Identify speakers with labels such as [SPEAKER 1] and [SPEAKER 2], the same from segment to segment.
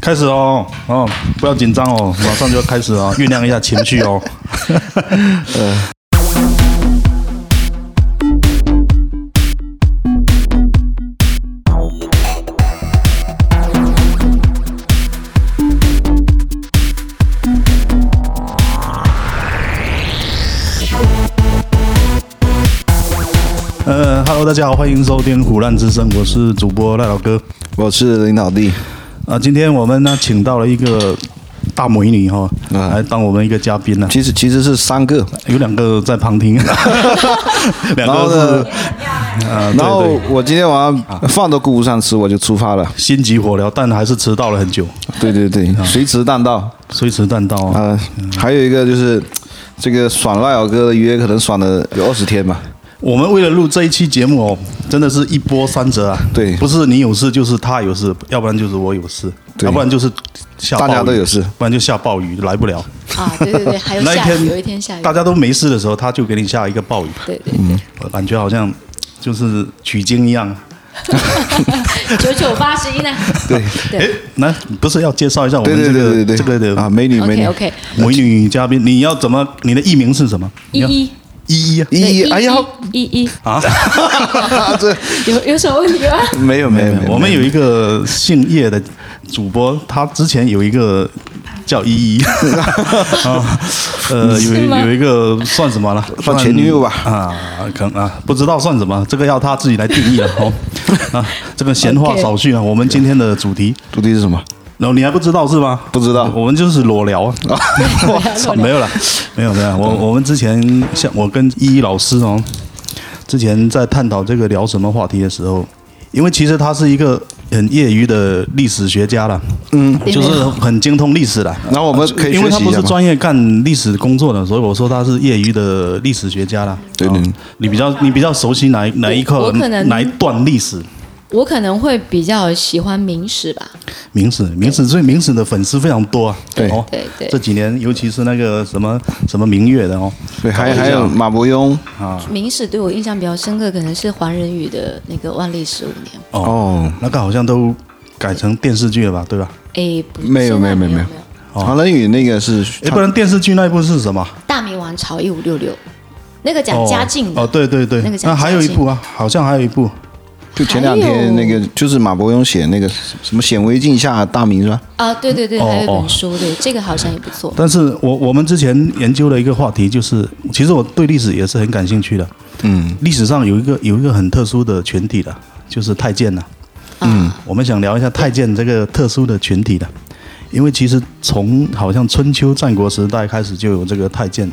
[SPEAKER 1] 开始哦，哦，不要紧张哦，马上就要开始哦，酝酿一下情绪哦。呃，Hello，大家好，欢迎收听《虎烂之声》，我是主播赖老哥。
[SPEAKER 2] 我是领导弟，
[SPEAKER 1] 啊，今天我们呢请到了一个大美女哈、
[SPEAKER 2] 啊
[SPEAKER 1] 来当我们一个嘉宾呢、
[SPEAKER 2] 其实其实是三个，
[SPEAKER 1] 有两个在旁 听，两
[SPEAKER 2] 然后
[SPEAKER 1] 个
[SPEAKER 2] 呢
[SPEAKER 1] 是，啊，对
[SPEAKER 2] 然后
[SPEAKER 1] 对
[SPEAKER 2] 我今天晚上饭都顾不上吃，我就出 发了。
[SPEAKER 1] 心急火燎，但还是迟到了很久，
[SPEAKER 2] 对对对，
[SPEAKER 1] 啊
[SPEAKER 2] 随时弹道
[SPEAKER 1] 虽迟但到啊。
[SPEAKER 2] 啊、还有一个就是，这个爽赖老哥的约可能爽了有二十天吧。
[SPEAKER 1] 我们为了录这一期节目哦，真的是一波三折啊。
[SPEAKER 2] 对
[SPEAKER 1] 不是你有事就是他有事，要不然就是我有事，
[SPEAKER 2] 对
[SPEAKER 1] 要不然就是下暴雨
[SPEAKER 2] 大家都有事，
[SPEAKER 1] 不然就下暴雨来不了。
[SPEAKER 3] 啊，对对对，还有
[SPEAKER 1] 那一
[SPEAKER 3] 下雨，
[SPEAKER 1] 天
[SPEAKER 3] 有一天下雨，
[SPEAKER 1] 大家都嗯没事的时候，他就给你下一个暴雨，
[SPEAKER 3] 对对对，
[SPEAKER 1] 我感觉好像就是取经一样。
[SPEAKER 3] 九九八十一呢。
[SPEAKER 2] 对
[SPEAKER 1] 哎，来，不是要介绍一下我
[SPEAKER 2] 对
[SPEAKER 1] 们
[SPEAKER 2] 对
[SPEAKER 1] 这
[SPEAKER 2] 对
[SPEAKER 1] 个
[SPEAKER 2] 对对，
[SPEAKER 1] 这个的
[SPEAKER 2] 啊，美女美女
[SPEAKER 3] OK OK，
[SPEAKER 1] 美女嘉宾？你要怎么？你的艺名是什么？
[SPEAKER 3] 一一
[SPEAKER 1] 依依啊
[SPEAKER 3] 对
[SPEAKER 2] 一一，哎呀，
[SPEAKER 3] 一一，
[SPEAKER 1] 啊！
[SPEAKER 2] 这
[SPEAKER 3] 有有什么问题吗？
[SPEAKER 2] 没 有没有没有，
[SPEAKER 1] 我们有一个姓叶的主播，他之前有一个叫依 依啊，呃，有
[SPEAKER 3] 是
[SPEAKER 1] 一
[SPEAKER 3] 吗
[SPEAKER 1] 有一个算什么了？
[SPEAKER 2] 算前女友吧
[SPEAKER 1] 啊，可能啊，不知道算什么，这个要他自己来定义了哦。啊，这个闲话
[SPEAKER 3] OK
[SPEAKER 1] 少叙啊，我们今天的主题，
[SPEAKER 2] 徒弟是什么？
[SPEAKER 1] 然后你还不知道是吗？
[SPEAKER 2] 不知道
[SPEAKER 1] 我们就是裸聊 啊。
[SPEAKER 3] 裸聊裸聊
[SPEAKER 1] 没有了，没有没有。我我们之前像我跟依依老师哦，之前在探讨这个聊什么话题的时候，因为其实他是一个很业余的历史学家了，嗯，就是很精通历史的。
[SPEAKER 2] 然后我们可以
[SPEAKER 1] 啊因为
[SPEAKER 2] 学
[SPEAKER 1] 他
[SPEAKER 2] 习一
[SPEAKER 1] 不
[SPEAKER 2] 下
[SPEAKER 1] 是
[SPEAKER 2] 吗？
[SPEAKER 1] 专业干历史工作的，所以我说他是业余的历史学家啦。
[SPEAKER 2] 对
[SPEAKER 1] 哦
[SPEAKER 2] 对
[SPEAKER 1] 你比较你比较熟悉哪一哪一
[SPEAKER 3] 我
[SPEAKER 1] 课
[SPEAKER 3] 我可能
[SPEAKER 1] 哪一段历史？
[SPEAKER 3] 我可能会比较喜欢明史吧，
[SPEAKER 1] 明史，明史，所以明史的粉丝非常多啊。
[SPEAKER 2] 对
[SPEAKER 1] 哦，
[SPEAKER 3] 对对
[SPEAKER 1] 这几年尤其是那个什么什么明月的哦，
[SPEAKER 2] 对，还
[SPEAKER 1] 搞一下
[SPEAKER 2] 还有马伯庸
[SPEAKER 3] 明史对我印象比较深刻，可能是黄仁宇的那个《万历十五年
[SPEAKER 2] 哦，
[SPEAKER 1] 那个好像都改成电视剧了吧，对吧？》。
[SPEAKER 3] 哎，不
[SPEAKER 2] 没有
[SPEAKER 3] 现
[SPEAKER 2] 没
[SPEAKER 3] 在
[SPEAKER 2] 有
[SPEAKER 3] 没
[SPEAKER 2] 没有没有
[SPEAKER 3] 有，
[SPEAKER 2] 黄仁宇那个是
[SPEAKER 1] 哦哎，不然电视剧那一部是什么？
[SPEAKER 3] 大明王朝一五六六，那个讲
[SPEAKER 1] 哦
[SPEAKER 3] 嘉靖
[SPEAKER 1] 哦，
[SPEAKER 3] 的，
[SPEAKER 1] 对对对
[SPEAKER 3] 那个，叫
[SPEAKER 1] 那还有一部啊，好像还有一部
[SPEAKER 2] 就前两天那个就是马伯庸写那个什么显微镜下大明是吧？
[SPEAKER 3] 啊，对对对，
[SPEAKER 1] 哦
[SPEAKER 3] 还有一
[SPEAKER 1] 哦
[SPEAKER 3] 本书，对，这个好像也不错。
[SPEAKER 1] 但是我我们之前研究了一个话题，就是其实我对历史也是很感兴趣的。嗯，历史上有一个有一个很特殊的群体的，就是太监呐、
[SPEAKER 3] 啊
[SPEAKER 1] 嗯，我们想聊一下太监这个特殊的群体的，因为其实从好像春秋战国时代开始就有这个太监，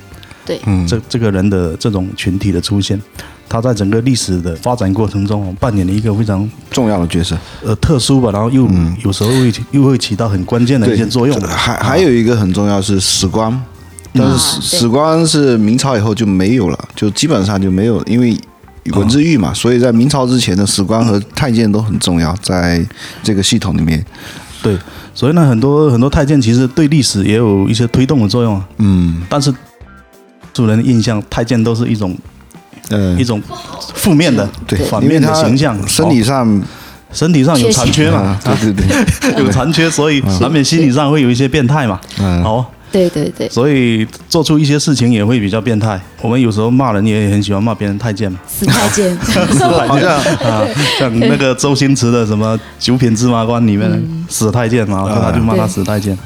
[SPEAKER 3] 对，
[SPEAKER 2] 嗯
[SPEAKER 1] 这这个人的这种群体的出现，他在整个历史的发展过程中哦扮演了一个非常
[SPEAKER 2] 重要的角色，
[SPEAKER 1] 呃特殊吧，然后又、
[SPEAKER 2] 嗯
[SPEAKER 1] 有时候会起又会起到很关键的一些作用。啊
[SPEAKER 2] 还还有一个很重要是史官，但是史
[SPEAKER 3] 啊对
[SPEAKER 2] 史官是明朝以后就没有了，就基本上就没有，因为文字狱
[SPEAKER 3] 嗯
[SPEAKER 2] 嘛，所以在明朝之前的史官和太监都很重要，在这个系统里面，
[SPEAKER 1] 对，所以呢，很多很多太监其实对历史也有一些推动的作用啊。
[SPEAKER 2] 嗯
[SPEAKER 1] 但是主人的印象，太监都是一种
[SPEAKER 2] 呃
[SPEAKER 1] 一，种负面的、
[SPEAKER 2] 对，
[SPEAKER 1] 反
[SPEAKER 2] 因为
[SPEAKER 1] 面的
[SPEAKER 2] 他
[SPEAKER 1] 形象，
[SPEAKER 2] 身体
[SPEAKER 1] 哦
[SPEAKER 2] 上
[SPEAKER 1] 身体上有
[SPEAKER 3] 缺
[SPEAKER 1] 残
[SPEAKER 3] 陷
[SPEAKER 1] 缺嘛
[SPEAKER 2] 啊，，对对 对，
[SPEAKER 1] 有残缺，所以难免心理上会有一些变态嘛。
[SPEAKER 2] 嗯
[SPEAKER 1] 哦，
[SPEAKER 3] 对对对，
[SPEAKER 1] 所以做出一些事情也会比较变态。我们有时候骂人也很喜欢骂别人太监 嘛，
[SPEAKER 3] 死太监，
[SPEAKER 2] 好像
[SPEAKER 1] 啊，像那个周星驰的什么《九品芝麻官》里面的
[SPEAKER 3] 嗯
[SPEAKER 1] 死太监嘛，他就骂他
[SPEAKER 3] 对
[SPEAKER 1] 死太监。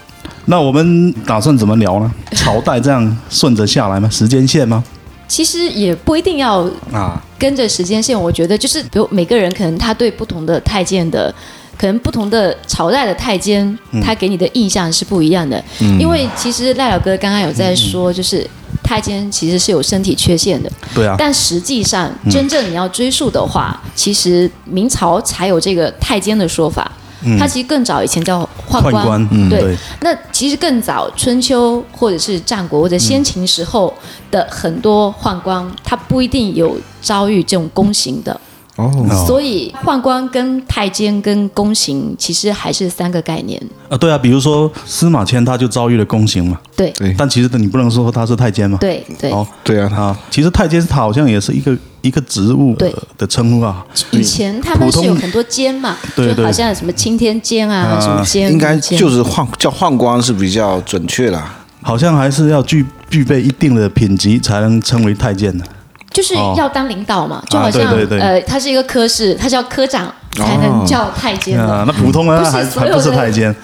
[SPEAKER 1] 那我们打算怎么聊呢？朝代这样顺着下来吗？时间线吗？
[SPEAKER 3] 其实也不一定要
[SPEAKER 1] 啊，
[SPEAKER 3] 跟着时间线，我觉得就是，比如每个人可能他对不同的太监的，可能不同的朝代的太监，他给你的印象是不一样的。因为其实赖老哥刚刚有在说，就是太监其实是有身体缺陷的，
[SPEAKER 1] 对啊，
[SPEAKER 3] 但实际上真正你要追溯的话，其实明朝才有这个太监的说法。他其实更早以前叫宦
[SPEAKER 1] 宦
[SPEAKER 3] 官，
[SPEAKER 1] 官，嗯，
[SPEAKER 3] 对
[SPEAKER 1] 对，
[SPEAKER 3] 那其实更早，春秋或者是战国或者先秦时候的很多宦官，他不一定有遭遇这种宫刑的。
[SPEAKER 2] 哦，
[SPEAKER 1] 哦
[SPEAKER 3] 所以宦官跟太监跟宫刑其实还是三个概念。
[SPEAKER 1] 啊，对啊，比如说司马迁他就遭遇了宫刑嘛，
[SPEAKER 3] 对
[SPEAKER 2] 对
[SPEAKER 1] 但其实你不能说他是太监嘛。
[SPEAKER 3] 对对，
[SPEAKER 1] 哦
[SPEAKER 2] 对啊，
[SPEAKER 1] 啊，其实太监他好像也是一个一个职务
[SPEAKER 3] 对
[SPEAKER 1] 的的称呼啊，
[SPEAKER 3] 以前他们
[SPEAKER 1] 普
[SPEAKER 3] 是
[SPEAKER 1] 通
[SPEAKER 3] 有很多监嘛，
[SPEAKER 1] 对对
[SPEAKER 3] 就好像什么青天监啊，
[SPEAKER 1] 啊
[SPEAKER 3] 什么监，
[SPEAKER 2] 应该
[SPEAKER 3] 监
[SPEAKER 2] 就是宦叫宦官是比较准确的。
[SPEAKER 1] 好像还是要具具备一定的品级才能称为太监的。
[SPEAKER 3] 就是
[SPEAKER 1] 哦
[SPEAKER 3] 要当领导嘛，就好像、
[SPEAKER 1] 对对对哦
[SPEAKER 3] 呃，他是一个科室，他叫科长才能叫太监的。
[SPEAKER 1] 啊，那普通人
[SPEAKER 3] 不是
[SPEAKER 1] 还
[SPEAKER 3] 所
[SPEAKER 1] 还
[SPEAKER 3] 有
[SPEAKER 1] 不是
[SPEAKER 3] 的
[SPEAKER 1] 太 监，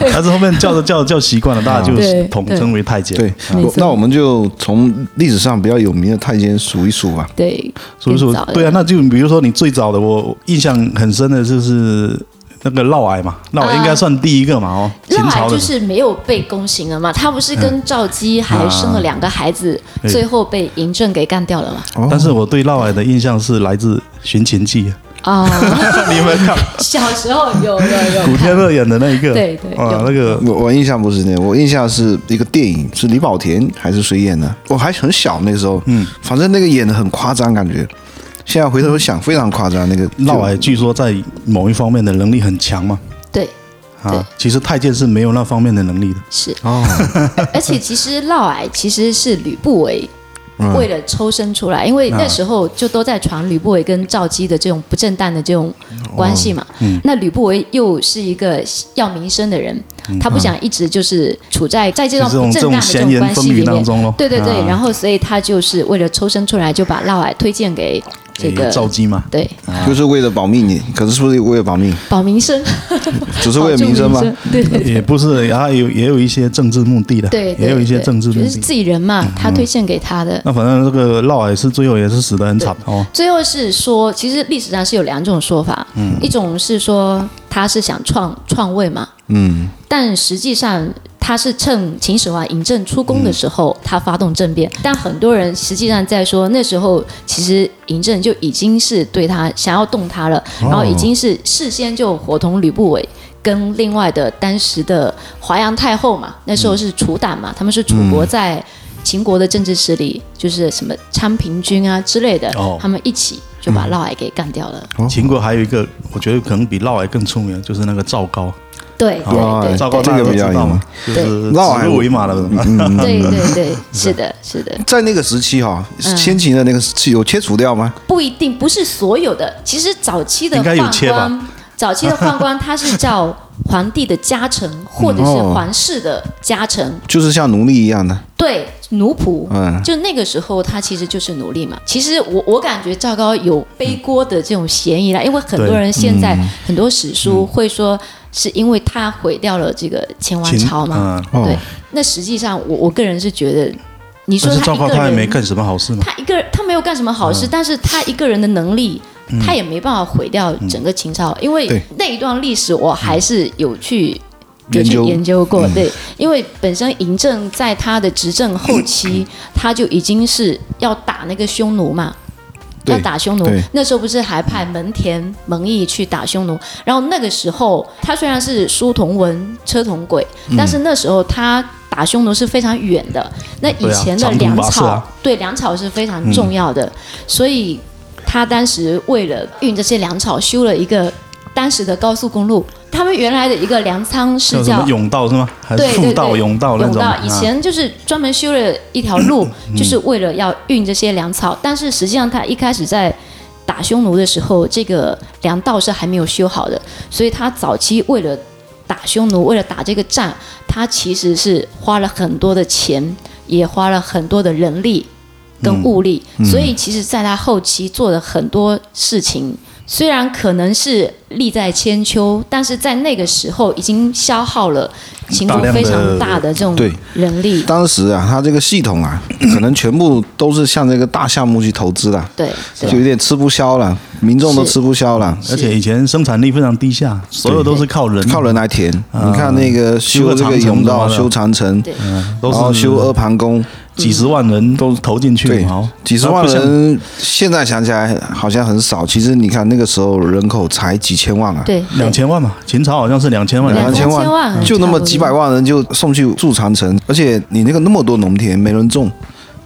[SPEAKER 1] 但是后面叫着叫着叫习 惯了，大家就
[SPEAKER 3] 对
[SPEAKER 1] 统
[SPEAKER 3] 对
[SPEAKER 1] 称为太监。
[SPEAKER 2] 对，
[SPEAKER 3] 没
[SPEAKER 2] 我
[SPEAKER 3] 错
[SPEAKER 2] 那我们就从历史上比较有名的太监数一数吧。
[SPEAKER 3] 对，
[SPEAKER 1] 所以说
[SPEAKER 3] 更早的
[SPEAKER 1] 对啊，那就比如说你最早的，我印象很深的就是那个嫪毐嘛，嫪毐应该算第一个嘛哦，秦
[SPEAKER 3] 啊嫪
[SPEAKER 1] 朝的
[SPEAKER 3] 毐就
[SPEAKER 1] 嘛
[SPEAKER 3] 是没有被宫刑了嘛，他不是跟赵姬还生了两个孩子，
[SPEAKER 1] 啊对
[SPEAKER 3] 最后被嬴政给干掉了嘛？
[SPEAKER 1] 哦但是我对嫪毐的印象是来自《寻秦记》，
[SPEAKER 3] 啊、
[SPEAKER 1] 你有没有看？
[SPEAKER 3] 小时候有有有
[SPEAKER 1] 古天
[SPEAKER 3] 看，
[SPEAKER 1] 乐演的那一个，
[SPEAKER 3] 对对
[SPEAKER 1] 哇，
[SPEAKER 3] 有
[SPEAKER 1] 那个
[SPEAKER 2] 我我印象不是那，我印象是一个电影，是李保田还是谁演的？我还很小那个时候，嗯，反正那个演的很夸张，感觉。现在回头想，非常夸张。那个
[SPEAKER 1] 嫪毐据说在某一方面的能力很强嘛，
[SPEAKER 3] 对。对
[SPEAKER 1] 啊，其实太监是没有那方面的能力的。
[SPEAKER 3] 是，
[SPEAKER 2] 哦，
[SPEAKER 3] 而且其实嫪毐其实是吕不韦
[SPEAKER 1] 嗯
[SPEAKER 3] 为了抽身出来，因为那时候就都在传吕不韦跟赵姬的这种不正当的这种
[SPEAKER 1] 哦
[SPEAKER 3] 关系嘛。
[SPEAKER 1] 嗯
[SPEAKER 3] 那吕不韦又是一个要名声的人，他不想一直就是处在在
[SPEAKER 1] 嗯
[SPEAKER 3] 这
[SPEAKER 1] 就
[SPEAKER 3] 种
[SPEAKER 1] 这种这种
[SPEAKER 3] 不正当的这
[SPEAKER 1] 闲
[SPEAKER 3] 种
[SPEAKER 1] 言
[SPEAKER 3] 关
[SPEAKER 1] 风
[SPEAKER 3] 系
[SPEAKER 1] 语
[SPEAKER 3] 里
[SPEAKER 1] 当
[SPEAKER 3] 面。
[SPEAKER 1] 中咯，
[SPEAKER 3] 对对对，
[SPEAKER 1] 啊
[SPEAKER 3] 然后所以他就是为了抽身出来，就把嫪毐推荐给这
[SPEAKER 1] 给
[SPEAKER 3] 个
[SPEAKER 1] 赵姬 嘛，
[SPEAKER 3] 对
[SPEAKER 2] 就是为了保命你，可是是不是为了保命？
[SPEAKER 3] 保民生，
[SPEAKER 2] 只是为了名声吗
[SPEAKER 3] 保住？对对
[SPEAKER 1] 也不是，然后有也有一些政治目的的，
[SPEAKER 3] 对，
[SPEAKER 1] 也有一些
[SPEAKER 3] 对
[SPEAKER 1] 政治目嗯
[SPEAKER 3] 就是
[SPEAKER 1] 的。
[SPEAKER 3] 自己人嘛，他推荐给他的。
[SPEAKER 1] 那反正这个嫪毐是最后也是死得很惨哦，
[SPEAKER 3] 最后是说，其实历史上是有两种说法，一种是说他是想篡篡位嘛，
[SPEAKER 2] 嗯，
[SPEAKER 3] 但实际上他是趁秦始皇嬴政出宫的时候，他发动政变。但很多人实际上在说，那时候其实嬴政就已经是对他想要动他了，然后已经是事先就伙同吕不韦。跟另外的当时的华阳太后嘛，那时候
[SPEAKER 1] 嗯
[SPEAKER 3] 是楚党嘛，他们是楚国在秦国的政治势力，就是什么昌平君啊之类的，
[SPEAKER 1] 哦
[SPEAKER 3] 他们一起就把嫪毐给干掉了。
[SPEAKER 1] 秦国还有一个，我觉得可能比嫪毐更出名，就是那个赵高，哦
[SPEAKER 3] 对对
[SPEAKER 2] 哇
[SPEAKER 3] 对
[SPEAKER 1] 赵高
[SPEAKER 2] 啊这
[SPEAKER 1] 大家
[SPEAKER 2] 个
[SPEAKER 1] 都
[SPEAKER 2] 比
[SPEAKER 1] 知
[SPEAKER 2] 较
[SPEAKER 1] 道嘛，就
[SPEAKER 3] 有
[SPEAKER 1] 是
[SPEAKER 2] 对嫪毐
[SPEAKER 1] 指鹿为马的嘛，
[SPEAKER 3] 对对 对，是的，是的。
[SPEAKER 2] 嗯在那个时期哈、
[SPEAKER 3] 嗯
[SPEAKER 2] 先秦的那个时期有切除掉吗？
[SPEAKER 3] 不一定不是所有的，其实早期的
[SPEAKER 1] 应该有
[SPEAKER 3] 宦
[SPEAKER 1] 切吧
[SPEAKER 3] 官，早期的宦官他是叫皇帝的家臣或者是
[SPEAKER 1] 嗯哦
[SPEAKER 3] 皇室的家臣，
[SPEAKER 2] 就是像奴隶一样的，
[SPEAKER 3] 对奴仆。
[SPEAKER 2] 嗯，
[SPEAKER 3] 就那个时候，他其实就是奴隶嘛。其实我我感觉赵高有背锅的这种嫌疑啦，因为很多人现
[SPEAKER 1] 嗯
[SPEAKER 3] 在很多史书会说是因为他毁掉了这个前王
[SPEAKER 1] 秦
[SPEAKER 3] 朝嘛。
[SPEAKER 1] 嗯，
[SPEAKER 2] 哦
[SPEAKER 3] 对，那实际上我我个人是觉得，你说
[SPEAKER 1] 但是
[SPEAKER 3] 他
[SPEAKER 1] 赵
[SPEAKER 3] 一
[SPEAKER 1] 高
[SPEAKER 3] 个
[SPEAKER 1] 他也
[SPEAKER 3] 人
[SPEAKER 1] 没干什么好事嘛，
[SPEAKER 3] 他一个人他没有干什么好
[SPEAKER 2] 嗯
[SPEAKER 3] 事，但是他一个人的能力，他也没办法毁掉整个秦朝，因为
[SPEAKER 2] 对嗯
[SPEAKER 3] 那一段历史我还是有去。有
[SPEAKER 2] 研
[SPEAKER 3] 去
[SPEAKER 2] 究
[SPEAKER 3] 研究过，对，因为本身嬴政在他的执政后
[SPEAKER 2] 嗯
[SPEAKER 3] 期，他就已经是要打那个匈奴嘛，
[SPEAKER 2] 对
[SPEAKER 3] 要打匈奴
[SPEAKER 2] 对。
[SPEAKER 3] 那时候不是还派蒙恬、蒙毅去打匈奴？然后那个时候，他虽然是书同文、车同轨，
[SPEAKER 1] 嗯
[SPEAKER 3] 但是那时候他打匈奴是非常远的。那以
[SPEAKER 1] 对啊
[SPEAKER 3] 前的
[SPEAKER 1] 长途
[SPEAKER 3] 粮
[SPEAKER 1] 跋涉
[SPEAKER 3] 草，
[SPEAKER 1] 啊嗯
[SPEAKER 3] 对粮草是非常重要的，所以他当时为了运这些粮草，修了一个当时的高速公路。他们原来的一个粮仓是
[SPEAKER 1] 叫什
[SPEAKER 3] 叫
[SPEAKER 1] 么甬道是吗？还是
[SPEAKER 3] 对
[SPEAKER 1] 妇
[SPEAKER 3] 对
[SPEAKER 1] 道、
[SPEAKER 3] 对，
[SPEAKER 1] 甬道那
[SPEAKER 3] 甬
[SPEAKER 1] 种？
[SPEAKER 3] 道
[SPEAKER 1] 啊嗯
[SPEAKER 3] 以前就是专门修了一条路，就是为了要运这些粮草。但是实际上，他一开始在打匈奴的时候，这个粮道是还没有修好的，所以他早期为了打匈奴，为了打这个战，他其实是花了很多的钱，也花了很多的人力
[SPEAKER 1] 嗯
[SPEAKER 3] 跟物力。所以其实，在他后期做的很多事情。虽然可能是利在千秋，但是在那个时候已经消耗了秦国
[SPEAKER 1] 大量的
[SPEAKER 3] 非常大的这种
[SPEAKER 2] 对
[SPEAKER 3] 人力，
[SPEAKER 2] 当时啊，他这个系统 啊，可能全部都是向这个大项目去投资的，
[SPEAKER 3] 对
[SPEAKER 2] 就
[SPEAKER 3] 对
[SPEAKER 2] 有点吃不消了，民众都
[SPEAKER 3] 是
[SPEAKER 2] 吃不消了，
[SPEAKER 1] 而且以前生产力非常低下，所有都是靠人，
[SPEAKER 2] 靠人来填。
[SPEAKER 1] 嗯
[SPEAKER 2] 你看那个修这个甬道、修长城，
[SPEAKER 3] 对
[SPEAKER 1] 都
[SPEAKER 2] 然后
[SPEAKER 1] 是
[SPEAKER 2] 哦修阿房宫，
[SPEAKER 1] 几十万人都投进去
[SPEAKER 2] 对
[SPEAKER 1] 嘛，哦
[SPEAKER 2] 几十万，人，现在想起来好像很少，其实你看那个时候人口才几千万啊，
[SPEAKER 3] 对，
[SPEAKER 1] 两千万嘛，秦朝好像是两千万人
[SPEAKER 3] 两
[SPEAKER 1] 口，
[SPEAKER 2] 千
[SPEAKER 3] 三千万
[SPEAKER 2] 就那
[SPEAKER 3] 差
[SPEAKER 2] 么
[SPEAKER 3] 不多
[SPEAKER 2] 几百万人就送去住长城，而且你那个那么多农田没人种，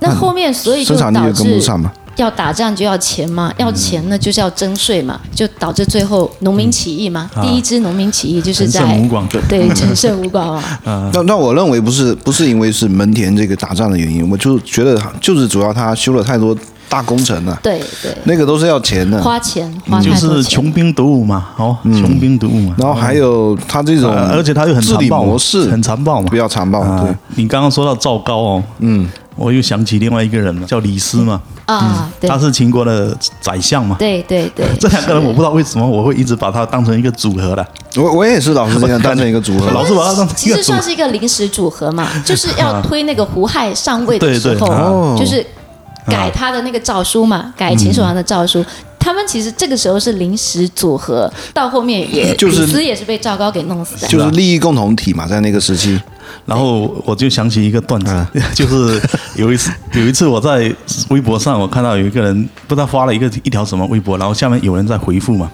[SPEAKER 3] 那后面所以
[SPEAKER 1] 嗯
[SPEAKER 3] 就
[SPEAKER 2] 生产力
[SPEAKER 3] 导
[SPEAKER 2] 就跟不
[SPEAKER 3] 致
[SPEAKER 2] 上嘛。
[SPEAKER 3] 要打仗就要钱嘛，
[SPEAKER 1] 嗯
[SPEAKER 3] 要钱呢就是要征税嘛，就导致最后农民起义嘛。
[SPEAKER 1] 啊
[SPEAKER 3] 第一支农民起义就是
[SPEAKER 1] 陈胜
[SPEAKER 3] 在
[SPEAKER 1] 吴广，
[SPEAKER 3] 对陈胜吴广嘛，
[SPEAKER 1] 嗯
[SPEAKER 2] 那那我认为不是不是因为是门田这个打仗的原因，我就觉得就是主要他修了太多大工程了，
[SPEAKER 3] 对对，
[SPEAKER 2] 那个都是要钱的。
[SPEAKER 3] 花钱花
[SPEAKER 1] 就
[SPEAKER 3] 太多
[SPEAKER 1] 是
[SPEAKER 3] 钱
[SPEAKER 1] 穷。兵黩武嘛，哦，穷兵黩武嘛。
[SPEAKER 2] 嗯然后还有他这种，
[SPEAKER 1] 呃而且他又很
[SPEAKER 2] 治
[SPEAKER 1] 残
[SPEAKER 2] 理
[SPEAKER 1] 暴嘛，
[SPEAKER 2] 模式
[SPEAKER 1] 很残暴嘛
[SPEAKER 2] 比。较残暴，对
[SPEAKER 1] 啊，，你刚刚说到赵高哦，嗯，我又想起另外一个人了，叫李斯嘛，
[SPEAKER 3] 啊，对
[SPEAKER 1] 嗯他是秦国的宰相嘛。
[SPEAKER 3] 对对对，
[SPEAKER 1] 这两个人我不知道为什么我会一直把他当成一个组合的，
[SPEAKER 2] 我我也是老是 这样当成一个组合，
[SPEAKER 1] 老是把他当成
[SPEAKER 3] 其
[SPEAKER 1] 一个
[SPEAKER 3] 实
[SPEAKER 1] 组
[SPEAKER 3] 算
[SPEAKER 1] 合。
[SPEAKER 3] 是一个临时组 合嘛，就是要推那个胡亥上位的
[SPEAKER 1] 对
[SPEAKER 3] 时
[SPEAKER 1] 对嗯
[SPEAKER 3] 候，
[SPEAKER 2] 哦
[SPEAKER 3] 就是改他的那个诏书嘛，改秦始皇的诏书。他们其实这个时候是临时组合，到后面 也
[SPEAKER 2] 就是
[SPEAKER 3] 李斯也是被赵高给弄死的。
[SPEAKER 2] 就是利益共同体嘛，在那个时期，
[SPEAKER 1] 然后我就想起一个段子， 就是有一次有一次我在微博上我看到有一个人不知道发了一个一条什么微博，然后下面有人在回复嘛，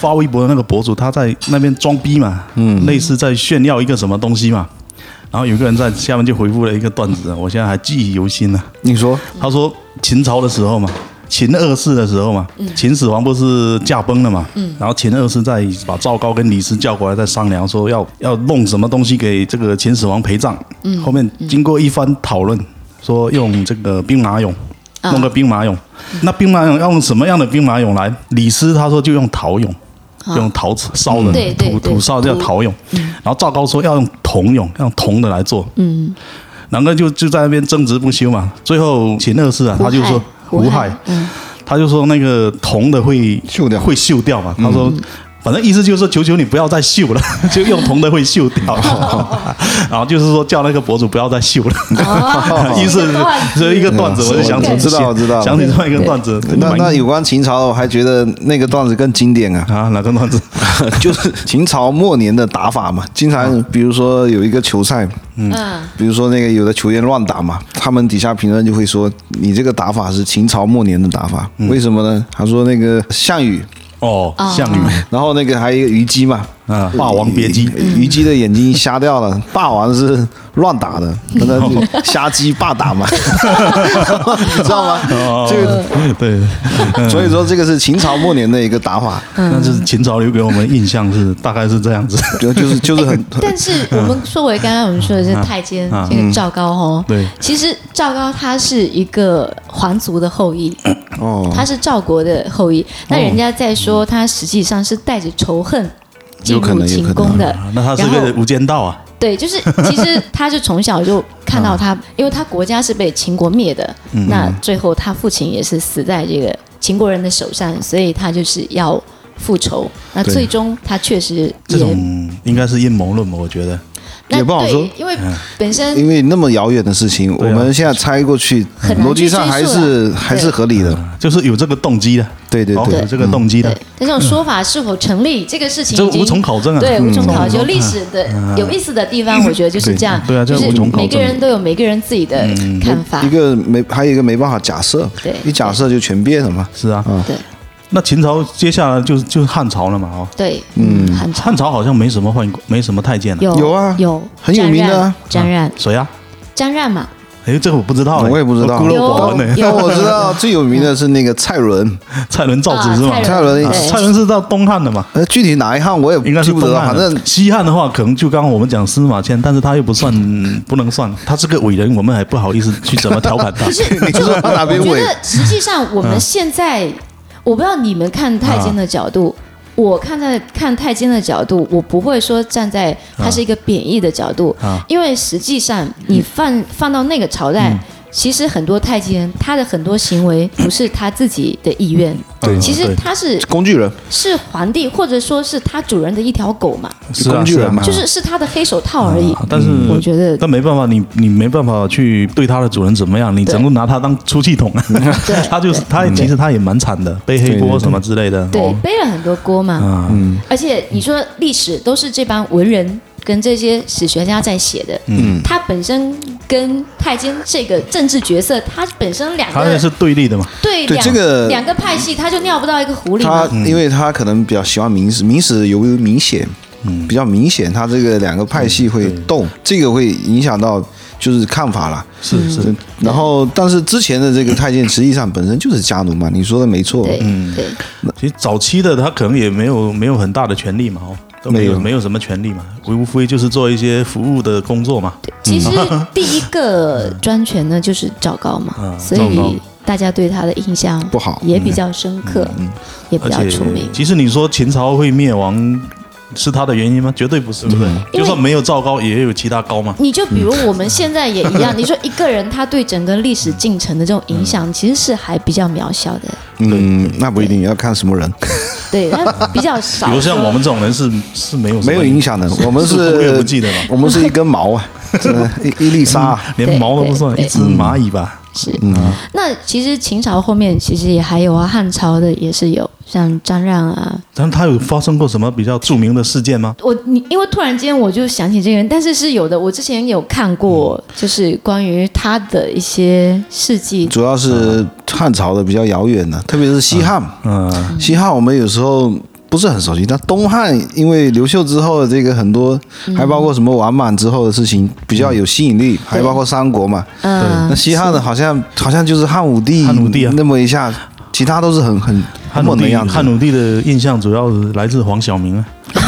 [SPEAKER 1] 发微博的那个博主他在那边装逼嘛，嗯，类似在炫耀一个什么东西嘛，然后有个人在下面就回复了一个段子，我现在还记忆犹新呢、
[SPEAKER 2] 你说
[SPEAKER 1] 他说秦朝的时候嘛，秦二世的时候嘛，
[SPEAKER 3] 嗯
[SPEAKER 1] 秦始皇不是驾崩了嘛，然后秦二世在把赵高跟李斯叫过来，在商量说要要弄什么东西给这个秦始皇陪葬。
[SPEAKER 3] 嗯
[SPEAKER 1] 后面经过一番讨论，说用这个兵马俑，
[SPEAKER 3] 啊嗯
[SPEAKER 1] 弄个兵马俑。那兵马俑要用什么样的兵马俑来？李斯他说就用陶俑。
[SPEAKER 3] 啊
[SPEAKER 1] 用陶瓷烧的
[SPEAKER 3] 对对
[SPEAKER 1] 土
[SPEAKER 3] 对嗯
[SPEAKER 1] 土烧叫
[SPEAKER 3] 土
[SPEAKER 1] 陶俑，然后赵高说要用铜俑，要用铜的来做，
[SPEAKER 3] 嗯，
[SPEAKER 1] 然后就就在那边争执不休嘛。最后秦二世啊，他就说
[SPEAKER 3] 胡
[SPEAKER 1] 胡
[SPEAKER 3] 亥
[SPEAKER 1] 亥，，
[SPEAKER 3] 嗯，
[SPEAKER 1] 他就说那个铜的会
[SPEAKER 2] 锈掉嗯
[SPEAKER 1] 会锈掉嘛。他说，反正意思就是说，求求你不要再锈了， 就用铜的会锈掉。
[SPEAKER 2] 哦
[SPEAKER 1] 然后就是说叫那个博主不要再锈了。
[SPEAKER 3] 哦
[SPEAKER 1] 意思
[SPEAKER 3] 这个段子
[SPEAKER 1] 这一个段子，
[SPEAKER 2] 嗯
[SPEAKER 1] 我就想起
[SPEAKER 2] 知道知道
[SPEAKER 1] 想起这么一个段子。
[SPEAKER 2] 那那有关秦朝的，我还觉得那个段子更 经典啊，
[SPEAKER 1] 啊，哪个段子？
[SPEAKER 2] 就是秦朝末年的打法嘛，经常比如说有一个球赛，
[SPEAKER 3] 嗯，
[SPEAKER 2] 比如说那个有的球员乱打嘛，他们底下评论就会说你这个打法是秦朝末年的打法，
[SPEAKER 1] 嗯
[SPEAKER 2] 为什么呢？他说那个项羽，
[SPEAKER 1] 哦，
[SPEAKER 3] 啊
[SPEAKER 1] 项羽
[SPEAKER 2] 然后那个还有一个虞姬嘛，
[SPEAKER 1] 啊，《霸王别姬》
[SPEAKER 2] 虞姬的眼睛瞎掉了，霸王是乱打的，那他
[SPEAKER 1] 哦
[SPEAKER 2] 就瞎鸡霸打嘛， 知道吗？
[SPEAKER 1] 哦
[SPEAKER 2] 这个，
[SPEAKER 1] 对，嗯
[SPEAKER 2] 所以说这个是秦朝末年的一个打法，
[SPEAKER 1] 那就是秦朝留给我们印象是大概是这样子。
[SPEAKER 2] 就就是就是
[SPEAKER 1] 哎
[SPEAKER 2] 很
[SPEAKER 3] 但是我们说回刚刚我们说的是太监
[SPEAKER 1] 啊，
[SPEAKER 3] 这个赵高哦，
[SPEAKER 1] 对，
[SPEAKER 3] 其实赵高他是一个皇族的后裔，
[SPEAKER 2] 哦，
[SPEAKER 3] 他是赵国的后裔，那人家在说他实际上是带着仇恨进
[SPEAKER 2] 有可
[SPEAKER 3] 入
[SPEAKER 2] 能有
[SPEAKER 3] 秦
[SPEAKER 2] 可能
[SPEAKER 3] 宫的
[SPEAKER 1] 啊，那他是
[SPEAKER 3] 然后
[SPEAKER 1] 个无间道啊。
[SPEAKER 3] 对，就是其实他是从小就看
[SPEAKER 2] 啊
[SPEAKER 3] 到他，因为他国家是被秦国灭的，
[SPEAKER 2] 嗯
[SPEAKER 3] 那最后他父亲也是死在这个秦国人的手上，所以他就是要复仇。那
[SPEAKER 2] 对
[SPEAKER 3] 最终他确实
[SPEAKER 1] 这
[SPEAKER 3] 也
[SPEAKER 1] 种应该是阴谋论吧？我觉得
[SPEAKER 3] 那
[SPEAKER 2] 也不好
[SPEAKER 3] 对
[SPEAKER 2] 说嗯
[SPEAKER 3] 因为本身
[SPEAKER 2] 因为那么遥远的事情，我
[SPEAKER 1] 对啊
[SPEAKER 2] 们现在猜过去，
[SPEAKER 3] 很难
[SPEAKER 2] 逻辑
[SPEAKER 3] 去
[SPEAKER 2] 上
[SPEAKER 3] 追
[SPEAKER 2] 还
[SPEAKER 3] 溯
[SPEAKER 2] 是
[SPEAKER 3] 了
[SPEAKER 2] 还
[SPEAKER 3] 对
[SPEAKER 2] 是合理的。
[SPEAKER 1] 就是有这个动机的，
[SPEAKER 2] 对对
[SPEAKER 1] 哦
[SPEAKER 2] 对
[SPEAKER 1] 有，这个动机的
[SPEAKER 3] 嗯对，，但这种说法是否成立，这个事情
[SPEAKER 1] 这
[SPEAKER 3] 已经
[SPEAKER 1] 无从考证啊。
[SPEAKER 3] 对，无从考
[SPEAKER 1] 嗯
[SPEAKER 3] 究。历史的有意思的地方，我觉得就是这样。
[SPEAKER 1] 对啊这
[SPEAKER 3] 就
[SPEAKER 1] 个
[SPEAKER 3] 是
[SPEAKER 1] 无从考
[SPEAKER 3] 每个
[SPEAKER 1] 证嗯
[SPEAKER 3] 人都有每个人自己的看法
[SPEAKER 2] 一。个没还有一个没办法假设
[SPEAKER 3] 对，
[SPEAKER 2] 一假设就全变了嘛。
[SPEAKER 1] 是啊。
[SPEAKER 2] 啊，
[SPEAKER 3] 对
[SPEAKER 1] 那秦朝接下来就是就是汉朝了嘛？哦，
[SPEAKER 3] 对，嗯，很
[SPEAKER 1] 汉朝好像没什么换过，没什么太监了。
[SPEAKER 3] 有
[SPEAKER 2] 有啊
[SPEAKER 3] 有
[SPEAKER 2] 很有名的啊
[SPEAKER 3] 詹冉，
[SPEAKER 1] 谁啊？
[SPEAKER 3] 詹冉嘛，
[SPEAKER 1] 哎，这个我不知道哎，
[SPEAKER 2] 我也不知道
[SPEAKER 1] 孤陋
[SPEAKER 3] 有
[SPEAKER 1] 寡闻 呢。
[SPEAKER 2] 但我知道最有名的是那个蔡伦，
[SPEAKER 1] 欸蔡伦造
[SPEAKER 3] 啊
[SPEAKER 1] 纸是吗？
[SPEAKER 2] 蔡伦
[SPEAKER 3] 对
[SPEAKER 1] 蔡伦是到东汉的嘛？
[SPEAKER 2] 呃，具体哪一项我也
[SPEAKER 1] 应该是
[SPEAKER 2] 记不得
[SPEAKER 1] 东
[SPEAKER 2] 了，
[SPEAKER 1] 汉
[SPEAKER 2] 反
[SPEAKER 1] 的。
[SPEAKER 2] 正
[SPEAKER 1] 西汉的话，可能就刚刚我们讲司马迁，但是他又不算，不能算，他是个伟人，我们还不好意思去怎么调侃他
[SPEAKER 3] 可。是
[SPEAKER 2] 你
[SPEAKER 3] 就
[SPEAKER 2] 说
[SPEAKER 3] 我
[SPEAKER 2] 他哪边
[SPEAKER 3] 觉
[SPEAKER 2] 伟
[SPEAKER 3] 得实际上我
[SPEAKER 1] 嗯
[SPEAKER 3] 们现在，我不知道你们看太监的角度。
[SPEAKER 1] 嗯
[SPEAKER 3] 我看在看太监的角度，我不会说站在它是一个贬义的角度，
[SPEAKER 1] 啊
[SPEAKER 3] 因为实际上你放、
[SPEAKER 1] 嗯
[SPEAKER 3] 放到那个朝代，其实很多太监他的很多行为不是他自己的意愿，
[SPEAKER 1] 对
[SPEAKER 3] 其实
[SPEAKER 1] 对
[SPEAKER 3] 他是
[SPEAKER 2] 工具人，
[SPEAKER 3] 是皇帝或者说是他主人的一条狗嘛，
[SPEAKER 1] 是啊
[SPEAKER 2] 工具
[SPEAKER 1] 是啊
[SPEAKER 2] 人嘛
[SPEAKER 3] 就是是他的黑手套而已。
[SPEAKER 1] 啊但是
[SPEAKER 2] 嗯
[SPEAKER 3] 我觉得
[SPEAKER 1] 但没办法，你你没办法去对它的主人怎么样，你只能拿它当出气 筒。它就是它，其实它也蛮惨的，背黑锅什么之类的。
[SPEAKER 3] 对
[SPEAKER 1] 哦，
[SPEAKER 3] 背了很多锅嘛。
[SPEAKER 1] 啊，
[SPEAKER 3] 而且你说历史都是这帮文人跟这些史学家在写的，嗯，他本身跟太监这个政治角色，他本身两
[SPEAKER 1] 它也
[SPEAKER 3] 个
[SPEAKER 1] 是对立的嘛。
[SPEAKER 3] 对
[SPEAKER 2] 对
[SPEAKER 3] 两
[SPEAKER 2] 这个嗯
[SPEAKER 3] 两个派系，他就尿不到一个壶里
[SPEAKER 2] 他
[SPEAKER 3] 嘛。
[SPEAKER 2] 因为他可能比较喜欢明史，明史由于明显，
[SPEAKER 1] 嗯
[SPEAKER 2] 比较明显，它这个两个派系会动，这个会影响到就是看法了。
[SPEAKER 3] 嗯
[SPEAKER 1] 是是，
[SPEAKER 2] 然后，但是之前的这个太监实际上本身就是家奴嘛，你说的没错。
[SPEAKER 3] 对对
[SPEAKER 1] 其实早期的他可能也没有没有很大的权利嘛，哦，都没
[SPEAKER 2] 没
[SPEAKER 1] 有
[SPEAKER 2] 有
[SPEAKER 1] 没有什么权利嘛，无非就是做一些服务的工作嘛。
[SPEAKER 3] 对，其实第一个专权呢就是赵高嘛，所
[SPEAKER 1] 赵高
[SPEAKER 3] 以大家对他的印象
[SPEAKER 2] 嗯不好嗯
[SPEAKER 3] 也比较深刻，也比
[SPEAKER 1] 而
[SPEAKER 3] 较
[SPEAKER 1] 且
[SPEAKER 3] 出名，。
[SPEAKER 1] 其实你说秦朝会灭亡是他的原因吗？绝对不
[SPEAKER 2] 嗯
[SPEAKER 1] 是，对不对？
[SPEAKER 3] 因为
[SPEAKER 1] 就算没有赵高，也有其他高嘛。
[SPEAKER 3] 你就比如我们现在也一样，你说一个人他对整个历史进程的这种影响，其实是还比较渺小 的，
[SPEAKER 2] 嗯，那不一定要看什么人，
[SPEAKER 3] 对，他比较少。
[SPEAKER 1] 比如像我们这种人是是没有什么
[SPEAKER 2] 没有影响的。我们
[SPEAKER 1] 是忽略不
[SPEAKER 2] 是，
[SPEAKER 1] 计的嘛，
[SPEAKER 2] 我们是一根毛 啊，真的一一粒沙啊。
[SPEAKER 1] 连毛都不算，
[SPEAKER 3] 对对
[SPEAKER 1] 一只蚂蚁吧。
[SPEAKER 3] 是，那其实秦朝后面其实也还有啊，汉朝的也是有，像张让啊，
[SPEAKER 1] 但他有发生过什么比较著名的事件吗？
[SPEAKER 3] 我你因为突然间我就想起这个人，但是是有的，我之前有看过，
[SPEAKER 1] 嗯
[SPEAKER 3] 就是关于他的一些 事迹。
[SPEAKER 2] 主要是汉朝的比较遥远的，特别是西汉。
[SPEAKER 1] 嗯，
[SPEAKER 2] 西汉我们有时候不是很熟悉，但东汉因为刘秀之后的这个很多，还包括什么王莽之后的事情比较有吸引力，还包括三国嘛。
[SPEAKER 3] 嗯
[SPEAKER 2] 那，西汉的好像好像就是汉武帝，
[SPEAKER 1] 汉武帝啊
[SPEAKER 2] 那么一下，其他都是很很
[SPEAKER 1] 汉
[SPEAKER 2] 很
[SPEAKER 1] 武
[SPEAKER 2] 猛的
[SPEAKER 1] 帝，
[SPEAKER 2] 样子。
[SPEAKER 1] 汉武帝的印象主要是来自黄晓明啊。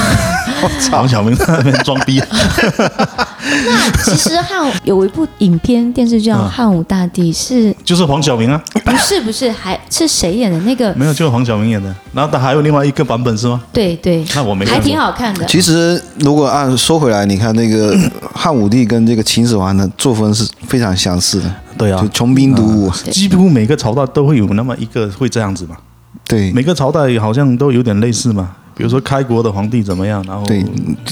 [SPEAKER 1] 黄晓明在那边装逼，啊
[SPEAKER 3] 那其实汉有一部影片电视剧叫《
[SPEAKER 1] 嗯
[SPEAKER 3] 汉武大帝》，是
[SPEAKER 1] 就是黄晓明啊，
[SPEAKER 3] 不是不是还是谁演的那个？
[SPEAKER 1] 没有，就是黄晓明演的。然后他还有另外一个版本是吗？
[SPEAKER 3] 对对，
[SPEAKER 1] 那我没看
[SPEAKER 3] 还
[SPEAKER 1] 过
[SPEAKER 3] 挺好看的。
[SPEAKER 2] 其实，如果按说回来，你看那个汉武帝跟这个秦始皇的作风是非常相似的，
[SPEAKER 1] 对啊
[SPEAKER 2] 就，穷兵黩武。
[SPEAKER 3] 对
[SPEAKER 1] 几乎每个朝代都会有那么一个会这样子嘛。
[SPEAKER 2] 对，
[SPEAKER 1] 每个朝代好像都有点类似嘛。比如说开国的皇帝怎么样，然后
[SPEAKER 2] 对
[SPEAKER 1] 有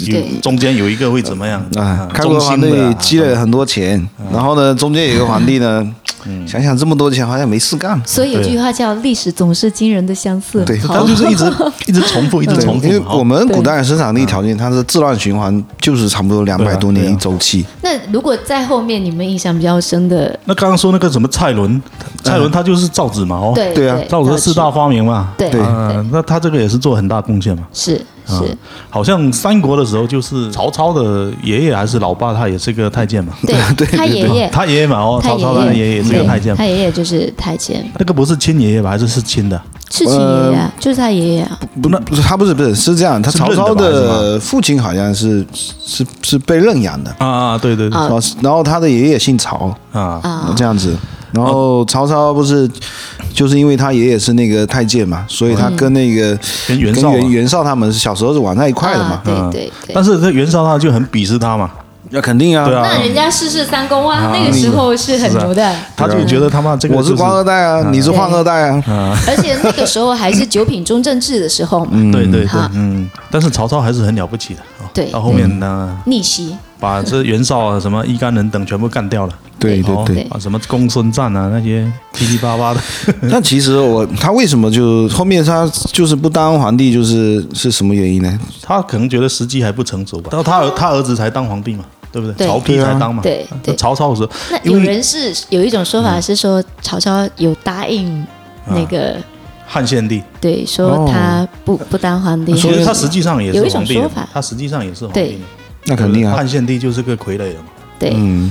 [SPEAKER 3] 对
[SPEAKER 1] 中间有一个会怎么样
[SPEAKER 2] 啊，开
[SPEAKER 1] 中
[SPEAKER 2] 国
[SPEAKER 1] 心
[SPEAKER 2] 皇
[SPEAKER 1] 哎的嗯
[SPEAKER 2] 帝
[SPEAKER 1] 啊
[SPEAKER 2] 积累了很多钱，然后呢，中间有一个皇帝呢，
[SPEAKER 1] 嗯
[SPEAKER 2] 想想这么多钱好像没事干，
[SPEAKER 3] 所以有句话叫“历史总是惊人的相似”，
[SPEAKER 2] 对
[SPEAKER 3] 好
[SPEAKER 1] 他就是一直 一直重复，一直
[SPEAKER 2] 对
[SPEAKER 1] 重复
[SPEAKER 2] 因为
[SPEAKER 1] 嘛。
[SPEAKER 2] 我们古代的生产力条件，它是自然循环，就是差不多两
[SPEAKER 1] 对
[SPEAKER 2] 百
[SPEAKER 1] 啊
[SPEAKER 2] 多
[SPEAKER 1] 对
[SPEAKER 2] 年
[SPEAKER 1] 啊
[SPEAKER 2] 一周期。
[SPEAKER 3] 那如果在后面你们印象比较深的，
[SPEAKER 1] 那刚刚说那个什么蔡伦，蔡伦他就是造纸嘛，哦，
[SPEAKER 3] 对
[SPEAKER 2] 对啊
[SPEAKER 1] 造纸的四大，发明嘛，
[SPEAKER 3] 对
[SPEAKER 2] 对啊
[SPEAKER 1] 啊，那他这个也是做很大贡献嘛。
[SPEAKER 3] 是是，
[SPEAKER 1] 好像三国的时候，就是曹操的爷爷还是老爸，他也是个太监嘛，
[SPEAKER 3] 对
[SPEAKER 2] 对
[SPEAKER 3] 他
[SPEAKER 2] 对
[SPEAKER 3] 爷爷，
[SPEAKER 1] 他爷爷嘛，哦，
[SPEAKER 3] 他
[SPEAKER 1] 曹操
[SPEAKER 3] 爷
[SPEAKER 1] 他的
[SPEAKER 3] 爷
[SPEAKER 1] 爷爷是个
[SPEAKER 3] 对
[SPEAKER 1] 太监嘛
[SPEAKER 3] 他，爷爷就是太监，
[SPEAKER 1] 那个不是亲爷爷吧，还是是亲的？
[SPEAKER 3] 是亲爷爷啊，就是他爷爷啊，
[SPEAKER 2] 呃不，不是他不是不是是这样，他
[SPEAKER 1] 是
[SPEAKER 2] 曹操
[SPEAKER 1] 认的吧还
[SPEAKER 2] 的父亲好像是是是被认养的，
[SPEAKER 1] 啊啊，对对对
[SPEAKER 3] 啊
[SPEAKER 2] 然后然后他的爷爷姓曹，
[SPEAKER 1] 啊，
[SPEAKER 3] 啊
[SPEAKER 2] 这样子。然
[SPEAKER 1] 哦
[SPEAKER 2] 后曹操不是就是因为他爷爷是那个太监嘛，所以他跟那个
[SPEAKER 1] 跟嗯袁
[SPEAKER 2] 跟
[SPEAKER 1] 绍嘛啊
[SPEAKER 2] 袁袁绍他们是小时候是玩在一块的嘛
[SPEAKER 3] 啊，对对对
[SPEAKER 1] 但。是这袁绍他就很鄙视他嘛，
[SPEAKER 2] 那肯定
[SPEAKER 1] 对啊
[SPEAKER 3] 那人家世世三公啊，那个时候是很牛的，
[SPEAKER 1] 他就觉得他妈这个
[SPEAKER 2] 我
[SPEAKER 1] 就是嗯
[SPEAKER 2] 官二代啊，你是
[SPEAKER 3] 对
[SPEAKER 2] 宦二代啊，
[SPEAKER 3] 而且那个时候还是九品中正制的时候嘛，
[SPEAKER 1] 对对对
[SPEAKER 3] 哈，
[SPEAKER 1] 嗯，但是曹操还是很了不起的。哦
[SPEAKER 3] 啊对
[SPEAKER 1] 到后面呢，
[SPEAKER 3] 逆袭，
[SPEAKER 1] 把这袁绍啊、什么伊干人等全部干掉了。
[SPEAKER 2] 对对
[SPEAKER 1] 哦
[SPEAKER 2] 对。
[SPEAKER 1] 把什么公孙瓒啊那些七七八八的，
[SPEAKER 2] 但其实我他为什么就后面他就是不当皇帝，就是是什么原因呢？
[SPEAKER 1] 他可能觉得时机还不成熟吧。到他儿他儿子才当皇帝嘛，对不
[SPEAKER 3] 对
[SPEAKER 1] 对？曹丕
[SPEAKER 2] 对啊
[SPEAKER 1] 才当嘛。
[SPEAKER 3] 对对
[SPEAKER 1] 那曹操的时候，
[SPEAKER 3] 那
[SPEAKER 1] 因
[SPEAKER 3] 有
[SPEAKER 1] 为嗯
[SPEAKER 3] 人是有一种说法是说曹操有答应那个，
[SPEAKER 1] 啊汉献帝，
[SPEAKER 3] 对，说他不不当皇帝，
[SPEAKER 1] 哦啊所以他实际上也
[SPEAKER 3] 有
[SPEAKER 1] 是
[SPEAKER 3] 一种
[SPEAKER 1] 皇帝
[SPEAKER 3] 说
[SPEAKER 1] 的
[SPEAKER 3] 法，
[SPEAKER 1] 他实际上也是皇
[SPEAKER 3] 对
[SPEAKER 1] 帝的。啊
[SPEAKER 2] 那肯定啊，
[SPEAKER 1] 汉献帝就是个傀儡了嘛。
[SPEAKER 3] 对
[SPEAKER 2] 嗯，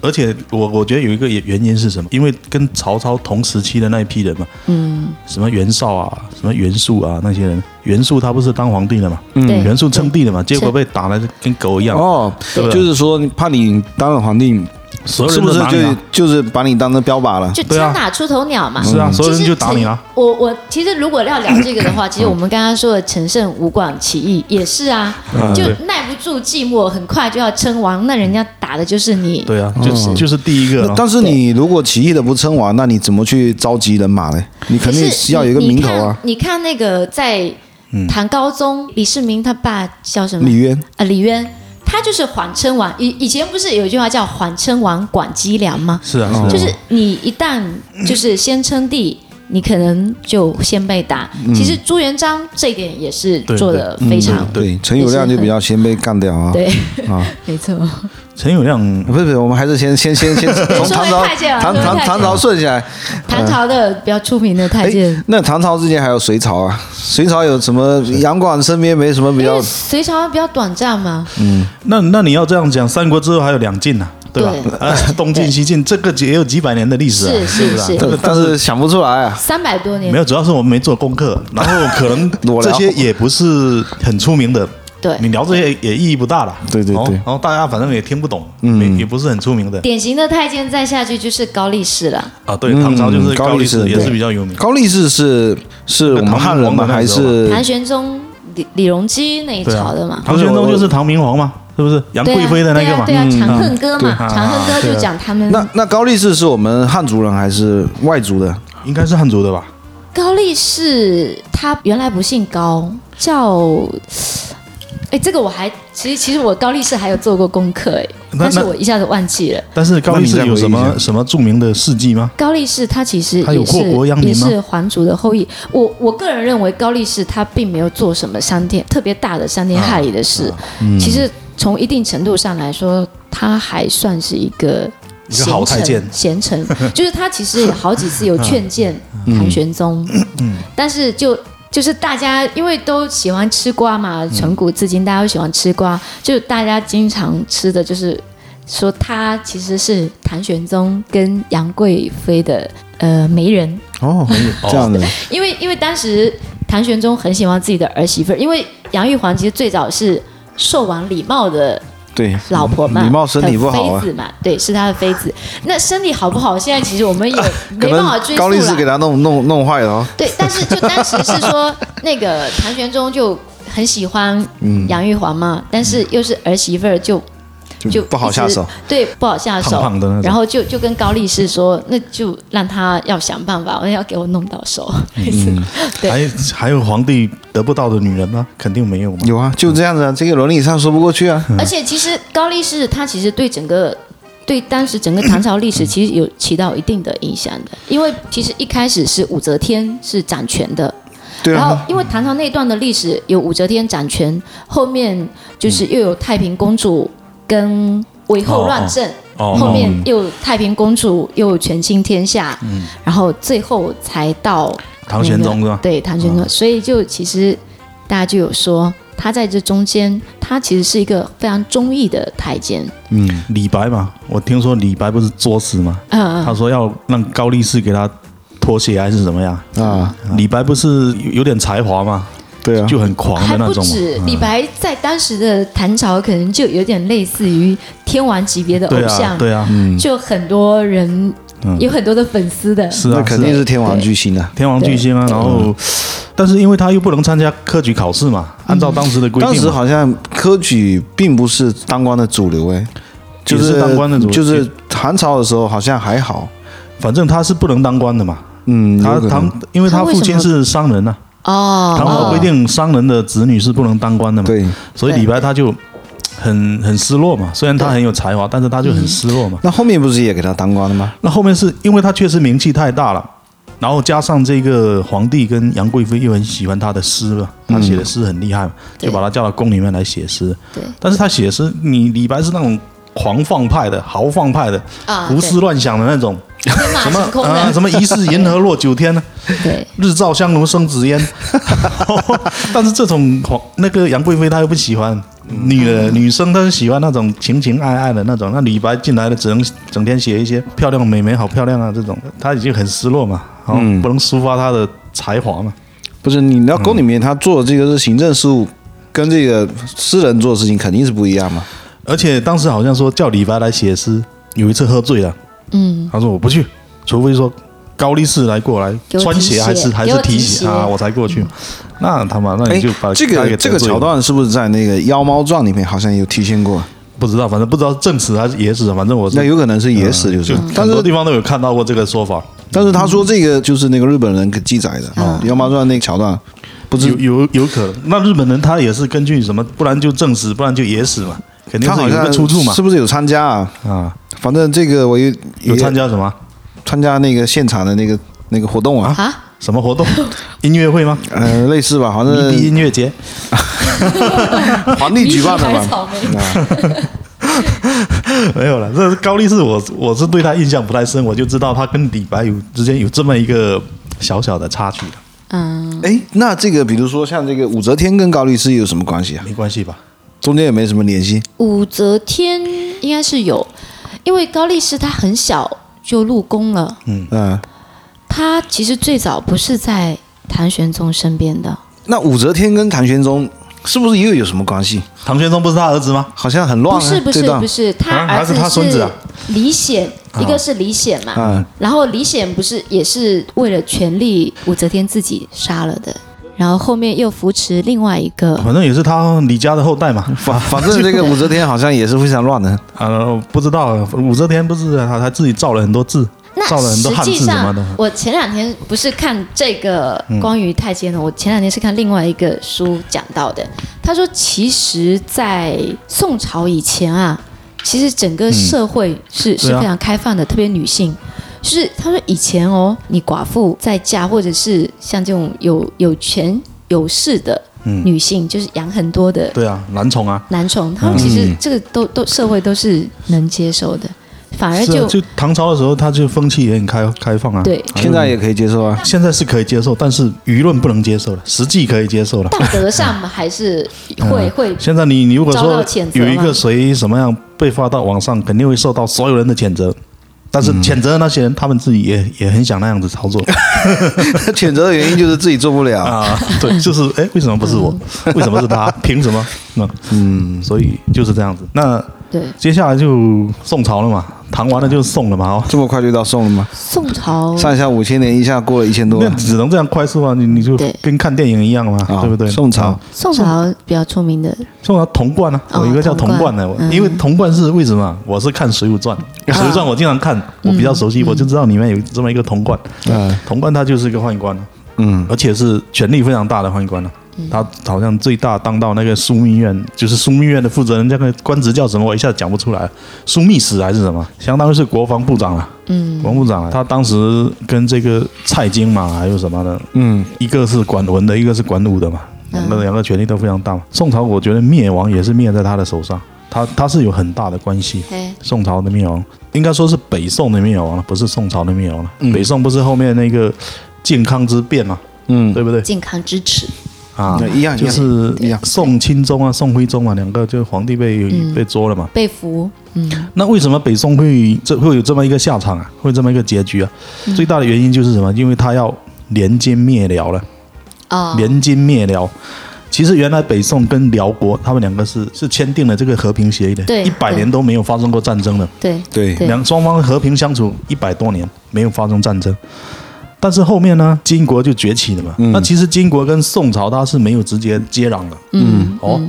[SPEAKER 1] 而且我我觉得有一个原原因是什么？因为跟曹操同时期的那一批人嘛，
[SPEAKER 3] 嗯
[SPEAKER 1] 什么袁绍啊，什么袁术啊那些人，袁术他不是当皇帝了嘛？
[SPEAKER 3] 嗯对
[SPEAKER 1] 袁术称帝了嘛？结果被打的跟狗一样，
[SPEAKER 2] 哦，
[SPEAKER 1] 啊对
[SPEAKER 2] 就是说怕你当了皇帝，
[SPEAKER 1] 所有
[SPEAKER 2] 是
[SPEAKER 1] 人
[SPEAKER 2] 不
[SPEAKER 1] 都
[SPEAKER 2] 是
[SPEAKER 1] 打你
[SPEAKER 2] 就
[SPEAKER 1] 啊？
[SPEAKER 2] 就是把你当成标靶了？
[SPEAKER 3] 就
[SPEAKER 1] 对啊
[SPEAKER 3] 枪打出头鸟
[SPEAKER 2] 嗯
[SPEAKER 3] 嘛。
[SPEAKER 1] 是啊，所有人
[SPEAKER 3] 其实
[SPEAKER 1] 就打你了。
[SPEAKER 3] 我我其实如果要聊这个的话，其实我们刚刚说的陈胜吴广起义也是啊，就耐不住寂寞，很快就要称王，那人家打的就是你。
[SPEAKER 1] 对啊，就是就是第一个
[SPEAKER 2] 哦那
[SPEAKER 1] 啊，
[SPEAKER 2] 但是你如果起义的不称王，那你怎么去召集人马呢？你肯定
[SPEAKER 3] 可是
[SPEAKER 2] 要有一个
[SPEAKER 3] 你
[SPEAKER 2] 名头啊。
[SPEAKER 3] 你看你看那个在唐高宗李世民他爸叫什么？
[SPEAKER 2] 李渊，
[SPEAKER 3] 啊，李渊，他就是缓称王。以以前不是有一句话叫“缓称王，管积粮”吗？
[SPEAKER 2] 哦
[SPEAKER 1] 是啊，是啊
[SPEAKER 3] 就是你一旦就是先称帝，你可能就先被打。其实朱元璋这一点也是
[SPEAKER 1] 嗯对
[SPEAKER 3] 做
[SPEAKER 1] 嗯对
[SPEAKER 3] 的非常
[SPEAKER 2] 对，陈友谅就比较先被干掉啊。
[SPEAKER 3] 对，
[SPEAKER 2] 啊，
[SPEAKER 3] 没错。
[SPEAKER 1] 陈友谅
[SPEAKER 2] 不是不是，我们还是先先先 先从唐朝
[SPEAKER 3] 说回太监啊
[SPEAKER 2] 唐
[SPEAKER 3] 说回
[SPEAKER 2] 唐
[SPEAKER 3] 太监
[SPEAKER 2] 唐朝顺下来。
[SPEAKER 3] 唐朝的比较出名的太监
[SPEAKER 2] 哎，，那唐朝之前还有隋朝啊？隋朝有什么？杨广身边没什么比
[SPEAKER 3] 因
[SPEAKER 2] 较
[SPEAKER 3] 为隋朝比较短暂嘛，
[SPEAKER 1] 那那你要这样讲，三国之后还有两晋呐、对吧？
[SPEAKER 3] 对
[SPEAKER 1] 啊，东晋、西晋，这个也有几百年的历史、啊，
[SPEAKER 3] 是是
[SPEAKER 1] 对不啦
[SPEAKER 3] 是
[SPEAKER 1] 这个
[SPEAKER 2] 但是想不出来啊。
[SPEAKER 3] 三百多年
[SPEAKER 1] 没。有，主要是我们没做功课，然后可 能
[SPEAKER 2] 裸聊
[SPEAKER 1] 这些也不是很出名的，
[SPEAKER 3] 对
[SPEAKER 1] 你聊这些也意义不大了。
[SPEAKER 2] 对对
[SPEAKER 1] 哦
[SPEAKER 2] 对
[SPEAKER 1] 然后大家反正也听不懂，嗯，也不是很出名的
[SPEAKER 3] 典型的太监再下去就是高力士了，
[SPEAKER 1] 啊。对，唐朝就是
[SPEAKER 2] 嗯高
[SPEAKER 1] 高力
[SPEAKER 2] 力士
[SPEAKER 1] 士也是
[SPEAKER 2] 对
[SPEAKER 1] 比较有名。
[SPEAKER 2] 高力士是是我们汉人吗？还是
[SPEAKER 3] 唐玄宗、李李隆基那一
[SPEAKER 1] 对啊
[SPEAKER 3] 朝的嘛。
[SPEAKER 1] 唐玄宗就是唐明皇嘛，是不是？杨
[SPEAKER 3] 对
[SPEAKER 1] 贵
[SPEAKER 3] 啊，
[SPEAKER 1] 妃的那个嘛
[SPEAKER 3] 对。啊，对啊，长恨歌嘛，
[SPEAKER 1] 对啊
[SPEAKER 3] 长恨歌就讲他们
[SPEAKER 2] 那那高力士是我们汉族人还是外族的？
[SPEAKER 1] 嗯应该是汉族的吧？
[SPEAKER 3] 高力士，他原来不姓高，叫。哎，这个我还其实其实我高力士还有做过功课哎，
[SPEAKER 1] 那
[SPEAKER 3] 但是
[SPEAKER 1] 那
[SPEAKER 3] 我一下子忘记了。
[SPEAKER 1] 但是高力士有什
[SPEAKER 2] 那你再回忆
[SPEAKER 1] 么
[SPEAKER 2] 一下
[SPEAKER 1] 什么著名的事迹吗？
[SPEAKER 3] 高力士他其实
[SPEAKER 1] 他有
[SPEAKER 3] 也
[SPEAKER 1] 祸国
[SPEAKER 3] 是
[SPEAKER 1] 殃民
[SPEAKER 3] 也
[SPEAKER 1] 吗
[SPEAKER 3] 是皇族的后裔。我我个人认为高力士他并没有做什么伤天特别大的伤
[SPEAKER 1] 啊
[SPEAKER 3] 天害理的事。
[SPEAKER 1] 嗯
[SPEAKER 3] 其实从一定程度上来说，他还算是一个
[SPEAKER 1] 一个好太监
[SPEAKER 3] 贤臣，贤 臣就是他其实有好几次有劝谏
[SPEAKER 1] 嗯
[SPEAKER 3] 唐玄宗，但是就。就是大家因为都喜欢吃瓜
[SPEAKER 1] 嗯
[SPEAKER 3] 嘛，从古至今大家都喜欢吃瓜，就大家经常吃的就是说他其实是唐玄宗跟杨贵妃的呃媒人，
[SPEAKER 2] 哦，这样的，
[SPEAKER 3] 因为因为当时唐玄宗很喜欢自己的儿媳妇儿，因为杨玉环其实最早是寿王李瑁的
[SPEAKER 2] 对，
[SPEAKER 3] 老婆嘛，
[SPEAKER 2] 礼貌身体不好
[SPEAKER 3] 的
[SPEAKER 2] 啊
[SPEAKER 3] 妃，子嘛，对，是他的妃子。那身体好不好，现在其实我 们也
[SPEAKER 2] 可
[SPEAKER 3] 没办法
[SPEAKER 2] 能
[SPEAKER 3] 追溯
[SPEAKER 2] 高力士给
[SPEAKER 3] 了。
[SPEAKER 2] 他弄弄弄坏了哦。
[SPEAKER 3] 对，但是就当时是说那个唐玄宗就很喜欢
[SPEAKER 2] 嗯
[SPEAKER 3] 杨玉环嘛，但是又是儿媳妇儿就。就
[SPEAKER 2] 不好下手，
[SPEAKER 3] 对，不好下手，
[SPEAKER 1] 胖胖的那种
[SPEAKER 3] 然后就就跟高力士说，那就让他要想办法，要给我弄到手。对
[SPEAKER 1] 还还有皇帝得不到的女人吗？肯定没有嘛。
[SPEAKER 2] 有啊，就这样子啊，这个伦理上说不过去
[SPEAKER 1] 嗯
[SPEAKER 2] 啊。
[SPEAKER 3] 而且其实高力士他其实对整个对当时整个唐朝历
[SPEAKER 1] 嗯
[SPEAKER 3] 史其实有起到一定的影响的，因为其实一开始是武则天是掌权的，
[SPEAKER 2] 对
[SPEAKER 3] 然后
[SPEAKER 2] 啊，
[SPEAKER 3] 因为唐朝那段的历史有武则天掌权，后面就是又有太平公主跟韦后乱政。
[SPEAKER 1] 哦
[SPEAKER 3] 后面又太平公主又权倾天下，
[SPEAKER 1] 嗯
[SPEAKER 3] 然后最后才到、
[SPEAKER 1] 唐玄宗是吧啊
[SPEAKER 3] 对，唐玄宗，所以就其实大家就有说，他在这中间，他其实是一个非常忠义的太监，
[SPEAKER 1] 李白嘛，我听说李白不是作死嘛，
[SPEAKER 3] 嗯，
[SPEAKER 1] 他说要让高力士给他脱鞋还是怎么样？
[SPEAKER 2] 啊，
[SPEAKER 1] 李白不是有有点才华嘛，
[SPEAKER 2] 对啊，
[SPEAKER 1] 就很狂
[SPEAKER 3] 还
[SPEAKER 1] 的那
[SPEAKER 3] 不
[SPEAKER 1] 种嘛。嗯
[SPEAKER 3] 止李白在当时的唐朝，可能就有点类似于天王级别的
[SPEAKER 1] 对啊，
[SPEAKER 3] 偶像，嗯
[SPEAKER 1] 对嗯啊，
[SPEAKER 3] 就很多人、有很多的粉丝的，
[SPEAKER 1] 是啊，
[SPEAKER 2] 那肯嗯定
[SPEAKER 1] 啊
[SPEAKER 2] 是天王巨星啊。
[SPEAKER 1] 天王巨星啊。然后，但是因为他又不能参加科举考试嘛，按照当时的规定嘛，
[SPEAKER 2] 嗯当时好像科举并不是当官的主流，哎，就
[SPEAKER 1] 也是当官的主流
[SPEAKER 2] 就是唐朝的时候好像还好，
[SPEAKER 1] 反正他是不能当官的嘛。
[SPEAKER 2] 嗯，
[SPEAKER 1] 他
[SPEAKER 2] 有可能
[SPEAKER 1] 唐，因为他
[SPEAKER 3] 他为
[SPEAKER 1] 父亲
[SPEAKER 3] 什
[SPEAKER 1] 是商人呐、
[SPEAKER 3] 哦，
[SPEAKER 1] 唐朝
[SPEAKER 3] 哦
[SPEAKER 1] 规定商人的子女是不能当官的嘛，
[SPEAKER 2] 对。
[SPEAKER 1] 所以
[SPEAKER 3] 对
[SPEAKER 1] 李白他就很很失落嘛。虽然他很有才华，但是他就很失落嘛。
[SPEAKER 3] 嗯
[SPEAKER 2] 那后面不是也给他当官了吗？
[SPEAKER 1] 那后面是因为他确实名气太大了，然后加上这个皇帝跟杨贵妃又很喜欢他的诗嘛，他写的诗很厉害嘛，
[SPEAKER 3] 嗯对
[SPEAKER 1] 就把他叫到宫里面来写诗。
[SPEAKER 3] 对
[SPEAKER 1] 但是他写诗，你李白是那种狂放派的、豪放派的、
[SPEAKER 3] 啊，
[SPEAKER 1] 胡思乱想的那种，
[SPEAKER 3] 对天马
[SPEAKER 1] 什么
[SPEAKER 3] 行空
[SPEAKER 1] 啊
[SPEAKER 3] 的，
[SPEAKER 1] 什么疑是银河落九天呢、
[SPEAKER 3] 对。
[SPEAKER 1] 日照香炉生紫烟。 但是这种皇那个杨贵妃她又不喜欢。女的
[SPEAKER 2] 嗯
[SPEAKER 1] 女生她是喜欢那种情情爱爱的那种，那李白进来了只能整天写一些漂亮美眉好漂亮啊这种，她已经很失落嘛，然
[SPEAKER 2] 嗯
[SPEAKER 1] 后不能抒发她的才华嘛。
[SPEAKER 2] 不是，你到宫里面他做这个是行政事务，跟这个私人做事情肯定是不一样嘛。
[SPEAKER 1] 而且当时好像说叫李白来写诗，有一次喝醉了，嗯，他说我不去，除非说高力士来过来
[SPEAKER 3] 给我
[SPEAKER 1] 穿
[SPEAKER 3] 提
[SPEAKER 1] 鞋还
[SPEAKER 3] 鞋
[SPEAKER 1] 是还
[SPEAKER 3] 给
[SPEAKER 1] 是
[SPEAKER 3] 我
[SPEAKER 1] 提
[SPEAKER 3] 提
[SPEAKER 1] 鞋
[SPEAKER 3] 鞋
[SPEAKER 1] 啊，我才过去。那他妈，那
[SPEAKER 2] 嗯哎
[SPEAKER 1] 你就把，
[SPEAKER 2] 这
[SPEAKER 1] 他
[SPEAKER 2] 个
[SPEAKER 1] 给
[SPEAKER 2] 这个
[SPEAKER 1] 得罪了
[SPEAKER 2] 桥段是不是在那个《妖猫传》里面好像有体现过？
[SPEAKER 1] 不知道，反正不知道是正史还是野史，反正我是
[SPEAKER 2] 那有可能是野史，就是
[SPEAKER 1] 就，
[SPEAKER 2] 但
[SPEAKER 1] 很多
[SPEAKER 2] 是
[SPEAKER 1] 地方都有看到过这个说法，
[SPEAKER 2] 但是他说这个就是那个日本人给记载的啊，《妖猫传》那个桥段，不知
[SPEAKER 1] 有有有可能。那日本人他也是根据什么？不然就正史，不然就野史嘛，肯定
[SPEAKER 2] 他
[SPEAKER 1] 是有
[SPEAKER 2] 好
[SPEAKER 1] 一
[SPEAKER 2] 像
[SPEAKER 1] 个出处嘛
[SPEAKER 2] 是。不是有参加啊？
[SPEAKER 1] 啊，
[SPEAKER 2] 反正这个我有
[SPEAKER 1] 有参加什么？
[SPEAKER 2] 参加那个现场的那个那个活动啊，
[SPEAKER 3] 啊，
[SPEAKER 1] 什么活 动？音乐会吗？
[SPEAKER 2] 呃，类似吧，反
[SPEAKER 1] 迷笛
[SPEAKER 2] 正
[SPEAKER 1] 音乐节，
[SPEAKER 2] 皇帝举办的
[SPEAKER 3] 你
[SPEAKER 2] 吧
[SPEAKER 3] 是。草莓
[SPEAKER 1] 嗯没有了，这是高力士我，我是对他印象不太深，我就知道他跟李白有之间有这么一个小小的插曲了
[SPEAKER 3] 嗯，
[SPEAKER 2] 哎，那这个比如说像这个武则天跟高力士有什么关系啊？
[SPEAKER 1] 没关系吧？
[SPEAKER 2] 中间也没什么联系。
[SPEAKER 3] 武则天应该是有，因为高力士他很小就入宫了，
[SPEAKER 2] 嗯，
[SPEAKER 3] 他其实最早不是在谭玄宗身边的，
[SPEAKER 2] 那武则天跟唐玄宗是不是又有什么关系？
[SPEAKER 1] 唐玄宗不是他儿子吗？
[SPEAKER 2] 好像很乱
[SPEAKER 3] 不
[SPEAKER 2] 啊，
[SPEAKER 3] 是不
[SPEAKER 2] 这
[SPEAKER 3] 是
[SPEAKER 2] 段
[SPEAKER 3] 不是，他
[SPEAKER 1] 啊
[SPEAKER 3] 儿
[SPEAKER 1] 还是他孙子啊
[SPEAKER 3] 是李显，一个是李显嘛，
[SPEAKER 2] 嗯
[SPEAKER 3] 然后李显不是也是为了权力，武则天自己杀了的，然后后面又扶持另外一个，
[SPEAKER 1] 反正也是他李家的后代嘛。
[SPEAKER 2] 反反正这个武则天好像也是非 常乱的。
[SPEAKER 1] 呃，不知道武则天不是他他自己造了很多字，
[SPEAKER 3] 那
[SPEAKER 1] 造了很
[SPEAKER 3] 实
[SPEAKER 1] 多汉
[SPEAKER 3] 际
[SPEAKER 1] 字什么
[SPEAKER 3] 上
[SPEAKER 1] 的。，嗯
[SPEAKER 3] 我前两天不是看这个关于太监的，我前两天是看另外一个书讲到的。他说，其实，在宋朝以前啊，其实整个社会是、
[SPEAKER 1] 嗯
[SPEAKER 3] 是
[SPEAKER 1] 对啊
[SPEAKER 3] 非常开放的，特别女性。就是他说以前哦，你寡妇再嫁，或者是像这种有有权有势的
[SPEAKER 1] 嗯
[SPEAKER 3] 女性，就是养很多的
[SPEAKER 1] 对啊，男宠啊，
[SPEAKER 3] 男宠，他们其实这个都都社会都是能接受的，反而
[SPEAKER 1] 是啊
[SPEAKER 3] 就
[SPEAKER 1] 就唐朝的时候，他就风气也很开开放啊。
[SPEAKER 3] 对
[SPEAKER 2] 现在也可以接受啊。
[SPEAKER 1] 现在是可以接受，但是舆论不能接受了，实际可以接受了。
[SPEAKER 3] 道德上 还是
[SPEAKER 1] 嗯
[SPEAKER 3] 会会
[SPEAKER 1] 现在你你如果
[SPEAKER 3] 遭到
[SPEAKER 1] 说
[SPEAKER 3] 谴责
[SPEAKER 1] 有一
[SPEAKER 3] 吗
[SPEAKER 1] 个谁什么样被发到网上，肯定会受到所有人的谴责。但是谴责的那些人，他们自己也也很想那样子操作
[SPEAKER 2] 谴责的原因就是自己做不 了。
[SPEAKER 1] 啊。对，就是哎，为什么不是我？
[SPEAKER 3] 嗯
[SPEAKER 1] 为什么是 他？凭什么？嗯嗯，所以就是这样子。那
[SPEAKER 3] 对
[SPEAKER 1] 接下来就宋朝了嘛，唐完了就宋了嘛，哦，
[SPEAKER 2] 这么快就到宋了吗？
[SPEAKER 3] 宋朝
[SPEAKER 2] 上下五千年，一下过了一千多
[SPEAKER 1] 那
[SPEAKER 2] 了
[SPEAKER 1] 只能这样快速啊，你你就
[SPEAKER 3] 对
[SPEAKER 1] 跟看电影一样嘛，
[SPEAKER 2] 啊
[SPEAKER 1] 对不对？
[SPEAKER 2] 宋朝
[SPEAKER 1] 啊
[SPEAKER 3] 宋朝比较出名的
[SPEAKER 1] 宋朝童贯啊，
[SPEAKER 3] 哦
[SPEAKER 1] 有一个叫童贯的，
[SPEAKER 3] 童
[SPEAKER 1] 我
[SPEAKER 3] 贯嗯啊
[SPEAKER 1] 因为童贯是为什么啊？我是看《水浒传》，《水浒传》我经常看，我比较熟
[SPEAKER 3] 嗯
[SPEAKER 1] 悉，我就知道里面有这么一个童贯。
[SPEAKER 2] 嗯
[SPEAKER 1] 童贯他就是一个宦官，
[SPEAKER 2] 嗯，
[SPEAKER 1] 而且是权力非常大的宦官了。啊他好像最大当到那个枢密院，就是枢密院的负责人，那个官职叫什么？我一下子讲不出来，枢密使还是什么？相当于是国防部长了。嗯，国防部长了。他当时跟这个蔡京嘛，还有什么的，
[SPEAKER 2] 嗯，
[SPEAKER 1] 一个是管文的，一个是管武的嘛，两个两个权力都非常大嘛。宋朝我觉得灭亡也是灭在他的手上，他他是有很大的关系。
[SPEAKER 3] 哎
[SPEAKER 1] 宋朝的灭亡应该说是北宋的灭亡啊了，不是宋朝的灭亡了。啊北宋不是后面那个靖康之变嘛，
[SPEAKER 2] 嗯，
[SPEAKER 1] 对不对
[SPEAKER 3] 健康支持，嗯
[SPEAKER 1] 啊？
[SPEAKER 2] 对一样
[SPEAKER 1] 就
[SPEAKER 2] 一样
[SPEAKER 1] 是
[SPEAKER 2] 一样
[SPEAKER 1] 宋钦宗啊、宋徽宗啊，两个就皇帝被、
[SPEAKER 3] 嗯
[SPEAKER 1] 被捉了嘛。
[SPEAKER 3] 被俘，嗯，
[SPEAKER 1] 那为什么北宋会这会有这么一个下场啊？会有这么一个结局啊？
[SPEAKER 3] 嗯
[SPEAKER 1] 最大的原因就是什么？因为他要连金灭辽了。
[SPEAKER 3] 啊，
[SPEAKER 1] 联金灭辽。其实原来北宋跟辽国，他们两个是是签订了这个和平协议的，
[SPEAKER 3] 对
[SPEAKER 1] 一百
[SPEAKER 3] 对
[SPEAKER 1] 年都没有发生过战争的，
[SPEAKER 3] 对
[SPEAKER 2] 对
[SPEAKER 3] 对
[SPEAKER 1] 两双方和平相处一百多年，没有发生战争。但是后面呢，金国就崛起了嘛。
[SPEAKER 2] 嗯
[SPEAKER 1] 那其实金国跟宋朝它是没有直接接壤的，
[SPEAKER 3] 嗯
[SPEAKER 1] 哦，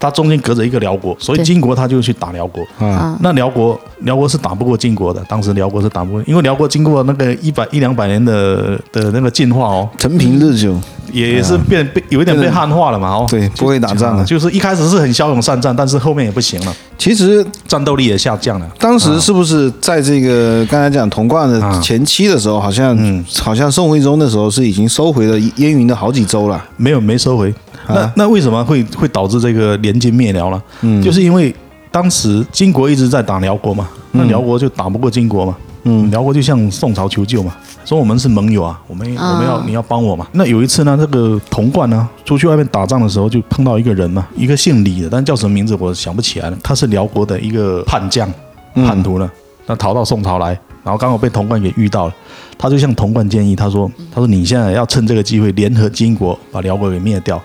[SPEAKER 1] 它中间隔着一个辽国，所以
[SPEAKER 3] 对
[SPEAKER 1] 金国他就去打辽国。
[SPEAKER 2] 啊，
[SPEAKER 1] 那辽国，辽国是打不过金国的，当时辽国是打不过，因为辽国经过那个一百一两百年的的那个进化哦，
[SPEAKER 2] 陈平日久，
[SPEAKER 1] 也也是变被有一点被汉化了嘛，哦，
[SPEAKER 2] 啊对，不会打仗了。
[SPEAKER 1] 就是一开始是很骁勇善战，但是后面也不行了，
[SPEAKER 2] 其实
[SPEAKER 1] 战斗力也下降了。
[SPEAKER 2] 当时是不是在这个刚才讲童贯的前期的时候，好像好像宋徽宗的时候是已经收回了燕云的好几州了。
[SPEAKER 1] 没有没收回。那那为什么会会导致这个联金灭辽呢？就是因为当时金国一直在打辽国嘛，那辽国就打不过金国嘛，嗯，辽国就向宋朝求救嘛，说我们是盟友啊，我们我们要
[SPEAKER 3] 啊
[SPEAKER 1] 你要帮我嘛。那有一次呢，这个童贯呢出去外面打仗的时候，就碰到一个人嘛，一个姓李的，但叫什么名字我想不起来了，他是辽国的一个叛将叛徒呢，那逃到宋朝来。然后刚好被童贯给遇到了，他就向童贯建议，他说：“他说你现在要趁这个机会联合金国把辽国给灭掉，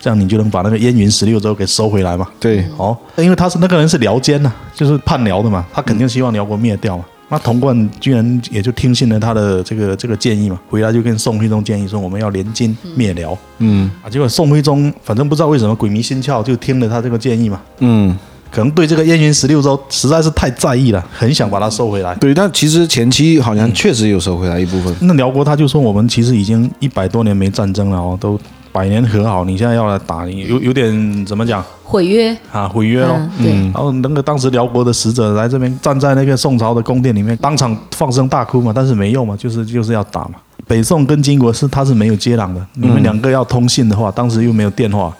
[SPEAKER 1] 这样你就能把那个燕云十六州给收回来嘛。
[SPEAKER 2] 对，
[SPEAKER 1] 哦，因为他是那个人是辽奸呐、就是叛辽的嘛，他肯定希望辽国灭掉嘛。那童贯居然也就听信了他的这个这个建议嘛，回来就跟宋徽宗建议说我们要联金灭辽、
[SPEAKER 2] 嗯
[SPEAKER 1] 啊。结果宋徽宗反正不知道为什么鬼迷心窍，就听了他这个建议嘛，
[SPEAKER 2] 嗯，
[SPEAKER 1] 可能对这个燕云十六州实在是太在意了，很想把它收回来。
[SPEAKER 2] 对。但其实前期好像确实有收回来一部分。
[SPEAKER 1] 那辽国他就说我们其实已经一百多年没战争了哦，都。百年和好，你现在要来打你，有有点怎么讲
[SPEAKER 3] 毁约，
[SPEAKER 1] 啊？毁约咯。
[SPEAKER 3] 嗯，对，
[SPEAKER 1] 然后那个当时辽国的使者来这边，站在那个宋朝的宫殿里面，当场放声大哭嘛，但是没用嘛，就是就是要打嘛。北宋跟金国是它是没有接壤的，
[SPEAKER 2] 嗯
[SPEAKER 1] 你们两个要通信的话，当时又没有电 话，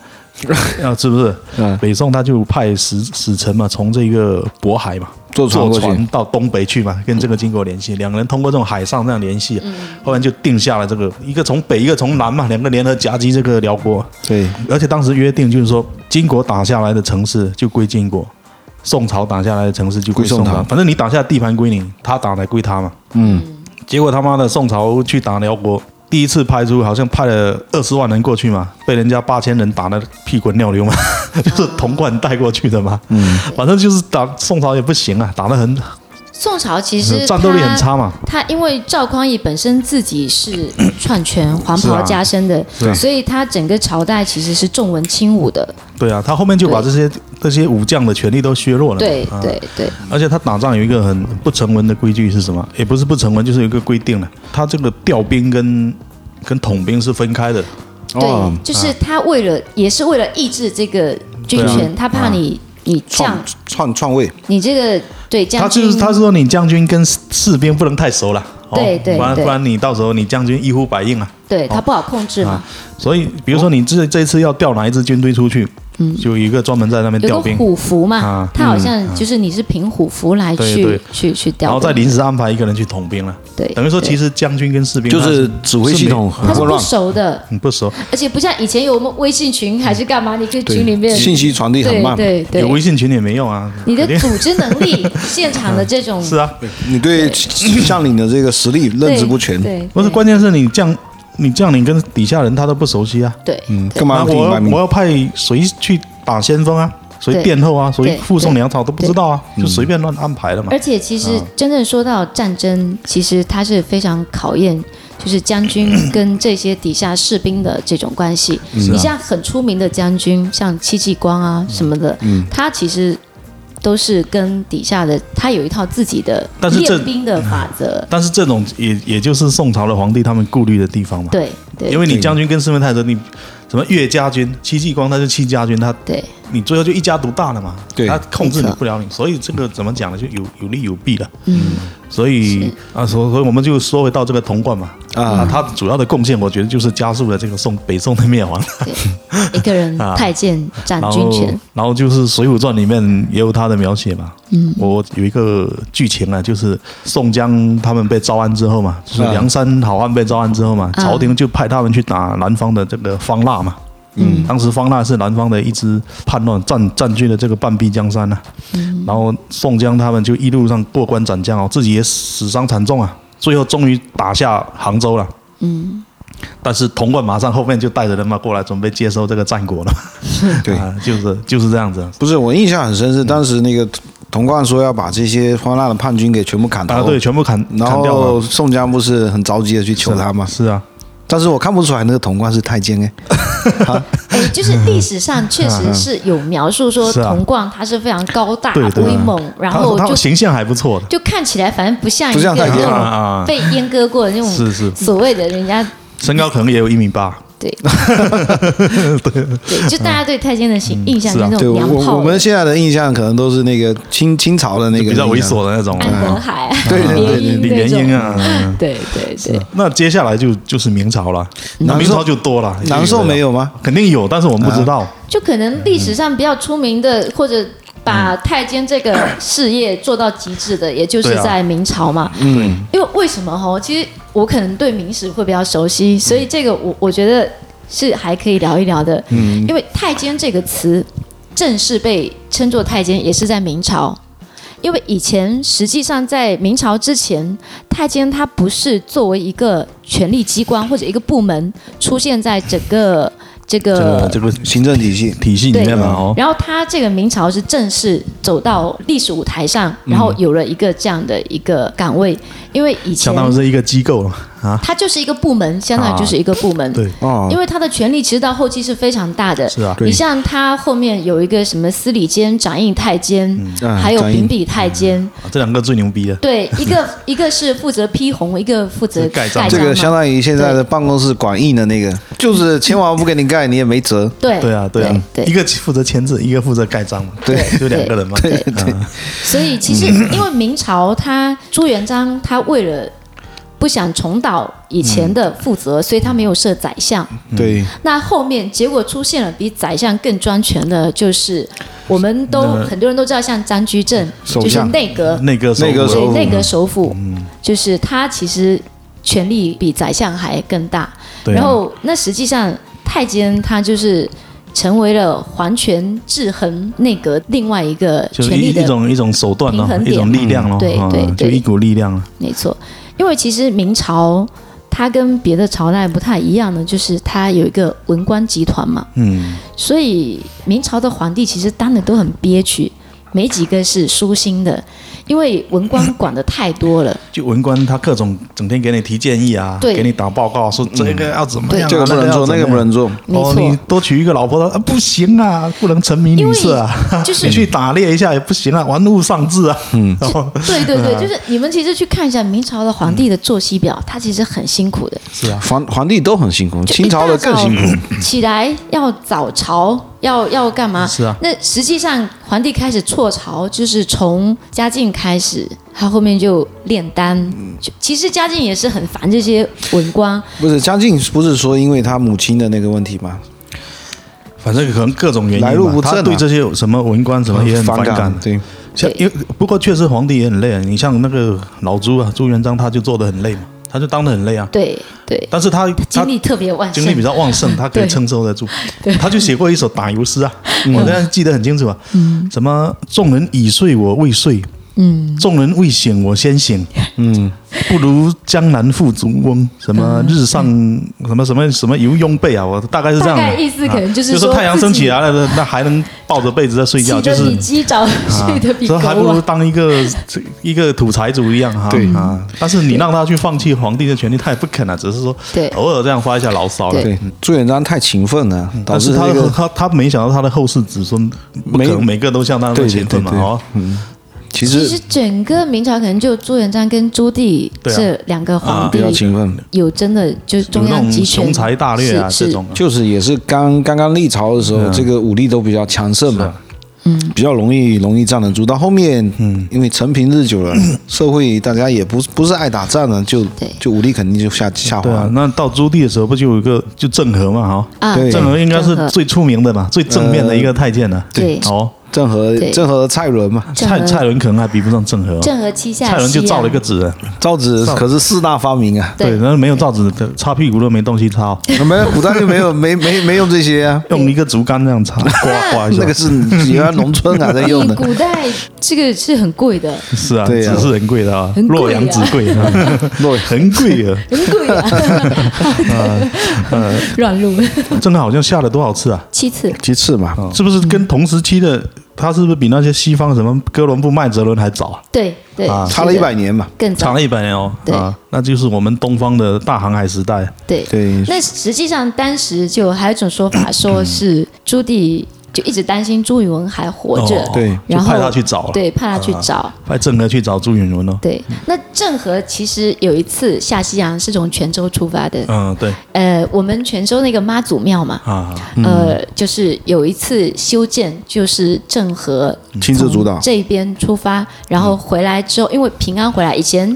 [SPEAKER 1] 啊，是不是？
[SPEAKER 2] 嗯
[SPEAKER 1] 北宋他就派使使臣嘛，从这个渤海嘛。
[SPEAKER 2] 坐船
[SPEAKER 1] 坐
[SPEAKER 2] 过去
[SPEAKER 1] 船到东北去嘛，跟这个金国联系，两个人通过这种海上这样联
[SPEAKER 3] 嗯
[SPEAKER 1] 系，后来就定下了这个一个从北一个从南嘛，两个联合夹击这个辽国，
[SPEAKER 2] 对，
[SPEAKER 1] 而且当时约定就是说，金国打下来的城市就归金国，宋朝打下来的城市就归
[SPEAKER 2] 归宋
[SPEAKER 1] 宋朝，
[SPEAKER 2] 朝
[SPEAKER 1] 反正你打下地盘归你，他打来归他嘛。
[SPEAKER 2] 嗯
[SPEAKER 1] 结果他妈的宋朝去打辽国，第一次派出好像派了二十万人过去嘛，被人家八千人打的屁滚尿流嘛， 就是童贯带过去的嘛。
[SPEAKER 2] 嗯，
[SPEAKER 1] 反正就是打宋朝也不行啊，打得很
[SPEAKER 3] 宋朝其实
[SPEAKER 1] 嗯战斗力很
[SPEAKER 3] 他
[SPEAKER 1] 差嘛。
[SPEAKER 3] 他因为赵匡胤本身自 己是篡权、黄
[SPEAKER 1] 是啊
[SPEAKER 3] 袍加身的，
[SPEAKER 1] 是啊
[SPEAKER 3] 所以他整个朝代其实是重文轻武的。
[SPEAKER 1] 对啊，他后面就把这些这些武将的权力都削弱了嘛。
[SPEAKER 3] 对
[SPEAKER 1] 啊
[SPEAKER 3] 对对，
[SPEAKER 1] 而且他打仗有一个很不成文的规矩是什么？也不是不成文，就是有一个规定了。他这个调兵跟跟统兵是分开的。
[SPEAKER 2] 哦
[SPEAKER 1] 哎
[SPEAKER 3] 对，就是他为了、也是为了抑制这个军
[SPEAKER 1] 啊
[SPEAKER 3] 权，他怕你、你将
[SPEAKER 2] 篡篡篡位，
[SPEAKER 3] 你这个对
[SPEAKER 1] 哎他
[SPEAKER 3] 将
[SPEAKER 1] 就
[SPEAKER 3] 军
[SPEAKER 1] 是他是说你将军跟士士兵不能太熟了，哦
[SPEAKER 3] 对对
[SPEAKER 1] 不然
[SPEAKER 3] 对
[SPEAKER 1] 不然你到时候你将军一呼百应啊。
[SPEAKER 3] 对他不好控制嘛，
[SPEAKER 1] 所以比如说你这这一次要调哪一支军队出去，就有一个专门在那边调
[SPEAKER 3] 嗯有个
[SPEAKER 1] 兵，
[SPEAKER 3] 虎符嘛，
[SPEAKER 1] 啊
[SPEAKER 3] 他好像就是你是凭虎符来
[SPEAKER 1] 对
[SPEAKER 3] 去、
[SPEAKER 1] 对
[SPEAKER 3] 去去
[SPEAKER 1] 然后
[SPEAKER 3] 调
[SPEAKER 1] 再
[SPEAKER 3] 的，
[SPEAKER 1] 临时安排一个人去统兵了。
[SPEAKER 3] 对，
[SPEAKER 1] 等于说
[SPEAKER 3] 对
[SPEAKER 1] 其实将军跟士兵
[SPEAKER 2] 就
[SPEAKER 1] 他
[SPEAKER 2] 是指挥系统很
[SPEAKER 3] 他是
[SPEAKER 2] 混
[SPEAKER 3] 不
[SPEAKER 2] 乱，
[SPEAKER 3] 熟的，
[SPEAKER 1] 很不熟，
[SPEAKER 3] 而且不像以前有我们微信群还是干嘛，你可以
[SPEAKER 2] 对
[SPEAKER 3] 群里
[SPEAKER 1] 嗯
[SPEAKER 3] 面
[SPEAKER 2] 信息传递很
[SPEAKER 3] 对
[SPEAKER 2] 慢。
[SPEAKER 3] 对对，
[SPEAKER 1] 有微信群也没用啊。
[SPEAKER 3] 你的
[SPEAKER 1] 肯定
[SPEAKER 3] 组织能力，现场的这 种
[SPEAKER 1] 是啊，
[SPEAKER 2] 你对将领的这个实力认知不全，
[SPEAKER 3] 对，对
[SPEAKER 1] 不是关键是你将你将领跟底下人他都不熟悉啊。
[SPEAKER 3] 对
[SPEAKER 2] 嗯，干嘛
[SPEAKER 1] 那
[SPEAKER 2] 要自己
[SPEAKER 1] 我
[SPEAKER 2] 卖
[SPEAKER 1] 要我
[SPEAKER 2] 命？
[SPEAKER 1] 要派谁去打先锋啊？谁
[SPEAKER 3] 对
[SPEAKER 1] 殿后啊？谁
[SPEAKER 3] 对嗯
[SPEAKER 1] 护送粮草都不知道啊，
[SPEAKER 2] 对
[SPEAKER 1] 就随便乱安排了嘛嗯
[SPEAKER 3] 而。且其实真正说到战争，其实它是非常考验。就是将军 跟这些底下士兵的这种关系，
[SPEAKER 1] 啊
[SPEAKER 3] 你像很出名的将军，像戚继光啊
[SPEAKER 1] 嗯
[SPEAKER 3] 什么的，他其实都是跟底下的，他有一套自己的
[SPEAKER 1] 但是这嗯
[SPEAKER 3] 练兵的法则，
[SPEAKER 1] 但是这种也也就是宋朝的皇帝他们顾虑的地方嘛，
[SPEAKER 3] 对对
[SPEAKER 1] 因为你将军跟身份太熟，你什么岳家军、戚继光他是戚家军，他
[SPEAKER 3] 对
[SPEAKER 1] 你最后就一家独大了嘛，
[SPEAKER 2] 对
[SPEAKER 1] 他控制
[SPEAKER 3] 没
[SPEAKER 1] 你
[SPEAKER 3] 错
[SPEAKER 1] 不了你，所以这个怎么讲呢？就有有利有弊了。嗯，所以啊，所所以我们就说回到这个童贯嘛，
[SPEAKER 2] 啊
[SPEAKER 1] 啊，他主要的贡献，我觉得就是加速了这个宋北宋的灭亡。
[SPEAKER 3] 对，一个 人
[SPEAKER 1] 啊
[SPEAKER 3] 太监占
[SPEAKER 1] 然
[SPEAKER 3] 啊军
[SPEAKER 1] 后
[SPEAKER 3] 权，，
[SPEAKER 1] 然后就是《水浒传》里面也有他的描写嘛。嗯，我有一个剧情啊，就是宋江他们被招安之后嘛，就是
[SPEAKER 2] 啊
[SPEAKER 1] 梁山好汉被招安之后嘛，
[SPEAKER 3] 啊
[SPEAKER 1] 朝廷就派他们去打南方的这个方腊嘛。嗯，当时方腊是南方的一支叛乱，占占据了这个半壁江山啊。嗯，然后宋江他们就一路上过关斩将哦，自己也死伤惨重啊，最后终于打下杭州了。嗯，但是童贯马上后面就带着人马过来，准备接收这个战果了。
[SPEAKER 2] 对，
[SPEAKER 1] 啊，就是就是这样子
[SPEAKER 2] 不是我印象很
[SPEAKER 1] 嗯
[SPEAKER 2] 深是当时那个童贯说要把这些荒诞的叛军给全部砍
[SPEAKER 1] 啊，
[SPEAKER 2] 头，
[SPEAKER 1] 对，全部砍
[SPEAKER 2] 然
[SPEAKER 1] 砍掉
[SPEAKER 2] 后
[SPEAKER 1] 了，
[SPEAKER 2] 宋江不是很着急的去求他吗？
[SPEAKER 1] 是啊，
[SPEAKER 2] 但是我看不出来那个童贯是太监哎，
[SPEAKER 3] 哎，就是历史上 确实是有描述说
[SPEAKER 1] 啊是啊
[SPEAKER 3] 童贯他是非常高大
[SPEAKER 1] 对对
[SPEAKER 3] 啊
[SPEAKER 1] 啊
[SPEAKER 3] 威猛，然后
[SPEAKER 1] 他他
[SPEAKER 3] 就
[SPEAKER 1] 形象还不错的，
[SPEAKER 3] 就看起来反正不像一
[SPEAKER 2] 不
[SPEAKER 3] 个
[SPEAKER 2] 像太
[SPEAKER 3] 那
[SPEAKER 2] 监
[SPEAKER 1] 啊
[SPEAKER 3] 种
[SPEAKER 1] 啊，
[SPEAKER 3] 被阉割过的那种
[SPEAKER 1] 是是，
[SPEAKER 3] 所谓的人家
[SPEAKER 1] 身高可能也有一米八，
[SPEAKER 3] 对对，就大家对太监的形印象
[SPEAKER 1] 是
[SPEAKER 3] 就
[SPEAKER 1] 啊
[SPEAKER 3] 是那
[SPEAKER 2] 嗯对
[SPEAKER 3] 种
[SPEAKER 2] 我
[SPEAKER 3] 娘炮
[SPEAKER 2] 我
[SPEAKER 3] 的，
[SPEAKER 2] 我们现在的印象可能都是那个清清朝的那个
[SPEAKER 1] 比较
[SPEAKER 2] 印
[SPEAKER 1] 猥
[SPEAKER 2] 象，
[SPEAKER 1] 琐的那种，啊
[SPEAKER 3] 安德海、
[SPEAKER 2] 啊对对啊对
[SPEAKER 3] 别
[SPEAKER 2] 对
[SPEAKER 3] 英
[SPEAKER 1] 李莲英
[SPEAKER 3] 啊那种，
[SPEAKER 1] 啊。嗯
[SPEAKER 3] 对对对，
[SPEAKER 1] 那接下来就就是明朝了，那
[SPEAKER 2] 南
[SPEAKER 1] 明
[SPEAKER 2] 宋
[SPEAKER 1] 朝就多了，
[SPEAKER 2] 南宋没
[SPEAKER 1] 有，
[SPEAKER 2] 有吗？
[SPEAKER 1] 肯定有，但是我们不知道，
[SPEAKER 3] 就可能历史上比较出名的或者。把太监这个事业做到极致的，也就
[SPEAKER 1] 嗯
[SPEAKER 3] 是
[SPEAKER 1] 对啊
[SPEAKER 3] 在明朝嘛。
[SPEAKER 2] 嗯，
[SPEAKER 3] 因为为什么哈？其实我可能对明史会比较熟悉，
[SPEAKER 1] 嗯
[SPEAKER 3] 所以这个我我觉得是还可以聊一聊的。嗯，因为太监这个词正式被称作太监，也是在明朝。因为以前实际上在明朝之前，太监它不是作为一个权力机关或者一个部门出现在整个这个
[SPEAKER 1] 这个这个
[SPEAKER 2] 行政体系，
[SPEAKER 1] 体系里面嘛，哦，
[SPEAKER 3] 然后他这个明朝是正式走到历史舞台上，然后有了一个这样的一个岗位，因为以前
[SPEAKER 1] 相当于是一个机构了，
[SPEAKER 2] 啊
[SPEAKER 3] 它就是一个部门，相当于就是一个部门。
[SPEAKER 1] 对，
[SPEAKER 2] 哦，
[SPEAKER 3] 因为他的权力其实到后期是非常大的。
[SPEAKER 1] 是啊
[SPEAKER 2] 对
[SPEAKER 3] 你像他后面有一个什么司礼监、掌印太监，
[SPEAKER 1] 嗯
[SPEAKER 2] 啊
[SPEAKER 3] 还有
[SPEAKER 2] 掌印
[SPEAKER 3] 秉笔太监。
[SPEAKER 1] 啊这两个最牛逼啊！
[SPEAKER 3] 对，一个一个是负责批红，一个负责
[SPEAKER 1] 盖
[SPEAKER 3] 盖
[SPEAKER 1] 章
[SPEAKER 3] 章嘛。
[SPEAKER 2] 这个相当于现在的办公室管印的那个，就是签完不给你盖，你也没辙。
[SPEAKER 3] 对
[SPEAKER 1] 对啊，对啊，
[SPEAKER 3] 对
[SPEAKER 1] 一个负责签字，一个负责盖章嘛，
[SPEAKER 2] 对
[SPEAKER 1] 就两个人嘛。嗯
[SPEAKER 3] 对对，所以其实因为明朝他朱元璋他为了不想重蹈以前的覆辙，所以他没有设宰相。
[SPEAKER 1] 嗯
[SPEAKER 2] 对，
[SPEAKER 3] 那后面结果出现了比宰相更专权的，就是我们都
[SPEAKER 1] 那
[SPEAKER 3] 很多人都知道，像张居正
[SPEAKER 2] 首
[SPEAKER 3] 就是
[SPEAKER 2] 相
[SPEAKER 3] 内阁，
[SPEAKER 1] 那个时候
[SPEAKER 2] 那个时
[SPEAKER 3] 对
[SPEAKER 2] 首候
[SPEAKER 3] 内阁首辅，
[SPEAKER 1] 嗯
[SPEAKER 3] 就是他其实权力比宰相还更大。
[SPEAKER 1] 对啊
[SPEAKER 3] 然后那实际上太监他就是成为了皇权制衡内阁另外一个
[SPEAKER 1] 就是
[SPEAKER 3] 权
[SPEAKER 1] 一
[SPEAKER 3] 力
[SPEAKER 1] 一
[SPEAKER 3] 的
[SPEAKER 1] 种一种手段
[SPEAKER 3] 平
[SPEAKER 1] 咯，
[SPEAKER 3] 衡
[SPEAKER 1] 一
[SPEAKER 3] 点
[SPEAKER 1] 种力量咯，
[SPEAKER 3] 对
[SPEAKER 1] 啊
[SPEAKER 3] 对
[SPEAKER 1] 就
[SPEAKER 3] 对
[SPEAKER 1] 一股力量啊。
[SPEAKER 3] 没错，因为其实明朝它跟别的朝代不太一样呢，就是它有一个文官集团嘛，
[SPEAKER 1] 嗯，
[SPEAKER 3] 所以明朝的皇帝其实当的都很憋屈，没几个是舒心的，因为文官管的太多了。
[SPEAKER 1] 就文官他各种整天给你提建议啊，
[SPEAKER 3] 对嗯
[SPEAKER 1] 给你打报告说这个要怎么样啊，
[SPEAKER 2] 这个不能做，
[SPEAKER 1] 要怎
[SPEAKER 2] 那
[SPEAKER 1] 么
[SPEAKER 2] 个
[SPEAKER 1] 样
[SPEAKER 2] 不能做。
[SPEAKER 3] 没
[SPEAKER 1] 哦，
[SPEAKER 3] 错
[SPEAKER 1] 你多娶一个老婆啊，不行啊，不能沉迷女色啊，
[SPEAKER 3] 就 是
[SPEAKER 1] 你去打猎一下也不行啊，玩物丧志啊，嗯， 然后
[SPEAKER 3] 对对对，就是你们其实去看一下明朝的皇帝的作息表，他其实很辛苦的。
[SPEAKER 1] 是啊，
[SPEAKER 2] 皇皇帝都很辛苦，清朝的更辛苦。
[SPEAKER 3] 苦，起来要早朝，要要干嘛？
[SPEAKER 1] 是啊
[SPEAKER 3] 那实际上皇帝开始辍朝，就是从嘉靖开始，他后面就炼丹。
[SPEAKER 1] 嗯
[SPEAKER 3] 就其实嘉靖也是很烦这些文官，
[SPEAKER 2] 不是嘉靖，不是说因为他母亲的那个问题吗？
[SPEAKER 1] 反正可能各种原因吧，
[SPEAKER 2] 来路不正啊
[SPEAKER 1] 他对这些有什么文官什么也很反感。
[SPEAKER 2] 对，
[SPEAKER 1] 像因为不过确实皇帝也很累啊，你像那个老朱啊，朱元璋他就做的很累嘛，他就当的很累啊，
[SPEAKER 3] 对对，
[SPEAKER 1] 但是他他
[SPEAKER 3] 精力特别旺盛，
[SPEAKER 1] 精力比较旺盛，他可以
[SPEAKER 3] 对嗯
[SPEAKER 1] 承受得住。他就写过一首打油诗啊，我现在记得很清楚啊。什么众人已睡我未睡，嗯，众人未醒我先 醒，嗯，不如江南富足翁。什么日上什么什么什么游拥被啊，我大概是这样的。
[SPEAKER 3] 嗯大概意思
[SPEAKER 1] 啊
[SPEAKER 3] 可能就是
[SPEAKER 1] 就是
[SPEAKER 3] 说
[SPEAKER 1] 太阳升
[SPEAKER 3] 自己
[SPEAKER 1] 起来了，那还能抱着被子在睡觉，
[SPEAKER 3] 起
[SPEAKER 1] 就
[SPEAKER 3] 得
[SPEAKER 1] 是啊
[SPEAKER 3] 比鸡早，睡得比狗
[SPEAKER 1] 所以还不如
[SPEAKER 3] 晚。
[SPEAKER 1] 当一个一个土财主一样哈。
[SPEAKER 2] 对
[SPEAKER 1] 啊，但是你让他去放弃皇帝的权利，他也不肯啊，只是说
[SPEAKER 3] 对
[SPEAKER 1] 偶尔这样发一下牢骚了。
[SPEAKER 3] 对
[SPEAKER 2] 对，朱元璋太勤奋了，导
[SPEAKER 1] 嗯但
[SPEAKER 2] 致
[SPEAKER 1] 是他
[SPEAKER 2] 这
[SPEAKER 1] 的
[SPEAKER 2] 个
[SPEAKER 1] 他他没想到他的后世子孙不可能每个都像他那么勤奋嘛
[SPEAKER 2] 对对对对嗯
[SPEAKER 1] 哦，
[SPEAKER 2] 其
[SPEAKER 3] 其
[SPEAKER 2] 实
[SPEAKER 3] 实整个明朝可能就朱元璋跟朱棣
[SPEAKER 1] 对啊啊
[SPEAKER 3] 这两个皇
[SPEAKER 2] 比
[SPEAKER 3] 帝
[SPEAKER 2] 较勤奋，
[SPEAKER 1] 嗯
[SPEAKER 3] 有真的就是
[SPEAKER 1] 有
[SPEAKER 3] 中
[SPEAKER 1] 那
[SPEAKER 3] 央
[SPEAKER 1] 种
[SPEAKER 3] 集权
[SPEAKER 1] 雄才大略啊
[SPEAKER 3] 是
[SPEAKER 1] 这种啊，
[SPEAKER 2] 就是也是刚刚刚历朝的时
[SPEAKER 1] 嗯
[SPEAKER 2] 候，这个武力都比较强盛嘛。
[SPEAKER 1] 啊
[SPEAKER 2] 嗯，比较容易容易站得住。到后面，嗯，因为陈平日 久了，社会大家也不不是爱打仗了，就
[SPEAKER 3] 对
[SPEAKER 2] 就武力肯定就下下
[SPEAKER 1] 对啊
[SPEAKER 2] 滑。。
[SPEAKER 1] 那到朱棣的时候不就有一个就郑和嘛哈，
[SPEAKER 3] 啊
[SPEAKER 2] 嗯对呃
[SPEAKER 1] 郑和应该是
[SPEAKER 3] 郑和
[SPEAKER 1] 最出名的嘛，最正面的一个太监了。
[SPEAKER 3] 对
[SPEAKER 1] 哦，
[SPEAKER 2] 郑和
[SPEAKER 3] 对
[SPEAKER 2] 郑和蔡伦嘛，
[SPEAKER 3] 郑
[SPEAKER 1] 蔡
[SPEAKER 3] 和
[SPEAKER 1] 蔡伦可能还比不上郑和哦，
[SPEAKER 3] 郑和七下西
[SPEAKER 1] 蔡
[SPEAKER 3] 洋
[SPEAKER 1] 伦就造了一个纸，啊
[SPEAKER 2] 造纸可是四大发 明啊。
[SPEAKER 1] 对，
[SPEAKER 3] 对
[SPEAKER 1] 然后没有造纸，擦屁股都没东西擦哦。
[SPEAKER 2] 没有古代就没有没没没用这些啊，
[SPEAKER 1] 用一个竹竿这样插刮刮一下，
[SPEAKER 2] 那个啊是原来农村啊在用
[SPEAKER 3] 你
[SPEAKER 2] 的。
[SPEAKER 3] 古代这个是很 贵的，
[SPEAKER 1] 是啊，
[SPEAKER 2] 对啊
[SPEAKER 1] 纸是很贵的啊，
[SPEAKER 3] 很贵啊
[SPEAKER 1] 洛阳纸贵啊，
[SPEAKER 2] 洛
[SPEAKER 1] 很贵啊。
[SPEAKER 3] 很贵啊。
[SPEAKER 2] 啊
[SPEAKER 3] 乱入
[SPEAKER 1] 郑和好像下了多少次啊？
[SPEAKER 3] 七次，
[SPEAKER 2] 其次嘛，
[SPEAKER 1] 是不是跟同时期的他是不是比那些西方什么哥伦布、麦哲伦还早啊？
[SPEAKER 3] 对对
[SPEAKER 1] 啊，
[SPEAKER 2] 差了
[SPEAKER 3] 是
[SPEAKER 2] 一
[SPEAKER 3] 的
[SPEAKER 2] 百，年嘛。
[SPEAKER 3] 更
[SPEAKER 1] 长
[SPEAKER 3] 早
[SPEAKER 1] 了。一百年哦，
[SPEAKER 3] 对
[SPEAKER 1] 啊，那就是我们东方的大航海时代。
[SPEAKER 3] 对，
[SPEAKER 2] 对，
[SPEAKER 3] 那实际上当时就还有一种说法，说
[SPEAKER 2] 嗯
[SPEAKER 3] 是朱棣就一直担心朱允炆还活着
[SPEAKER 1] 哦，
[SPEAKER 2] 对
[SPEAKER 1] 就
[SPEAKER 3] 然后
[SPEAKER 1] 派他去找了，啊
[SPEAKER 3] 对，派他去找。
[SPEAKER 1] 派郑和去找朱允炆哦。
[SPEAKER 3] 对，那郑和其实有一次下西洋是从泉州出发的，
[SPEAKER 1] 嗯，对
[SPEAKER 3] 呃，我们泉州那个妈祖庙嘛，
[SPEAKER 1] 啊，
[SPEAKER 3] 呃，就是有一次修建，就是郑和
[SPEAKER 2] 亲自主导
[SPEAKER 3] 从这边出发，然后回来之后，因为平安回来，以前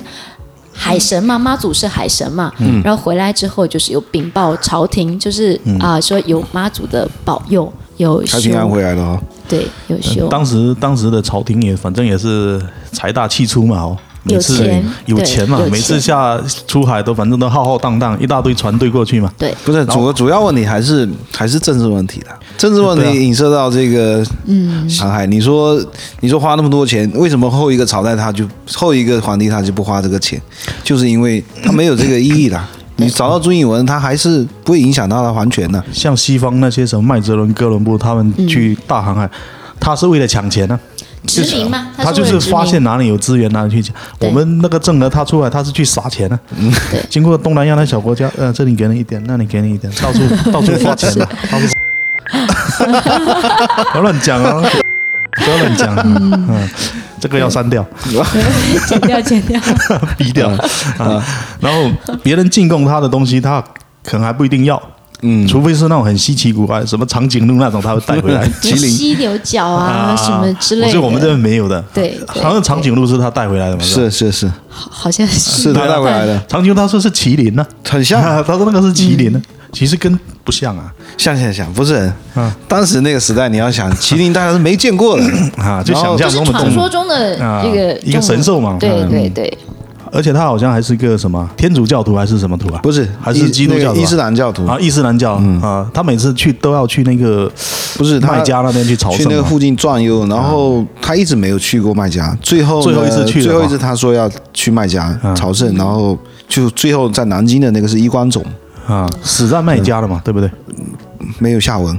[SPEAKER 3] 海神嘛，妈祖是海神嘛，
[SPEAKER 1] 嗯
[SPEAKER 3] 然后回来之后就是有禀报朝廷，就是啊、说有妈祖的保佑，有
[SPEAKER 2] 开
[SPEAKER 3] 修
[SPEAKER 2] 平安回来了哦。
[SPEAKER 3] 对，有
[SPEAKER 1] 嗯
[SPEAKER 3] 修，
[SPEAKER 1] 当时当时的朝廷也反正也是财大气粗嘛哦。每
[SPEAKER 3] 有
[SPEAKER 1] 次
[SPEAKER 3] 钱
[SPEAKER 1] 有
[SPEAKER 3] 对
[SPEAKER 1] 钱嘛
[SPEAKER 3] 有，钱
[SPEAKER 1] 每次下出海都反正都浩浩荡荡，一大堆船队过去嘛。
[SPEAKER 3] 对
[SPEAKER 2] 不是主主要问题还是还是政治问题的，政治问
[SPEAKER 1] 对啊
[SPEAKER 2] 题影射到这个嗯航海。你说你说花那么多钱，为什么后一个朝代他就后一个皇帝他就不花这个钱，就是因为他没有这个意义的。你找到朱允炆，他还是不会影响到他的皇权的。
[SPEAKER 3] 嗯
[SPEAKER 1] 像西方那些什么麦哲伦、哥伦布他们去大航海，他是为了抢钱呢、啊
[SPEAKER 3] 殖民吗？
[SPEAKER 1] 他
[SPEAKER 3] 是
[SPEAKER 1] 就
[SPEAKER 3] 为了
[SPEAKER 1] 是
[SPEAKER 3] 殖民
[SPEAKER 1] 发现哪里有资源哪里去讲。
[SPEAKER 3] 对嗯
[SPEAKER 1] 我们那个郑和他出来，他是去撒钱的、啊
[SPEAKER 3] 对
[SPEAKER 1] 经过东南亚那小国家，呃，这里给你一点，那里给你一 点，到处到处花钱的、到处 不要乱讲啊！不要乱讲、嗯，这个要删掉、
[SPEAKER 3] 嗯剪掉剪 掉，
[SPEAKER 1] 逼掉
[SPEAKER 3] 嗯
[SPEAKER 1] 啊。然后别人进贡他的东西，他可能还不一定要，
[SPEAKER 2] 嗯，
[SPEAKER 1] 除非是那种很稀奇古怪，什么长颈鹿那种，他会带 回来。
[SPEAKER 3] 什么犀牛角啊什么之类的，
[SPEAKER 1] 所以我们这边没有的。
[SPEAKER 3] 对对
[SPEAKER 1] 好像长颈鹿是他带回来的嘛？吧
[SPEAKER 2] 是是是，
[SPEAKER 3] 好好像是
[SPEAKER 2] 是他带回来的，
[SPEAKER 1] 长颈鹿他说是麒麟呢、
[SPEAKER 2] 很像啊嗯
[SPEAKER 1] 他说那个是麒麟呢、啊其实跟不像啊
[SPEAKER 2] 像像像，不是人
[SPEAKER 1] 嗯。
[SPEAKER 2] 当时那个时代，你要想 麒麟，大家是没见 过的，
[SPEAKER 1] 啊，就
[SPEAKER 2] 然
[SPEAKER 1] 想
[SPEAKER 2] 后
[SPEAKER 1] 象
[SPEAKER 3] 就是
[SPEAKER 1] 中的
[SPEAKER 3] 传
[SPEAKER 1] 动
[SPEAKER 3] 说
[SPEAKER 1] 物，
[SPEAKER 3] 中的
[SPEAKER 1] 啊
[SPEAKER 3] 这个
[SPEAKER 1] 一个
[SPEAKER 3] 动物
[SPEAKER 1] 神兽嘛
[SPEAKER 3] 对
[SPEAKER 1] 嗯
[SPEAKER 3] 对对，
[SPEAKER 1] 而且他好像还是一个什么天主教徒还是什么徒啊？
[SPEAKER 2] 不是
[SPEAKER 1] 还是基督教徒
[SPEAKER 2] 那个
[SPEAKER 1] 啊、
[SPEAKER 2] 伊斯兰教徒，
[SPEAKER 1] 啊，伊斯兰教、啊，他每次去都要去那个
[SPEAKER 2] 不是他
[SPEAKER 1] 麦加那边去朝
[SPEAKER 2] 去
[SPEAKER 1] 圣
[SPEAKER 2] 那个
[SPEAKER 1] 嘛
[SPEAKER 2] 附近转悠，然后他一直没有去过麦加，最后
[SPEAKER 1] 嗯
[SPEAKER 2] 呢
[SPEAKER 1] 最后一次去了
[SPEAKER 2] 最后
[SPEAKER 1] 吧嗯
[SPEAKER 2] 一次他说要去麦加朝圣，然后就最后在南京的那个是衣冠冢，
[SPEAKER 1] 啊，
[SPEAKER 2] 嗯
[SPEAKER 1] 死在麦加了嘛，对不对？
[SPEAKER 2] 没有下文，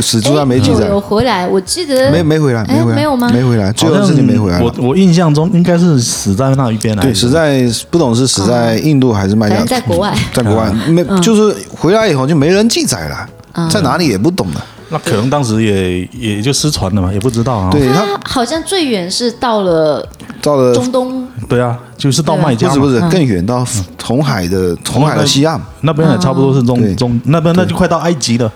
[SPEAKER 2] 史书
[SPEAKER 3] 哎
[SPEAKER 2] 上没记
[SPEAKER 3] 有
[SPEAKER 2] 载，
[SPEAKER 3] 有回来，我记得
[SPEAKER 2] 没没回来，
[SPEAKER 3] 哎
[SPEAKER 2] 没回来，
[SPEAKER 3] 没有吗
[SPEAKER 2] 没回来，最
[SPEAKER 1] 好
[SPEAKER 2] 后
[SPEAKER 1] 像
[SPEAKER 2] 自己没回来了。
[SPEAKER 1] 我我印象中应该是死在那一边来的。
[SPEAKER 2] 对，死在不懂是死在印度还是麦
[SPEAKER 3] 反
[SPEAKER 2] 加
[SPEAKER 3] 正，啊在国外 嗯
[SPEAKER 2] 在国
[SPEAKER 1] 啊
[SPEAKER 2] 外没就是回来以后就没人记载了，在哪里也不懂
[SPEAKER 3] 啊
[SPEAKER 2] 了。
[SPEAKER 1] 那可能当时也也就失传了嘛，也不知道啊。
[SPEAKER 2] 对他
[SPEAKER 3] 他好像最远是到了
[SPEAKER 2] 到了
[SPEAKER 3] 中嗯东，
[SPEAKER 1] 对啊，就是到麦
[SPEAKER 2] 不
[SPEAKER 1] 加嘛
[SPEAKER 2] 是不是更远到红海
[SPEAKER 1] 嗯
[SPEAKER 2] 的红海的西岸，
[SPEAKER 1] 那边也差不多是中
[SPEAKER 2] 嗯对
[SPEAKER 1] 中那边，那就快到埃及了。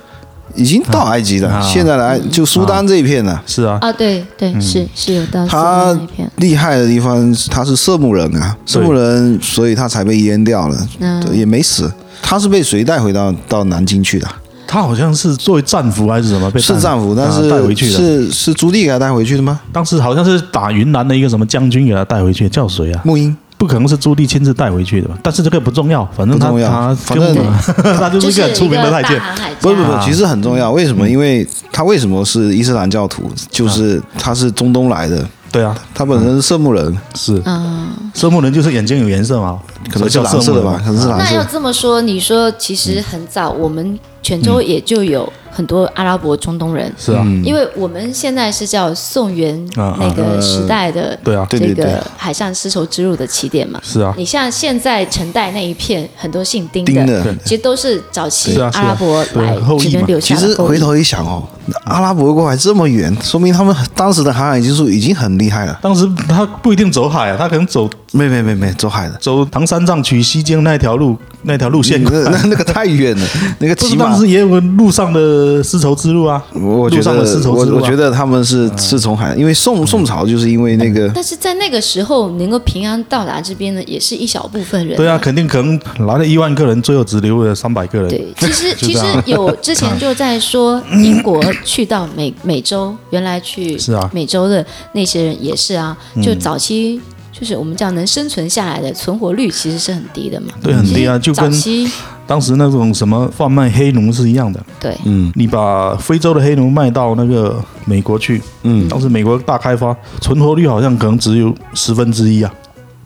[SPEAKER 2] 已经到埃及
[SPEAKER 1] 嗯
[SPEAKER 2] 了，现在来就苏丹这一片了。
[SPEAKER 1] 是啊，
[SPEAKER 3] 啊，对对，是是有到苏
[SPEAKER 2] 他
[SPEAKER 3] 丹那片，
[SPEAKER 2] 厉害的地方，他是色目人啊，色目人，所以他才被阉掉了，
[SPEAKER 3] 嗯
[SPEAKER 2] 对也没死，他是被谁带回到到南京去的？
[SPEAKER 1] 他好像是作为战俘还是什么被
[SPEAKER 2] 是战俘，
[SPEAKER 1] 啊
[SPEAKER 2] 但是
[SPEAKER 1] 带回去的。
[SPEAKER 2] 是是朱棣给他带回去的吗？
[SPEAKER 1] 当时好像是打云南的一个什么将军给他带回去，叫谁啊？
[SPEAKER 2] 沐英
[SPEAKER 1] 不可能是朱棣亲自带回去的吧？但是这个不重要，反正
[SPEAKER 2] 不
[SPEAKER 1] 他
[SPEAKER 2] 重要
[SPEAKER 1] 他
[SPEAKER 2] 反正
[SPEAKER 1] 跟他就是
[SPEAKER 3] 就
[SPEAKER 1] 一
[SPEAKER 3] 是
[SPEAKER 1] 个很出名的太
[SPEAKER 3] 大
[SPEAKER 1] 监。
[SPEAKER 3] 航海家，
[SPEAKER 2] 不不不，
[SPEAKER 1] 啊嗯
[SPEAKER 2] 其实很重要。为什么？因为他为什么是伊斯兰教徒？就是
[SPEAKER 1] 啊
[SPEAKER 2] 他是中东来的，
[SPEAKER 1] 对啊，
[SPEAKER 2] 他本身是色目人，
[SPEAKER 1] 是
[SPEAKER 3] 嗯，
[SPEAKER 1] 色目人就是眼睛有颜色嘛，
[SPEAKER 2] 可
[SPEAKER 1] 所
[SPEAKER 2] 能是
[SPEAKER 1] 以叫
[SPEAKER 2] 蓝色
[SPEAKER 1] 色
[SPEAKER 2] 的
[SPEAKER 1] 目人啊
[SPEAKER 2] 吧，可能是蓝
[SPEAKER 3] 那
[SPEAKER 2] 色
[SPEAKER 3] 要
[SPEAKER 2] 的。
[SPEAKER 3] 这么说，你说其实很早，我们泉州也就有很多阿拉伯、中东人，
[SPEAKER 1] 嗯是啊，
[SPEAKER 2] 嗯
[SPEAKER 3] 因为我们现在是叫宋元
[SPEAKER 1] 啊
[SPEAKER 3] 那个时代的
[SPEAKER 1] 对啊，
[SPEAKER 2] 对
[SPEAKER 3] 这个海上丝绸之路的起点嘛。
[SPEAKER 1] 是啊，
[SPEAKER 3] 你像现在成代那一片，很多姓丁
[SPEAKER 2] 丁的，
[SPEAKER 3] 其实都是早期
[SPEAKER 1] 是啊是
[SPEAKER 3] 阿
[SPEAKER 1] 啊
[SPEAKER 3] 拉伯
[SPEAKER 1] 对
[SPEAKER 3] 来
[SPEAKER 1] 后裔
[SPEAKER 3] 这边
[SPEAKER 1] 嘛
[SPEAKER 3] 留
[SPEAKER 2] 其
[SPEAKER 3] 下的后裔。
[SPEAKER 2] 实回头一想哦，阿拉伯过来这么远，说明他们当时的航海技术已经很厉害了。
[SPEAKER 1] 当时他不一定走海啊，他可能走
[SPEAKER 2] 没没没没，走海的，
[SPEAKER 1] 走唐三藏取西经那条路那条路线
[SPEAKER 2] 那那那个太远 了，那个
[SPEAKER 1] 不
[SPEAKER 2] 骑
[SPEAKER 1] 是
[SPEAKER 2] 马
[SPEAKER 1] 当。时也有个路上的丝绸之路啊，
[SPEAKER 2] 我觉
[SPEAKER 1] 路上
[SPEAKER 2] 得
[SPEAKER 1] 的丝，绸
[SPEAKER 2] 我
[SPEAKER 1] 之路、啊嗯
[SPEAKER 2] 我觉得他们是是从海，因为宋宋朝就是因为那个
[SPEAKER 3] 但是在那个时候能够平安到达这边的，也是一小部分人。
[SPEAKER 1] 对啊，肯定可能来了一万个人，最后只留了三百个人。
[SPEAKER 3] 对，其实
[SPEAKER 1] 就
[SPEAKER 3] 其
[SPEAKER 1] 这
[SPEAKER 3] 实
[SPEAKER 1] 样啊
[SPEAKER 3] 有之前就在说，英国去到美美洲，原来去
[SPEAKER 1] 是啊嗯
[SPEAKER 3] 美洲的那些人也是啊，就早期就是我们讲能生存下来的存活率其实是很低的嘛，
[SPEAKER 1] 对很低啊
[SPEAKER 3] 其实
[SPEAKER 1] 就跟
[SPEAKER 3] 早期
[SPEAKER 1] 当时那种什么贩卖黑奴是一样的，
[SPEAKER 3] 对
[SPEAKER 1] 你把非洲的黑奴卖到那个美国去，嗯，当时美国大开发，存活率好像可能只有十分之一啊，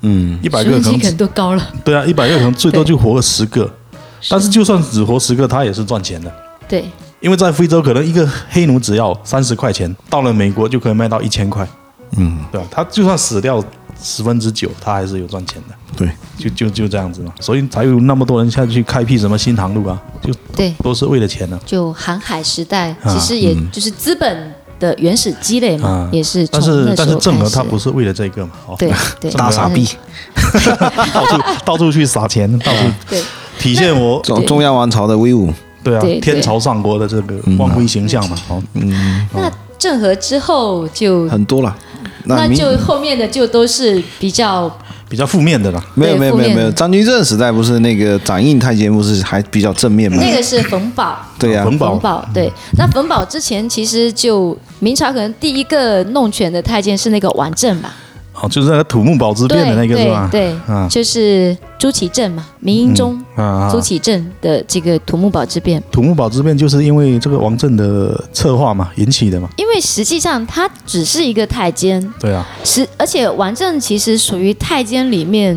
[SPEAKER 2] 嗯，
[SPEAKER 1] 一百
[SPEAKER 3] 生
[SPEAKER 1] 个
[SPEAKER 3] 命
[SPEAKER 1] 可
[SPEAKER 3] 期
[SPEAKER 1] 能
[SPEAKER 3] 可能都高了，
[SPEAKER 1] 对啊，一百个可能最多就活个十个， 但是就算只活十个，他也是赚钱的。
[SPEAKER 3] 对
[SPEAKER 1] 因为在非洲，可能一个黑奴只要三十块钱，到了美国就可以卖到一千块，嗯，对吧？他就算死掉十分之九，他还是有赚钱的，
[SPEAKER 2] 对，
[SPEAKER 1] 就就就这样子嘛。所以才有那么多人下去开辟什么新航路啊，就
[SPEAKER 3] 对，
[SPEAKER 1] 都是为了钱啊呢、
[SPEAKER 3] 就航海时代，
[SPEAKER 1] 啊
[SPEAKER 3] 其实也就是资本的原始积累嘛
[SPEAKER 1] 啊，
[SPEAKER 3] 也是从
[SPEAKER 1] 但是
[SPEAKER 3] 那时
[SPEAKER 1] 但是
[SPEAKER 3] 候
[SPEAKER 1] 郑
[SPEAKER 3] 开
[SPEAKER 1] 和
[SPEAKER 3] 始
[SPEAKER 1] 他不是为了这个嘛，哦，
[SPEAKER 3] 对对
[SPEAKER 1] 大傻
[SPEAKER 3] 逼，
[SPEAKER 1] 到处到处去撒钱，到处
[SPEAKER 3] 对
[SPEAKER 1] 体现我
[SPEAKER 2] 中中央王朝的威武。
[SPEAKER 1] 对啊
[SPEAKER 3] 对
[SPEAKER 1] 天朝上国的这个光辉形象嘛，哦，
[SPEAKER 3] 那郑和之后就
[SPEAKER 2] 很多了。
[SPEAKER 3] 那
[SPEAKER 2] 民
[SPEAKER 3] 就后面的就都是 比较
[SPEAKER 1] 比较负面的啦，
[SPEAKER 2] 没有
[SPEAKER 3] 对
[SPEAKER 2] 没有
[SPEAKER 3] 负
[SPEAKER 2] 没有
[SPEAKER 3] 面
[SPEAKER 2] 没有，
[SPEAKER 3] 的
[SPEAKER 2] 张居正时代不是那个掌印太监，不是还比较正面吗？
[SPEAKER 3] 那个嗯是冯宝，
[SPEAKER 2] 对呀、
[SPEAKER 1] 冯宝
[SPEAKER 3] 冯宝对。那冯宝之前其实就明朝可能第一个弄权的太监是那个王振吧，
[SPEAKER 1] 哦，就是那个土木堡之
[SPEAKER 3] 对
[SPEAKER 1] 变的那个是吧
[SPEAKER 3] 对？对，
[SPEAKER 1] 啊
[SPEAKER 3] 就是朱祁镇嘛，明英宗
[SPEAKER 1] 啊啊
[SPEAKER 3] 朱祁镇的这个土木堡之变。
[SPEAKER 1] 土木堡之变就是因为这个王振的策划嘛引起的嘛，
[SPEAKER 3] 因为实际上他只是一个太监，
[SPEAKER 1] 对啊，
[SPEAKER 3] 实而且王振其实属于太监里面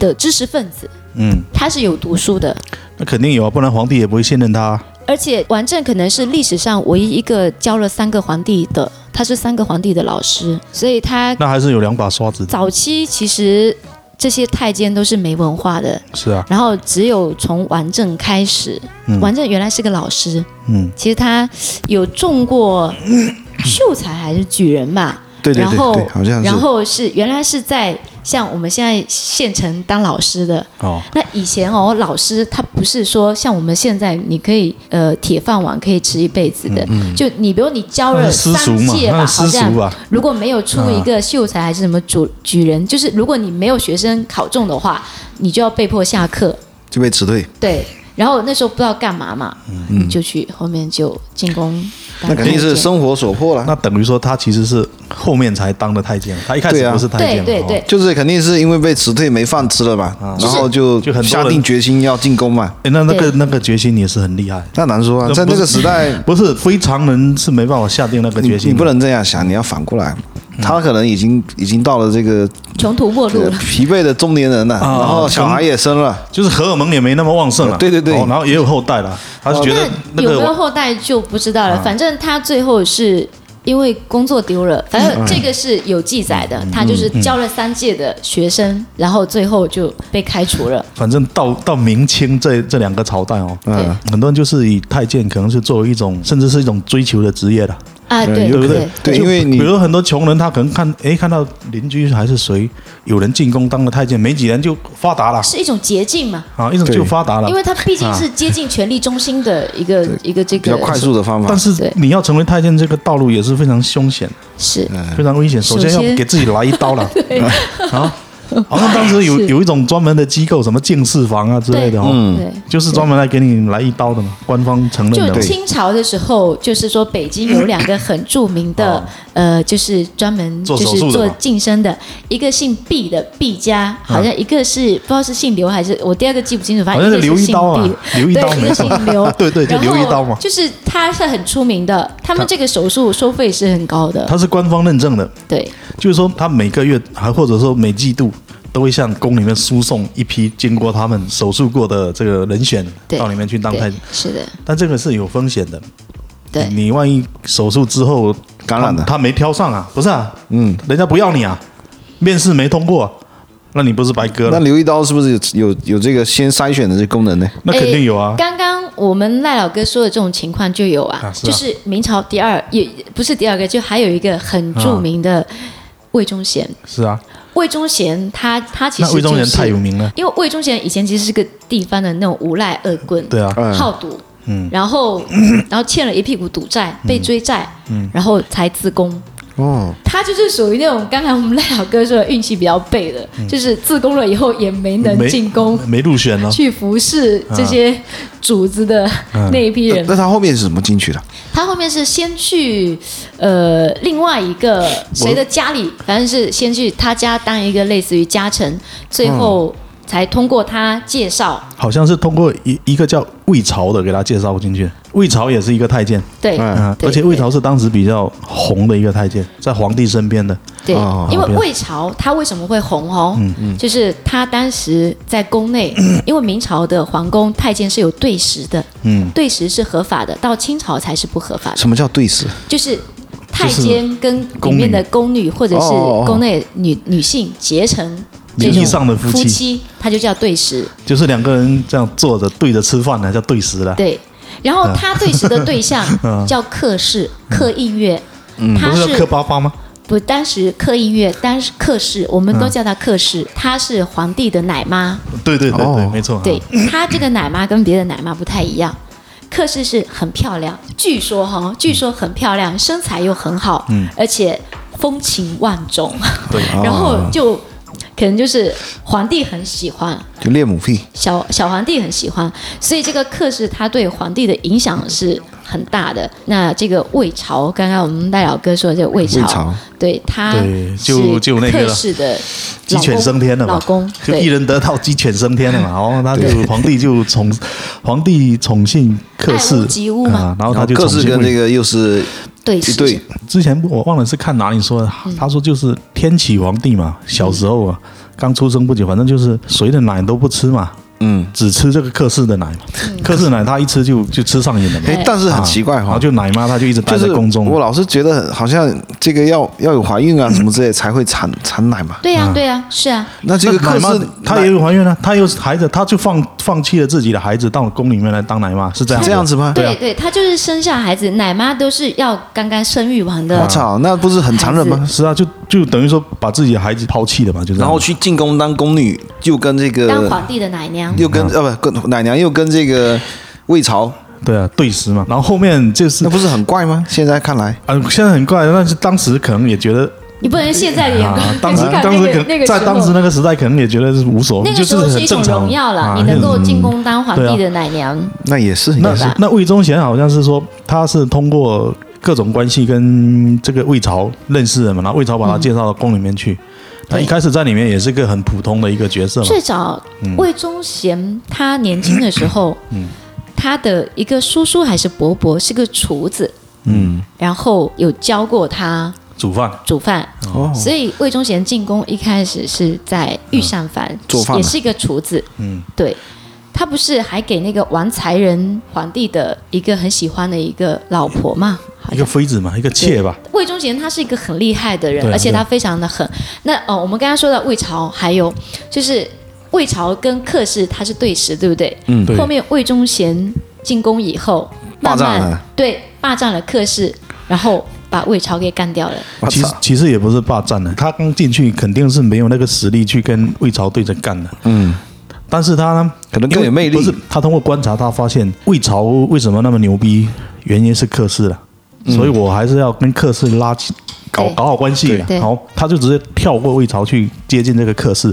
[SPEAKER 3] 的知识分子，
[SPEAKER 1] 嗯，
[SPEAKER 3] 他是有读书的，
[SPEAKER 1] 那肯定有啊，不然皇帝也不会信任他啊。
[SPEAKER 3] 而且王振可能是历史上唯一一个教了三个皇帝的他是三个皇帝的老师，所以他
[SPEAKER 1] 那还是有两把刷子的。
[SPEAKER 3] 早期其实这些太监都是没文化的，
[SPEAKER 1] 是啊，
[SPEAKER 3] 然后只有从王振开始，王振原来是个老师，
[SPEAKER 1] 嗯，
[SPEAKER 3] 其实他有中过秀才还是举人吧。
[SPEAKER 2] 对对
[SPEAKER 3] 然
[SPEAKER 2] 对
[SPEAKER 3] 后
[SPEAKER 2] 对，好像是
[SPEAKER 3] 然后是原来是在像我们现在县城当老师的，
[SPEAKER 1] 哦，
[SPEAKER 3] 那以前哦，老师他不是说像我们现在你可以呃铁饭碗可以吃一辈子的，就你比如你教
[SPEAKER 1] 那
[SPEAKER 3] 了
[SPEAKER 1] 嗯是私
[SPEAKER 3] 三
[SPEAKER 1] 塾嘛，
[SPEAKER 3] 届
[SPEAKER 1] 那
[SPEAKER 3] 吧，
[SPEAKER 1] 是私
[SPEAKER 3] 好
[SPEAKER 1] 塾啊
[SPEAKER 3] 像
[SPEAKER 1] 吧，
[SPEAKER 3] 如果没有出一个秀才还是什么举举人，就是如果你没有学生考中的话，你就要被迫下课。
[SPEAKER 2] 就被辞退，
[SPEAKER 3] 对，然后那时候不知道干嘛嘛，
[SPEAKER 1] 嗯
[SPEAKER 3] 就去后面就进宫当
[SPEAKER 2] 那
[SPEAKER 3] 太监。
[SPEAKER 2] 肯定是生活所迫了。
[SPEAKER 1] 那等于说他其实是后面才当的太监，他一开始
[SPEAKER 2] 对啊
[SPEAKER 1] 不是太监
[SPEAKER 3] 对
[SPEAKER 1] 嘛，
[SPEAKER 3] 对
[SPEAKER 1] 哦
[SPEAKER 3] 对，
[SPEAKER 2] 就是肯定是因为被辞退没饭吃了吧，然后就
[SPEAKER 1] 啊就很多人
[SPEAKER 2] 下定决心要进宫嘛。
[SPEAKER 1] 哎诶那那个
[SPEAKER 3] 对
[SPEAKER 1] 那个决心也是很厉害，
[SPEAKER 2] 那难说啊，
[SPEAKER 1] 那
[SPEAKER 2] 在
[SPEAKER 1] 不
[SPEAKER 2] 那
[SPEAKER 1] 是
[SPEAKER 2] 个时代，
[SPEAKER 1] 不是非常人是没办法下定 那个
[SPEAKER 2] 你
[SPEAKER 1] 决心的，嗯
[SPEAKER 2] 你不能这样想，你要反过来。他可能已经已经到了这个
[SPEAKER 3] 穷途末
[SPEAKER 2] 这
[SPEAKER 3] 路
[SPEAKER 2] 个
[SPEAKER 3] 了。
[SPEAKER 2] 疲惫的中年人了，
[SPEAKER 1] 啊
[SPEAKER 2] 然后小孩也生了，
[SPEAKER 1] 就是荷尔蒙也没那么旺盛了，
[SPEAKER 2] 呃对对对
[SPEAKER 1] 哦然后也有后代了，他是觉得
[SPEAKER 3] 哦
[SPEAKER 1] 那
[SPEAKER 3] 那有没有
[SPEAKER 1] 个啊
[SPEAKER 3] 后代就不知道了。反正他最后是因为工作丢了，反
[SPEAKER 1] 嗯
[SPEAKER 3] 正这个是有记载的。他就是教了三届的学生，然后最后就被开除了。
[SPEAKER 1] 反正到到明清这这两个朝代哦，
[SPEAKER 3] 对
[SPEAKER 2] 嗯，
[SPEAKER 1] 很多人就是以太监可能是作为一种甚至是一种追求的职业了，
[SPEAKER 3] 啊，对
[SPEAKER 1] 嗯对不
[SPEAKER 3] 对
[SPEAKER 1] 对？
[SPEAKER 2] 对
[SPEAKER 1] 就
[SPEAKER 2] 因为你
[SPEAKER 1] 比如很多穷人，他可能看诶看到邻居还是谁有人进宫当了太监，没几年就发达了
[SPEAKER 3] 是一种捷径嘛，
[SPEAKER 1] 啊，一种
[SPEAKER 2] 对
[SPEAKER 1] 就发达了
[SPEAKER 3] 因。为他毕竟是接近权力中心的一个一个这
[SPEAKER 2] 比较快
[SPEAKER 3] 个
[SPEAKER 2] 速的方法
[SPEAKER 1] 但。是
[SPEAKER 3] 对
[SPEAKER 1] 你要成为太监，这个道路也是非常凶险、
[SPEAKER 3] 是
[SPEAKER 1] 非常危险。首先
[SPEAKER 3] 首先
[SPEAKER 1] 要给自己来一刀 了嗯啊！好像当时有
[SPEAKER 3] 是
[SPEAKER 1] 有一种专门的机构，什么进士房啊之类的哦，
[SPEAKER 3] 对。
[SPEAKER 1] 就是专门来给你来一刀的嘛，官方承认的
[SPEAKER 3] 就
[SPEAKER 1] 嘛。
[SPEAKER 3] 清朝的时候，就是说北京有两个很著名的， 呃，就是专门就
[SPEAKER 1] 哦做
[SPEAKER 3] 是
[SPEAKER 1] 手术的
[SPEAKER 3] 做
[SPEAKER 1] 嘛
[SPEAKER 3] 晋升的，一个姓毕的毕家，好像一个是不知道是姓刘还是我第二个记不清楚，反
[SPEAKER 1] 嗯好
[SPEAKER 3] 正
[SPEAKER 1] 像
[SPEAKER 3] 一
[SPEAKER 1] 是
[SPEAKER 3] 个
[SPEAKER 1] 刘
[SPEAKER 3] 是
[SPEAKER 1] 一
[SPEAKER 3] 姓
[SPEAKER 1] 刀啊
[SPEAKER 3] 毕，，
[SPEAKER 1] 刘一刀
[SPEAKER 3] 对，一
[SPEAKER 1] 没
[SPEAKER 3] 个
[SPEAKER 1] 错
[SPEAKER 3] 姓刘，
[SPEAKER 1] ，对对，就
[SPEAKER 3] 然
[SPEAKER 1] 刘
[SPEAKER 3] 后
[SPEAKER 1] 一刀嘛，
[SPEAKER 3] 就是他是很出名的，他们这个手术收费是很高的，
[SPEAKER 1] 他是官方认证的，
[SPEAKER 3] 对，
[SPEAKER 1] 就是说他每个月还或者说每季度都会向宫里面输送一批经过他们手术过的这个人选
[SPEAKER 3] 对
[SPEAKER 1] 到里面去当太
[SPEAKER 3] 对
[SPEAKER 1] 监，，
[SPEAKER 3] 是的，
[SPEAKER 1] 但这个是有风险的。
[SPEAKER 3] 对，
[SPEAKER 1] 你万一手术之后
[SPEAKER 2] 感染了
[SPEAKER 1] 他，他没挑上啊，不是啊，
[SPEAKER 2] 嗯，
[SPEAKER 1] 人家不要你啊，面试没通过，那你不是白割
[SPEAKER 2] 那
[SPEAKER 1] 了？
[SPEAKER 2] 刘一刀是不是有有有这个先筛选的这功能呢？
[SPEAKER 1] 那肯定有啊，
[SPEAKER 3] 哎刚刚我们赖老哥说的这种情况就有啊，
[SPEAKER 1] 啊是啊
[SPEAKER 3] 就是明朝第二也不是第二个，就还有一个很著名
[SPEAKER 1] 啊
[SPEAKER 3] 的魏忠贤。
[SPEAKER 1] 是啊，
[SPEAKER 3] 魏忠贤他他其
[SPEAKER 1] 那
[SPEAKER 3] 实、就是、
[SPEAKER 1] 魏忠贤太有名了，
[SPEAKER 3] 因为魏忠贤以前其实是个地方的那种无赖恶棍，
[SPEAKER 1] 对啊，
[SPEAKER 2] 嗯
[SPEAKER 3] 好赌，然后然后欠了一屁股赌债，被追债，
[SPEAKER 1] 嗯
[SPEAKER 3] 然后才自宫。
[SPEAKER 2] 哦，
[SPEAKER 3] 他就是属于那种刚才我们赖老哥说的运气比较背的，就是自宫了以后也没能
[SPEAKER 1] 嗯没
[SPEAKER 3] 进宫，
[SPEAKER 1] 没入选呢，
[SPEAKER 3] 去服侍这些主子的
[SPEAKER 1] 啊
[SPEAKER 3] 那一批人。
[SPEAKER 2] 那他后面是怎么进去的？
[SPEAKER 3] 他后面是先去呃另外一个谁的家里，反正是先去他家当一个类似于家臣，最
[SPEAKER 1] 嗯
[SPEAKER 3] 后才通过他介绍，
[SPEAKER 1] 好像是通过一一个叫魏朝的给他介绍进去，魏朝也是一个太监，
[SPEAKER 3] 对
[SPEAKER 2] 嗯
[SPEAKER 1] 嗯，
[SPEAKER 3] 对
[SPEAKER 1] 而且魏朝是当时比较红的一个太监，在皇帝身边的，
[SPEAKER 3] 对
[SPEAKER 2] 哦，
[SPEAKER 3] 因为
[SPEAKER 1] 啊好嗯吧
[SPEAKER 3] 魏朝他为什么会红哦？就是他当时在 宫内，因为明朝的皇宫太监是有对食的，
[SPEAKER 1] 嗯，
[SPEAKER 3] 对食是合法的，到清朝才是不合法的。
[SPEAKER 2] 什么叫对视？
[SPEAKER 3] 就是太监跟里
[SPEAKER 1] 宫
[SPEAKER 3] 面
[SPEAKER 1] 女
[SPEAKER 3] 的宫女或者是
[SPEAKER 2] 哦哦哦
[SPEAKER 3] 宫内女女性结成这
[SPEAKER 1] 名
[SPEAKER 3] 种
[SPEAKER 1] 义上的夫
[SPEAKER 3] 夫
[SPEAKER 1] 妻
[SPEAKER 3] 妻，他就叫对食。
[SPEAKER 1] 就是两个人这样坐着对着吃饭呢，叫对食了。
[SPEAKER 3] 对，然后他对食的对象 叫客氏、客应月，他
[SPEAKER 1] 不是叫磕巴巴吗？
[SPEAKER 3] 不，当时客应月，当时客氏，我们都叫他客氏，她是皇帝的奶妈。
[SPEAKER 1] 对对对对
[SPEAKER 2] 哦，
[SPEAKER 1] 没错。
[SPEAKER 3] 对，她这个奶妈跟别的奶妈不太一样。客氏是很漂亮，据说哈，
[SPEAKER 1] 嗯
[SPEAKER 3] 据说很漂亮，身材又很好，而且风情万种，
[SPEAKER 1] 对啊
[SPEAKER 3] 然后就可能就是皇帝很喜欢，
[SPEAKER 2] 就恋母癖。
[SPEAKER 3] 小小皇帝很喜欢，所以这个克氏他对皇帝的影响是很大的。那这个魏朝，刚刚我们戴老哥说的这个魏朝，
[SPEAKER 2] 魏朝
[SPEAKER 3] 对他
[SPEAKER 1] 对
[SPEAKER 3] 是
[SPEAKER 1] 就就那个了
[SPEAKER 3] 克氏的
[SPEAKER 1] 鸡犬升天了嘛，
[SPEAKER 3] 老公，
[SPEAKER 1] 就
[SPEAKER 3] 对
[SPEAKER 1] 一人得道，鸡犬升天了 嘛。然后他就皇帝就宠，皇帝宠幸客
[SPEAKER 3] 爱屋
[SPEAKER 1] 氏
[SPEAKER 3] 及乌嘛
[SPEAKER 1] 啊，然后
[SPEAKER 2] 然
[SPEAKER 1] 他
[SPEAKER 2] 后
[SPEAKER 1] 就
[SPEAKER 2] 哦各
[SPEAKER 1] 宠
[SPEAKER 2] 自
[SPEAKER 1] 幸
[SPEAKER 2] 跟
[SPEAKER 1] 魏
[SPEAKER 2] 这个又是
[SPEAKER 3] 对
[SPEAKER 2] 一
[SPEAKER 3] 是
[SPEAKER 2] 对，
[SPEAKER 1] 之前我忘了是看哪里说的，
[SPEAKER 3] 嗯
[SPEAKER 1] 他说就是天启皇帝嘛，小时候啊，刚出生不久，反正就是谁的奶都不吃嘛，嗯，只吃这个克氏的奶嘛，
[SPEAKER 3] 嗯
[SPEAKER 1] 克氏奶他一吃就就吃上瘾了嘛，啊
[SPEAKER 2] 哎，但是很奇怪
[SPEAKER 1] 然
[SPEAKER 2] 哈
[SPEAKER 1] 后，就奶妈她就一直待
[SPEAKER 2] 就是
[SPEAKER 1] 在宫中，
[SPEAKER 2] 我老是觉得好像这个要要有怀孕啊什么之类才会产产奶嘛。
[SPEAKER 3] 对呀、对呀、是啊，
[SPEAKER 2] 那这个克
[SPEAKER 1] 奶妈
[SPEAKER 2] 氏
[SPEAKER 1] 她也有怀孕啊，她有孩子，她就放放弃了自己的孩子到宫里面来当奶妈，是这样
[SPEAKER 2] 这样子吗？
[SPEAKER 1] 啊
[SPEAKER 3] 对对，她就是生下孩子，奶妈都是要刚刚生育完的
[SPEAKER 2] 我，操，那不是很残忍吗？
[SPEAKER 1] 是啊，就就等于说把自己的孩子抛弃了嘛，就这样
[SPEAKER 2] 然后去进宫当宫女，又跟这
[SPEAKER 3] 当
[SPEAKER 2] 个
[SPEAKER 3] 皇帝的奶娘。
[SPEAKER 2] 又跟
[SPEAKER 1] 嗯
[SPEAKER 2] 呃不跟奶娘又跟这个魏朝，
[SPEAKER 1] 对啊对食嘛，然后后面就是
[SPEAKER 2] 那不是很怪吗？现在看来，
[SPEAKER 1] 啊，现在很怪，但是当时可能也觉得
[SPEAKER 3] 你不能现在的 眼光
[SPEAKER 1] 啊
[SPEAKER 3] 去，
[SPEAKER 1] 当时
[SPEAKER 3] 看
[SPEAKER 1] 当时
[SPEAKER 3] 那
[SPEAKER 1] 可
[SPEAKER 3] 个那个
[SPEAKER 1] 能在
[SPEAKER 3] 时
[SPEAKER 1] 当时
[SPEAKER 3] 候
[SPEAKER 1] 那个时代，可能也觉得是无所谓，
[SPEAKER 3] 那个
[SPEAKER 1] 就
[SPEAKER 3] 时
[SPEAKER 1] 是
[SPEAKER 3] 候
[SPEAKER 1] 很
[SPEAKER 3] 是一种
[SPEAKER 1] 正常
[SPEAKER 3] 荣耀了，
[SPEAKER 1] 啊嗯
[SPEAKER 3] 你能够
[SPEAKER 1] 那
[SPEAKER 3] 进宫当皇帝的奶娘，
[SPEAKER 2] 那也是
[SPEAKER 1] 那
[SPEAKER 2] 也是
[SPEAKER 3] 吧
[SPEAKER 1] 那魏忠贤好像是说他是通过各种关系跟这个魏朝认识的嘛，然后魏朝把
[SPEAKER 3] 嗯
[SPEAKER 1] 他介绍到宫里面去。他一开始在里面也是个很普通的一个角色嘛，
[SPEAKER 3] 最早
[SPEAKER 1] 嗯
[SPEAKER 3] 魏忠贤他年轻的时候，他的一个叔叔还是伯伯是个厨子，嗯，然后有教过他
[SPEAKER 1] 煮饭
[SPEAKER 3] 煮饭，
[SPEAKER 2] 哦
[SPEAKER 3] 所以魏忠贤进宫一开始是在御膳房、
[SPEAKER 2] 嗯做饭啊
[SPEAKER 3] 也
[SPEAKER 2] 的
[SPEAKER 3] 是一个厨子，
[SPEAKER 1] 嗯，
[SPEAKER 3] 对。他不是还给那个王才人皇帝的一个很喜欢的一个老婆嘛？好
[SPEAKER 1] 一个
[SPEAKER 3] 像
[SPEAKER 1] 妃子嘛，一个妾吧，
[SPEAKER 3] 魏忠贤他是一个很厉害的人
[SPEAKER 1] 对，啊
[SPEAKER 3] 而且他非常的狠。那哦，我们刚刚说到魏朝，还有就是魏朝跟克氏他是对食，对不对？
[SPEAKER 2] 嗯
[SPEAKER 1] 对
[SPEAKER 3] 后面魏忠贤进宫以后，
[SPEAKER 2] 霸
[SPEAKER 3] 慢慢
[SPEAKER 2] 占了
[SPEAKER 3] 对霸占了克氏，然后把魏朝给干掉了。
[SPEAKER 2] 我
[SPEAKER 1] 其实
[SPEAKER 2] 操
[SPEAKER 1] 其实也不是霸占的，他刚进去肯定是没有那个实力去跟魏朝对着干的。嗯，但是他呢，
[SPEAKER 2] 可能更有
[SPEAKER 1] 因为
[SPEAKER 2] 魅力
[SPEAKER 1] 不是，他通过观察，他发现魏朝为什么那么牛逼，原因是克氏了。
[SPEAKER 2] 嗯
[SPEAKER 1] 所以我还是要跟克氏拉起搞
[SPEAKER 3] 对
[SPEAKER 1] 搞好关系
[SPEAKER 2] 对，
[SPEAKER 3] 对
[SPEAKER 1] 然后他就直接跳过魏朝去接近这个克氏，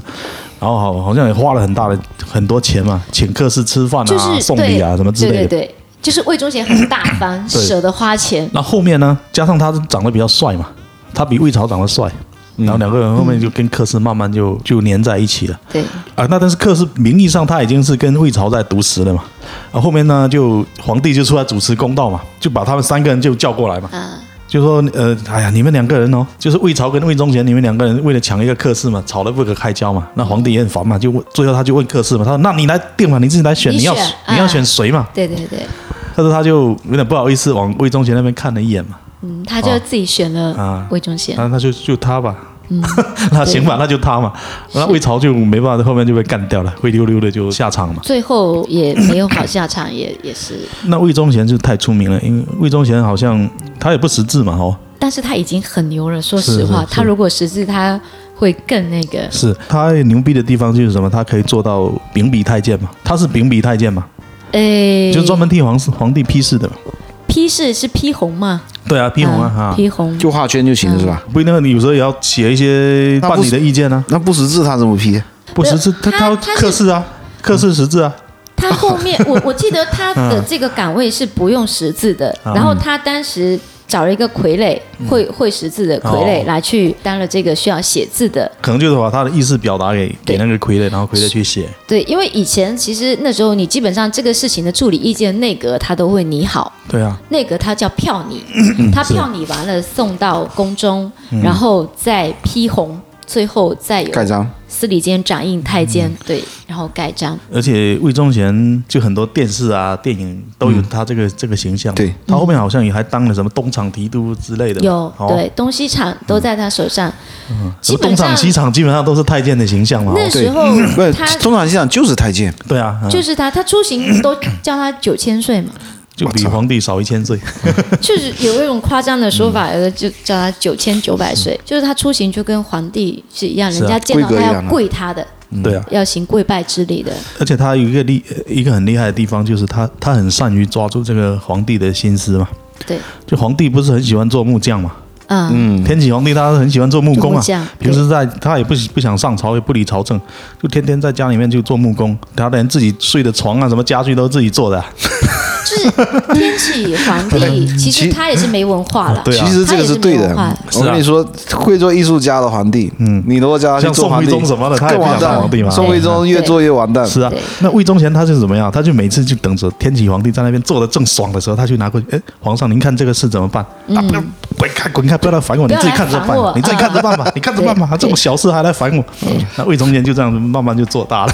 [SPEAKER 1] 然后好好像也花了很大的很多钱嘛，请克氏吃饭啊、
[SPEAKER 3] 就是
[SPEAKER 1] 送
[SPEAKER 3] 对
[SPEAKER 1] 礼啊什么之类的。
[SPEAKER 3] 对对对，就是魏忠贤很大方，
[SPEAKER 1] 对
[SPEAKER 3] 舍得花钱。
[SPEAKER 1] 那后面呢，加上他长得比较帅嘛，他比魏朝长得帅，然后两个人后面就跟克氏慢慢就就粘在一起了。
[SPEAKER 3] 对，
[SPEAKER 1] 啊，那但是克氏名义上他已经是跟魏朝在独食了嘛，啊，后面呢就皇帝就出来主持公道嘛，就把他们三个人就叫过来嘛，
[SPEAKER 3] 啊，
[SPEAKER 1] 就说呃，哎呀，你们两个人哦，就是魏朝跟魏忠贤，你们两个人为了抢一个克氏嘛，吵得不可开交嘛，那皇帝也很烦嘛，就问最后他就问克氏嘛，他说那你来定嘛，你自己来选，
[SPEAKER 3] 你
[SPEAKER 1] 你要
[SPEAKER 3] 选
[SPEAKER 1] 你要
[SPEAKER 3] 啊
[SPEAKER 1] 选谁嘛，
[SPEAKER 3] 对对对，
[SPEAKER 1] 但是他就有点不好意思往魏忠贤那边看了一眼嘛。
[SPEAKER 3] 嗯，他就自己选了
[SPEAKER 1] 哦啊
[SPEAKER 3] 魏忠贤。
[SPEAKER 1] 那那就就他吧。
[SPEAKER 3] 嗯
[SPEAKER 1] 那行吧，那就他嘛。那魏朝就没办法，后面就被干掉了，灰溜溜的就下场嘛。
[SPEAKER 3] 最后也没有好下场，也也是，
[SPEAKER 1] 那魏忠贤就太出名了，因为魏忠贤好像他也不识字嘛，哦，
[SPEAKER 3] 但是他已经很牛了。说实
[SPEAKER 1] 是
[SPEAKER 3] 话，
[SPEAKER 1] 是是
[SPEAKER 3] 他如果识字，他会更那个。
[SPEAKER 1] 是他牛逼的地方就是什么？他可以做到秉笔太监嘛，他是秉笔太监嘛，
[SPEAKER 3] 诶，
[SPEAKER 1] 就是专门替皇皇帝批示的嘛。
[SPEAKER 3] 哎批示是批红嘛？
[SPEAKER 1] 对啊，批红啊，哈、
[SPEAKER 3] 嗯批红。
[SPEAKER 2] 就画圈就行了是
[SPEAKER 3] 嗯
[SPEAKER 2] 吧？
[SPEAKER 1] 不一定，你有时候也要写一些
[SPEAKER 2] 那不
[SPEAKER 1] 办理的意见啊，
[SPEAKER 2] 那不识字他怎么批？
[SPEAKER 1] 不识字，他
[SPEAKER 3] 他
[SPEAKER 1] 他
[SPEAKER 3] 他是嗯
[SPEAKER 1] 刻字啊，刻字识字啊，
[SPEAKER 3] 他后 面，我我记得他
[SPEAKER 1] 啊
[SPEAKER 3] 的这个岗位是不用识字的，然
[SPEAKER 1] 嗯
[SPEAKER 3] 后他当时。找了一个傀儡，会会识字的傀儡
[SPEAKER 1] 哦
[SPEAKER 3] 来去当了这个需要写字的
[SPEAKER 1] 可能就是把他的意思表达给给
[SPEAKER 3] 对
[SPEAKER 1] 那个傀儡，然后傀儡去写。
[SPEAKER 3] 对，因为以前其实那时候你基本上这个事情的处理意见，内阁他都会拟好，
[SPEAKER 1] 对啊，
[SPEAKER 3] 内阁他叫票拟，他票拟完了送到宫中，然后再批红，最后再有
[SPEAKER 2] 盖章
[SPEAKER 3] 司礼监、掌印、太监，对，然后盖章。
[SPEAKER 1] 而且魏忠贤就很多电视啊、电影都有他这个、这个形象。
[SPEAKER 2] 对，
[SPEAKER 1] 他后面好像也还当了什么东厂提督之类的。
[SPEAKER 3] 有
[SPEAKER 1] 哦，
[SPEAKER 3] 对，东西厂都在他手上，
[SPEAKER 1] 什
[SPEAKER 3] 基
[SPEAKER 1] 么
[SPEAKER 3] 本
[SPEAKER 1] 东
[SPEAKER 3] 上
[SPEAKER 1] 厂西厂基本上都是太监的形象嘛。
[SPEAKER 3] 那
[SPEAKER 1] 哦
[SPEAKER 3] 时候
[SPEAKER 2] 嗯不是
[SPEAKER 3] 他，
[SPEAKER 2] 通常机长就是太监，
[SPEAKER 1] 对啊，嗯
[SPEAKER 3] 就是他，他出行都叫他九千岁嘛，
[SPEAKER 1] 就比皇帝少一千岁。
[SPEAKER 3] 确实有一种夸张的说法，有的就叫他九千九百岁，就是他出行就跟皇帝是一样，
[SPEAKER 1] 是啊
[SPEAKER 3] 人家见到
[SPEAKER 2] 规格一
[SPEAKER 3] 他要
[SPEAKER 2] 样啊
[SPEAKER 3] 跪他的，
[SPEAKER 1] 对啊，
[SPEAKER 3] 要行跪拜之礼的。
[SPEAKER 1] 而且他有一个厉呃一个很厉害的地方，就是他他很善于抓住这个皇帝的心思嘛。
[SPEAKER 3] 对，
[SPEAKER 1] 就皇帝不是很喜欢做木匠嘛？
[SPEAKER 3] 嗯，
[SPEAKER 1] 嗯，天启皇帝他很喜欢做木工
[SPEAKER 3] 木
[SPEAKER 1] 啊。
[SPEAKER 3] 匠，
[SPEAKER 1] 平
[SPEAKER 3] 对
[SPEAKER 1] 时在他也不不想上朝，也不理朝政，就天天在家里面就做木工，他连自己睡的床啊、什么家具都自己做的啊、
[SPEAKER 3] 就是天启皇帝，其实他也是没文化了。
[SPEAKER 1] 对啊
[SPEAKER 2] 其实这个对的
[SPEAKER 3] 他也是没文化。
[SPEAKER 2] 我跟你说，会做艺术家的皇帝，嗯，你如果叫他去
[SPEAKER 1] 像
[SPEAKER 2] 做
[SPEAKER 1] 宋
[SPEAKER 2] 皇
[SPEAKER 1] 徽
[SPEAKER 2] 帝，
[SPEAKER 1] 宗什么的，他也不
[SPEAKER 2] 更完
[SPEAKER 1] 想当
[SPEAKER 2] 蛋。
[SPEAKER 1] 皇帝嘛。
[SPEAKER 2] 宋徽宗越做越完蛋。
[SPEAKER 1] 是啊
[SPEAKER 3] 嗯对，
[SPEAKER 1] 那魏忠贤他是怎么样？他就每次就等着天启皇帝在那边坐的正爽的时候，他去拿过去，哎，皇上您看这个事怎么办？
[SPEAKER 3] 嗯
[SPEAKER 1] 啊，不要滚开滚开，不要来烦我，
[SPEAKER 3] 不
[SPEAKER 1] 你
[SPEAKER 3] 要来
[SPEAKER 1] 自己看着
[SPEAKER 3] 烦我
[SPEAKER 1] 办，你自己看着办吧，你看着办吧，
[SPEAKER 3] 对
[SPEAKER 1] 这种小事还来烦我。
[SPEAKER 3] 嗯
[SPEAKER 1] 那魏忠贤就这样慢慢就做大了，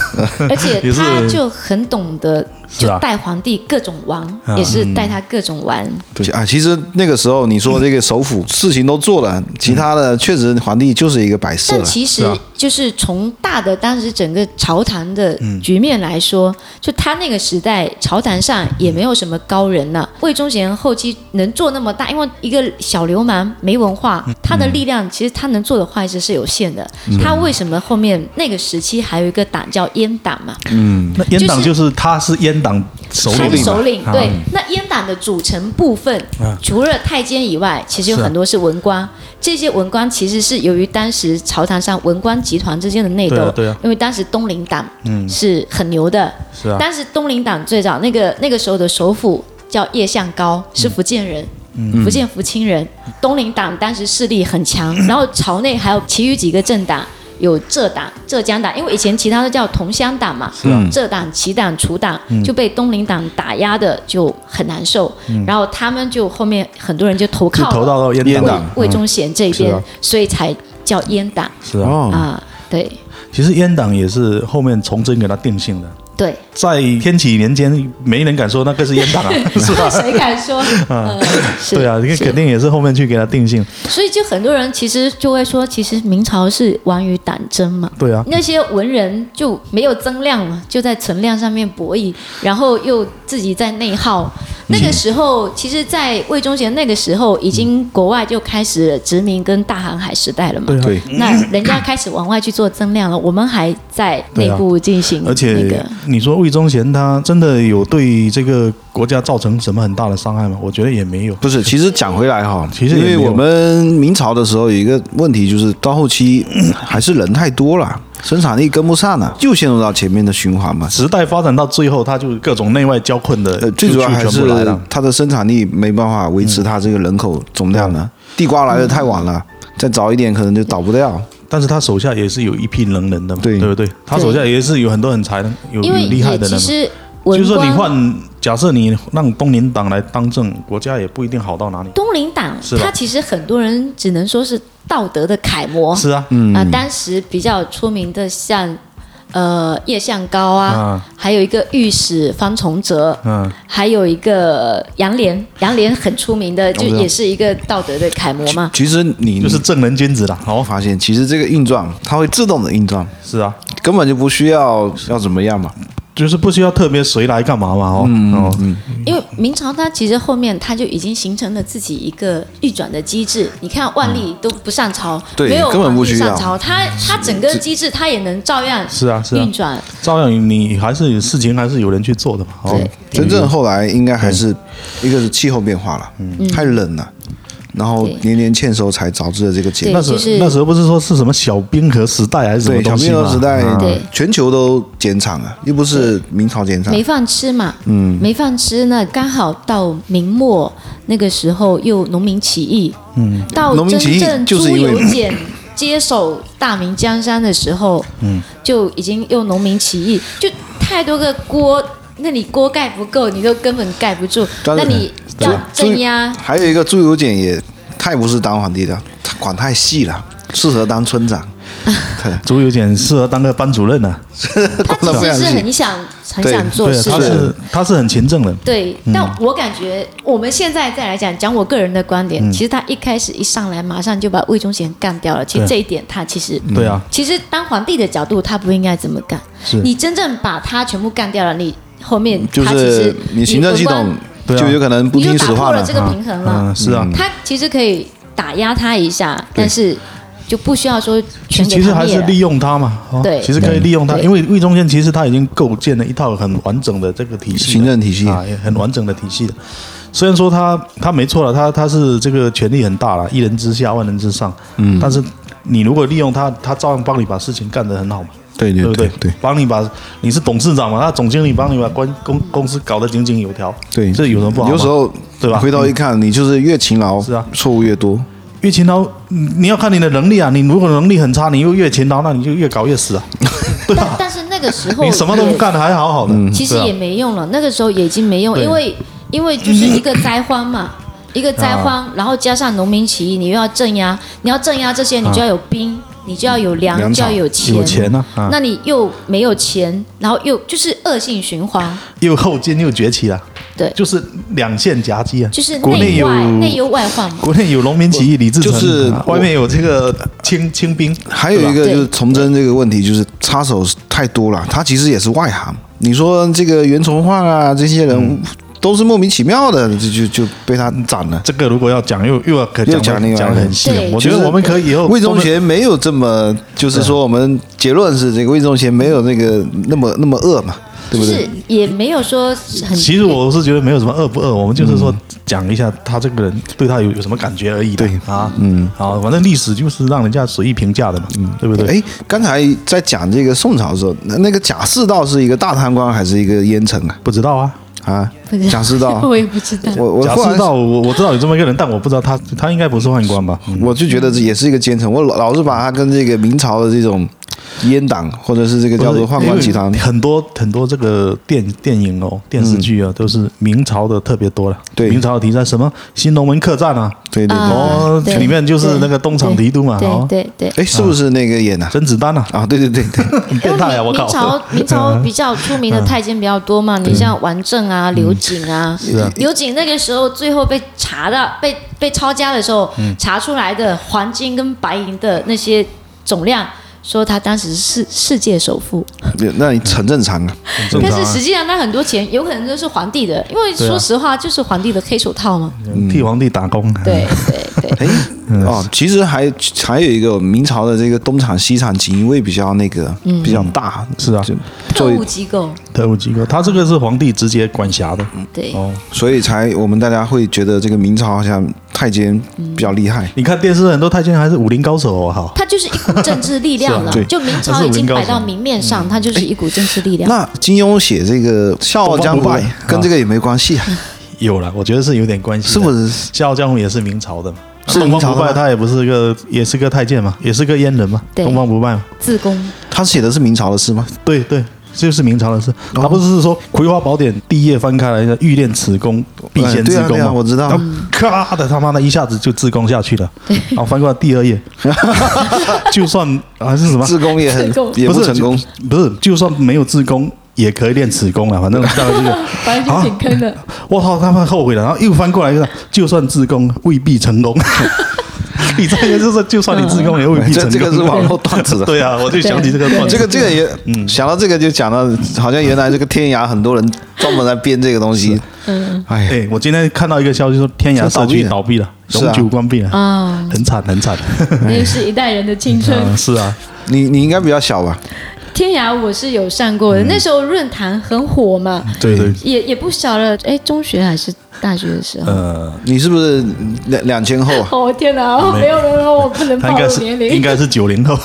[SPEAKER 3] 而且
[SPEAKER 1] 也是
[SPEAKER 3] 他就很懂得，
[SPEAKER 1] 是嗯
[SPEAKER 3] 就
[SPEAKER 1] 啊
[SPEAKER 3] 带皇帝各种玩，
[SPEAKER 2] 啊
[SPEAKER 3] 也是带他各种玩。
[SPEAKER 2] 对啊，其实那个时候你说这个首辅事情都做
[SPEAKER 1] 嗯
[SPEAKER 2] 了，其他的确实皇帝就是一个摆设
[SPEAKER 3] 但
[SPEAKER 2] 了。
[SPEAKER 3] 其实
[SPEAKER 1] 是啊
[SPEAKER 3] 就是从大的当时整个朝堂的
[SPEAKER 1] 嗯
[SPEAKER 3] 局面来说，就他那个时代朝堂上也没有什么高人了、
[SPEAKER 1] 嗯
[SPEAKER 3] 魏忠贤后期能做那么大，因为一个小流氓没文化，
[SPEAKER 1] 嗯
[SPEAKER 3] 他的力量其实他能做的坏事是有限的。他为什么后面那个时期还有一个党叫阉党嘛？
[SPEAKER 1] 那阉党就是他是阉党首
[SPEAKER 3] 他
[SPEAKER 1] 领
[SPEAKER 3] 的
[SPEAKER 1] 嘛，
[SPEAKER 3] 嗯首领
[SPEAKER 1] 啊
[SPEAKER 3] 对。那阉党的组成部分，除了太监以外，其实有
[SPEAKER 1] 是啊
[SPEAKER 3] 很多是文官。这些文官其实是由于当时朝堂上文官集团之间的内斗
[SPEAKER 1] 对啊，对啊嗯
[SPEAKER 3] 因为当时东林党是很牛的，
[SPEAKER 1] 是啊
[SPEAKER 3] 当时东林党最早那个那个时候的首辅叫叶向高，是福建人。
[SPEAKER 1] 嗯
[SPEAKER 3] 福建福清人，东林党当时势力很 强，然后朝内还有其余几个政党，有浙党、浙江党，因为以前其他都叫同乡党嘛，
[SPEAKER 1] 啊嗯
[SPEAKER 3] 浙党、齐党、楚党就被东林党打压的就很难受，然后他们就后面很多人就投
[SPEAKER 1] 嗯就
[SPEAKER 3] 靠
[SPEAKER 1] 投到到
[SPEAKER 2] 阉
[SPEAKER 1] 阉
[SPEAKER 2] 党
[SPEAKER 1] 党，
[SPEAKER 3] 魏魏忠贤这边，
[SPEAKER 1] 是啊
[SPEAKER 3] 所以才叫阉党
[SPEAKER 1] 是啊。
[SPEAKER 2] 哦
[SPEAKER 3] 啊，对
[SPEAKER 1] 其实阉党也是后面崇祯给他定性的，
[SPEAKER 3] 对，
[SPEAKER 1] 在天启年间，没人敢说那个是阉党啊， 是吧？
[SPEAKER 3] 谁敢 说？嗯， 是
[SPEAKER 1] 对啊，这个
[SPEAKER 3] 是
[SPEAKER 1] 肯定也是后面去给他定性。
[SPEAKER 3] 所以就很多人其实就会说，其实明朝是亡于党争嘛。
[SPEAKER 1] 对啊，
[SPEAKER 3] 那些文人就没有增量嘛，就在存量上面博弈，然后又自己在内耗。
[SPEAKER 1] 嗯
[SPEAKER 3] 那个时候，其实，在魏忠贤那个时候，已经国外就开始殖民跟大航海时代了
[SPEAKER 1] 啊
[SPEAKER 3] 嘛。
[SPEAKER 2] 对，
[SPEAKER 3] 那人家开始往外去做增量了，我们还在内
[SPEAKER 1] 对啊
[SPEAKER 3] 部进行
[SPEAKER 1] 而
[SPEAKER 3] 那
[SPEAKER 1] 且
[SPEAKER 3] 个。
[SPEAKER 1] 你说魏忠贤他真的有对这个国家造成什么很大的伤害吗？我觉得也没有。
[SPEAKER 2] 不是，其实讲回来哈，
[SPEAKER 1] 其实也
[SPEAKER 2] 因
[SPEAKER 1] 没有
[SPEAKER 2] 为我们明朝的时候有一个问题，就是到后期还是人太多了，生产力跟不上了，又陷入到前面的循环嘛。
[SPEAKER 1] 时代发展到最后，他就各种内外交困的，
[SPEAKER 2] 呃，最主要还
[SPEAKER 1] 就全
[SPEAKER 2] 是
[SPEAKER 1] 部来了。
[SPEAKER 2] 它的生产力没办法维持它这个人口总量
[SPEAKER 1] 嗯
[SPEAKER 2] 了。地瓜来的太晚了，再早一点可能就倒不掉。
[SPEAKER 1] 但是他手下也是有一批能人的嘛，
[SPEAKER 2] 对
[SPEAKER 1] 对不对？他手下也是有很多很才能、有
[SPEAKER 3] 因
[SPEAKER 1] 有
[SPEAKER 3] 为
[SPEAKER 1] 厉害
[SPEAKER 3] 也
[SPEAKER 1] 的
[SPEAKER 3] 其
[SPEAKER 1] 人嘛。
[SPEAKER 3] 实
[SPEAKER 1] 就
[SPEAKER 3] 文
[SPEAKER 1] 是说，你
[SPEAKER 3] 官
[SPEAKER 1] 换假设你让东林党来当政，国家也不一定好到哪里。
[SPEAKER 3] 东林党
[SPEAKER 1] 是，吧
[SPEAKER 3] 他其实很多人只能说是道德的楷模。
[SPEAKER 1] 是啊，
[SPEAKER 2] 嗯
[SPEAKER 3] 啊，当时比较出名的像呃叶向高啊，
[SPEAKER 1] 啊
[SPEAKER 3] 还有一个御史方崇哲，
[SPEAKER 1] 嗯，
[SPEAKER 3] 还有一个杨涟，杨涟很出名的，就
[SPEAKER 2] 知道
[SPEAKER 3] 也是一个道德的楷模嘛。
[SPEAKER 2] 其实你
[SPEAKER 1] 就是正人君子啦。
[SPEAKER 2] 我
[SPEAKER 1] 哦，
[SPEAKER 2] 发现，其实这个运转它会自动的运转，
[SPEAKER 1] 是啊，
[SPEAKER 2] 根本就不需要要怎么样嘛。
[SPEAKER 1] 就是不需要特别谁来干嘛嘛。哦，
[SPEAKER 3] 嗯
[SPEAKER 1] 哦，
[SPEAKER 3] 因为明朝它其实后面它就已经形成了自己一个运转的机制。你看万历都不上朝，
[SPEAKER 2] 嗯对
[SPEAKER 3] 没有
[SPEAKER 2] 根本不
[SPEAKER 3] 皇帝
[SPEAKER 2] 需要
[SPEAKER 3] 上朝，他他整个机制他也能照样
[SPEAKER 1] 是啊，是啊
[SPEAKER 3] 运，转。
[SPEAKER 1] 照样你还是有事情还是有人去做的嘛。哦
[SPEAKER 3] 对，
[SPEAKER 2] 真正后来应该还是一个是气候变化了，
[SPEAKER 1] 嗯
[SPEAKER 2] 太冷了，然后
[SPEAKER 3] 对
[SPEAKER 2] 年年欠收才导致了这个结
[SPEAKER 3] 对
[SPEAKER 2] 果。
[SPEAKER 1] 那时候、
[SPEAKER 3] 就是
[SPEAKER 1] 那时候不是说是什么小冰河时代还是什么
[SPEAKER 2] 对，小
[SPEAKER 1] 东西
[SPEAKER 2] 冰河
[SPEAKER 1] 嘛
[SPEAKER 2] 时代
[SPEAKER 1] 啊
[SPEAKER 3] 对，
[SPEAKER 2] 全球都减产了，又不是明朝减产
[SPEAKER 3] 没，饭吃嘛，嗯，没饭吃呢，刚好到明末那个时候又农民起义，嗯，到
[SPEAKER 2] 农民
[SPEAKER 3] 真
[SPEAKER 2] 起义
[SPEAKER 3] 正
[SPEAKER 2] 就是
[SPEAKER 3] 朱
[SPEAKER 2] 因为
[SPEAKER 3] 由检接手大明江山的时候，嗯，就已经又农民起义，就太多个锅，那你锅盖不够，你都根本盖不住，
[SPEAKER 2] 但是
[SPEAKER 3] 那你要镇压，
[SPEAKER 2] 还有一个朱由检也太不是当皇帝的，他管太细了，适合当村长，
[SPEAKER 1] 朱由检适合当个班主任啊，
[SPEAKER 3] 他
[SPEAKER 2] 管得
[SPEAKER 3] 其
[SPEAKER 2] 非
[SPEAKER 3] 实
[SPEAKER 2] 常
[SPEAKER 3] 是
[SPEAKER 2] 细。
[SPEAKER 3] 很想很
[SPEAKER 2] 对
[SPEAKER 3] 想做
[SPEAKER 1] 对啊，
[SPEAKER 3] 事
[SPEAKER 1] 他
[SPEAKER 3] 的。
[SPEAKER 1] 是他是很勤政的，
[SPEAKER 3] 对，
[SPEAKER 2] 嗯
[SPEAKER 3] 但我感觉我们现在再来讲，讲我个人的观
[SPEAKER 2] 嗯
[SPEAKER 3] 点，其实他一开始一上来，马上就把魏忠贤干掉了。其实
[SPEAKER 1] 对
[SPEAKER 3] 这一点，他其实
[SPEAKER 2] 嗯
[SPEAKER 1] 对啊，
[SPEAKER 3] 其实当皇帝的角度，他不应该这么干。
[SPEAKER 1] 是
[SPEAKER 3] 你真正把他全部干掉了，你后面
[SPEAKER 2] 嗯就
[SPEAKER 3] 他其实
[SPEAKER 2] 是你行政系统
[SPEAKER 1] 对啊
[SPEAKER 2] 就有可能不
[SPEAKER 3] 你就
[SPEAKER 2] 听
[SPEAKER 3] 打
[SPEAKER 2] 使
[SPEAKER 3] 破
[SPEAKER 2] 唤
[SPEAKER 3] 了
[SPEAKER 2] 了
[SPEAKER 3] 这。个
[SPEAKER 1] 啊
[SPEAKER 3] 平衡了
[SPEAKER 1] 嗯，。是啊，
[SPEAKER 3] 他其实可以打压他一下，
[SPEAKER 2] 对
[SPEAKER 3] 但是就不需要说
[SPEAKER 1] 其
[SPEAKER 3] 全给
[SPEAKER 1] 其实
[SPEAKER 3] 他
[SPEAKER 1] 还
[SPEAKER 3] 灭
[SPEAKER 1] 是
[SPEAKER 3] 了。
[SPEAKER 1] 利用他嘛，哦
[SPEAKER 3] 对
[SPEAKER 1] 其实可以利用他，
[SPEAKER 3] 对
[SPEAKER 1] 因为魏忠贤其实他已经构建了一套很完整的这个体系了，
[SPEAKER 2] 行政体系
[SPEAKER 1] 啊，也很完整的体系的。虽然说他他没错了，他他是这个权力很大了，一人之下万人之上，嗯，但是你如果利用他，他照样帮你把事情干得很好嘛，
[SPEAKER 2] 对对
[SPEAKER 1] 对不
[SPEAKER 2] 对对
[SPEAKER 1] 帮你把你是董事长嘛，那总经理帮你把关公公司搞得井井有条，
[SPEAKER 2] 对，
[SPEAKER 1] 这有什么不好吗？
[SPEAKER 2] 有时候
[SPEAKER 1] 对吧
[SPEAKER 2] 回头一看，你就是越勤劳，
[SPEAKER 1] 是啊
[SPEAKER 2] 错误越多。
[SPEAKER 1] 越勤劳，你你要看你的能力啊。你如果能力很差，你又越勤劳，那你就越搞越死 啊。
[SPEAKER 3] 但 但是那个时候
[SPEAKER 1] 你什么都不
[SPEAKER 3] 也
[SPEAKER 1] 干的还好好的，
[SPEAKER 2] 嗯
[SPEAKER 3] 其实
[SPEAKER 1] 对啊
[SPEAKER 3] 也没用了，那个时候也已经没用，
[SPEAKER 1] 对
[SPEAKER 3] 因为因为就是一个灾 荒嘛，一个灾荒，
[SPEAKER 1] 啊
[SPEAKER 3] 然后加上农民起义，你又要镇压，你要镇压这些，你就要有兵，你就要有粮，
[SPEAKER 2] 粮
[SPEAKER 3] 就
[SPEAKER 2] 草
[SPEAKER 3] 要有钱，
[SPEAKER 1] 有钱啊啊
[SPEAKER 3] 那你又没有钱，然后又就是恶性循环，
[SPEAKER 1] 又后进又崛起了，啊
[SPEAKER 3] 对，
[SPEAKER 1] 就是两线夹击啊。
[SPEAKER 3] 就是
[SPEAKER 1] 国内
[SPEAKER 3] 内
[SPEAKER 1] 有
[SPEAKER 3] 外内忧外患嘛。
[SPEAKER 1] 国内有农民起义，李自成，
[SPEAKER 2] 就是
[SPEAKER 1] 啊外面有这个清清兵，
[SPEAKER 2] 还有一
[SPEAKER 1] 对吧
[SPEAKER 2] 个
[SPEAKER 3] 对
[SPEAKER 2] 就是崇祯这个问题，就是插手太多了，他其实也是外行。你说这个袁崇焕啊，这些
[SPEAKER 1] 嗯
[SPEAKER 2] 人都是莫名其妙的，就就就被他斩了。
[SPEAKER 1] 这个如果要讲又又要可
[SPEAKER 2] 又
[SPEAKER 1] 讲
[SPEAKER 2] 讲另外
[SPEAKER 1] 讲得很细啊
[SPEAKER 3] 对，
[SPEAKER 1] 我觉得
[SPEAKER 3] 就是
[SPEAKER 1] 我们啊可以以后
[SPEAKER 2] 魏忠
[SPEAKER 1] 专门
[SPEAKER 2] 贤没有这么，就是说我们结论是这个魏忠贤没有那个那么那么恶嘛，对不
[SPEAKER 3] 就是
[SPEAKER 2] 对？
[SPEAKER 3] 也没有说很，嗯
[SPEAKER 1] 其实我是觉得没有什么恶不恶，我们就是说讲一下他这个人对他有有什么感觉而已的。
[SPEAKER 2] 对
[SPEAKER 1] 啊，嗯，好，反正历史就是让人家随意评价的嘛，对不对？
[SPEAKER 2] 哎，刚才在讲这个宋朝的时候，那那个贾似道是一个大贪官还是一个奸臣啊？
[SPEAKER 1] 不知道啊，
[SPEAKER 2] 啊
[SPEAKER 3] 不知，道
[SPEAKER 2] 贾似道，
[SPEAKER 3] 我也不知道。
[SPEAKER 2] 我我
[SPEAKER 1] 贾
[SPEAKER 2] 忽然
[SPEAKER 1] 似道，我我知道有这么一个人，但我不知道他他应该不是宦官吧？
[SPEAKER 2] 我就觉得这也是一个奸臣，我老老是把他跟这个明朝的这种阉党，或者是这个叫做宦官集团
[SPEAKER 1] 因为，很多很多这个电电影哦、电视剧啊，都是明朝的特别多了。
[SPEAKER 2] 嗯对
[SPEAKER 1] 明朝的题材什么新龙门客栈啊，
[SPEAKER 2] 对对对，
[SPEAKER 3] 啊
[SPEAKER 1] 哦，
[SPEAKER 3] 对
[SPEAKER 1] 里面就是
[SPEAKER 3] 对
[SPEAKER 1] 那个东厂提督嘛，
[SPEAKER 3] 对
[SPEAKER 1] 哦，
[SPEAKER 3] 对对，
[SPEAKER 2] 哎，是不是那个演的
[SPEAKER 1] 甄子丹啊，
[SPEAKER 2] 啊？对对对对，
[SPEAKER 1] 很
[SPEAKER 3] 因为
[SPEAKER 1] 变态啊！我
[SPEAKER 3] 明
[SPEAKER 1] 靠
[SPEAKER 3] 明，朝明朝
[SPEAKER 1] 嗯
[SPEAKER 3] 比较出名的太监比较多嘛，你像王振啊、刘瑾啊，刘瑾那个时候最后被查的、被被抄家的时候，
[SPEAKER 1] 嗯
[SPEAKER 3] 查出来的黄金跟白银的那些总量。说他当时是世界首富，
[SPEAKER 2] 那你很正常啊。
[SPEAKER 1] 很正
[SPEAKER 3] 但
[SPEAKER 1] 常
[SPEAKER 3] 是
[SPEAKER 1] 啊
[SPEAKER 3] 实际上他很多钱有可能都是皇帝的，因为
[SPEAKER 1] 对啊嗯
[SPEAKER 3] 说实话就是皇帝的黑手套嘛。
[SPEAKER 2] 嗯
[SPEAKER 1] 替皇帝打工。啊
[SPEAKER 3] 对对 对，
[SPEAKER 2] 哎，
[SPEAKER 1] 嗯
[SPEAKER 2] 哦，其实还还有一个明朝的这个东厂西厂锦衣卫比较那个
[SPEAKER 3] 嗯
[SPEAKER 2] 比较大，
[SPEAKER 1] 是啊
[SPEAKER 2] 就
[SPEAKER 3] 特
[SPEAKER 2] 作为
[SPEAKER 3] 务机构，
[SPEAKER 1] 特务机构，他这个是皇帝直接管辖的。
[SPEAKER 2] 嗯
[SPEAKER 3] 对，
[SPEAKER 1] 哦，
[SPEAKER 2] 所以才我们大家会觉得这个明朝好像太监
[SPEAKER 3] 嗯
[SPEAKER 2] 比较厉害。
[SPEAKER 1] 你看电视很多太监还是武林高手哦，哈，
[SPEAKER 3] 他就是一股政治力量 了
[SPEAKER 1] 啊
[SPEAKER 2] 对。
[SPEAKER 3] 就明朝已经摆到明面
[SPEAKER 1] 嗯
[SPEAKER 3] 上，他就是一股政治力量。
[SPEAKER 2] 那金庸写这个《笑傲江湖
[SPEAKER 1] 不败》
[SPEAKER 2] 跟这个也没关 系啊，
[SPEAKER 1] 有了，我觉得是有点关系的。
[SPEAKER 2] 是不是？
[SPEAKER 1] 笑傲江湖也是明朝的嘛，
[SPEAKER 2] 是
[SPEAKER 1] 东方
[SPEAKER 2] 明朝的
[SPEAKER 1] 不败
[SPEAKER 2] 吗
[SPEAKER 1] 他也不是个，也是个太监嘛，也是个阉人嘛，
[SPEAKER 3] 对
[SPEAKER 1] 东方不败嘛，
[SPEAKER 3] 自宫
[SPEAKER 2] 他写的是明朝的诗吗？
[SPEAKER 1] 对对。就是明朝的事，
[SPEAKER 2] 哦
[SPEAKER 1] 他不是说《葵花宝典》第一页翻开来的“欲练此功， 必先自
[SPEAKER 2] 对啊
[SPEAKER 1] 宫”嗯
[SPEAKER 2] 对啊，
[SPEAKER 1] 嘛，
[SPEAKER 2] 我知道
[SPEAKER 1] 然后。咔的他妈的一下子就自宫下去了，然后翻过来第二 页，就算还是什么
[SPEAKER 2] 自宫也很
[SPEAKER 3] 自宫
[SPEAKER 2] 也不成功，，
[SPEAKER 1] 就不是就算没有自宫也可以练此功啊了，反正到了这个，
[SPEAKER 3] 反正就挺坑的。
[SPEAKER 1] 我操，他们后悔了，然后又翻过来一个，就算自宫未必成 功。你这个就是，就算你自宫也未必成
[SPEAKER 2] 这
[SPEAKER 1] 功。
[SPEAKER 2] 这个是网络段子 的。
[SPEAKER 1] 对嗯啊，我就想起这个段子
[SPEAKER 2] 这个这 个也、想到这个就讲到，好像原来这个天涯很多人专门在编这个东西。嗯，哎，
[SPEAKER 1] 哎，我今天看到一个消息说，天涯社区倒
[SPEAKER 2] 倒
[SPEAKER 1] 闭了，
[SPEAKER 2] 是
[SPEAKER 1] 永
[SPEAKER 2] 啊
[SPEAKER 1] 久关闭了，
[SPEAKER 3] 啊，
[SPEAKER 1] 很惨很惨。
[SPEAKER 3] 那也是一代人的青春。
[SPEAKER 1] 哎嗯 是啊，
[SPEAKER 2] 你你应该比较小吧？
[SPEAKER 3] 天涯我是有上过的，那时候论坛很火嘛，
[SPEAKER 1] 对嗯对，
[SPEAKER 3] 也也不小了，哎，中学还是大学的时候。
[SPEAKER 1] 呃，
[SPEAKER 2] 你是不是两两千后 啊？
[SPEAKER 3] 哦天哪，没有人说我不能
[SPEAKER 1] 他应
[SPEAKER 3] 暴
[SPEAKER 1] 该
[SPEAKER 3] 露
[SPEAKER 1] 是
[SPEAKER 3] 年
[SPEAKER 1] 应
[SPEAKER 3] 龄。
[SPEAKER 1] 该是九 零后，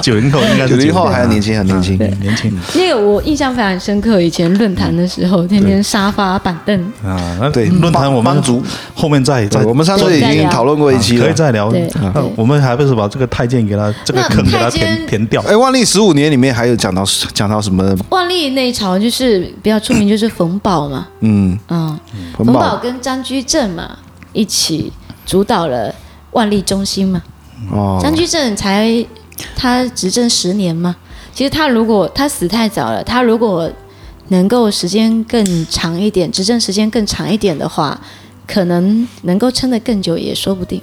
[SPEAKER 1] 九零后应该
[SPEAKER 2] 九
[SPEAKER 1] 是
[SPEAKER 2] 零后还年
[SPEAKER 1] 年
[SPEAKER 2] 轻，很年轻。
[SPEAKER 1] 年轻
[SPEAKER 3] 那个我印象非常深刻，以前论坛的时候，天天沙发板凳，
[SPEAKER 1] 啊。那
[SPEAKER 2] 对
[SPEAKER 1] 论坛
[SPEAKER 2] 帮
[SPEAKER 1] 我们
[SPEAKER 2] 帮族
[SPEAKER 1] 后面再再
[SPEAKER 2] 对，我们上次已经讨论过一期
[SPEAKER 1] 啊可以
[SPEAKER 2] 了。
[SPEAKER 1] 再聊
[SPEAKER 3] 对。
[SPEAKER 1] 那
[SPEAKER 3] 对
[SPEAKER 1] 我们还不是把这个太监给他这个
[SPEAKER 3] 那
[SPEAKER 1] 坑给他
[SPEAKER 3] 太监
[SPEAKER 1] 填填掉？
[SPEAKER 2] 哎，万历十五年里面还有讲到讲到什么？
[SPEAKER 3] 万历那一朝就是比较出名，就是冯保嘛，
[SPEAKER 2] 嗯，
[SPEAKER 3] 嗯，
[SPEAKER 2] 冯
[SPEAKER 3] 冯
[SPEAKER 2] 宝
[SPEAKER 3] 保跟张居正嘛一起主导了万历中心嘛，
[SPEAKER 2] 哦，
[SPEAKER 3] 张居正才他执政十年嘛，其实他如果他死太早了，他如果能够时间更长一点，执政时间更长一点的话，可能能够撑得更久也说不定。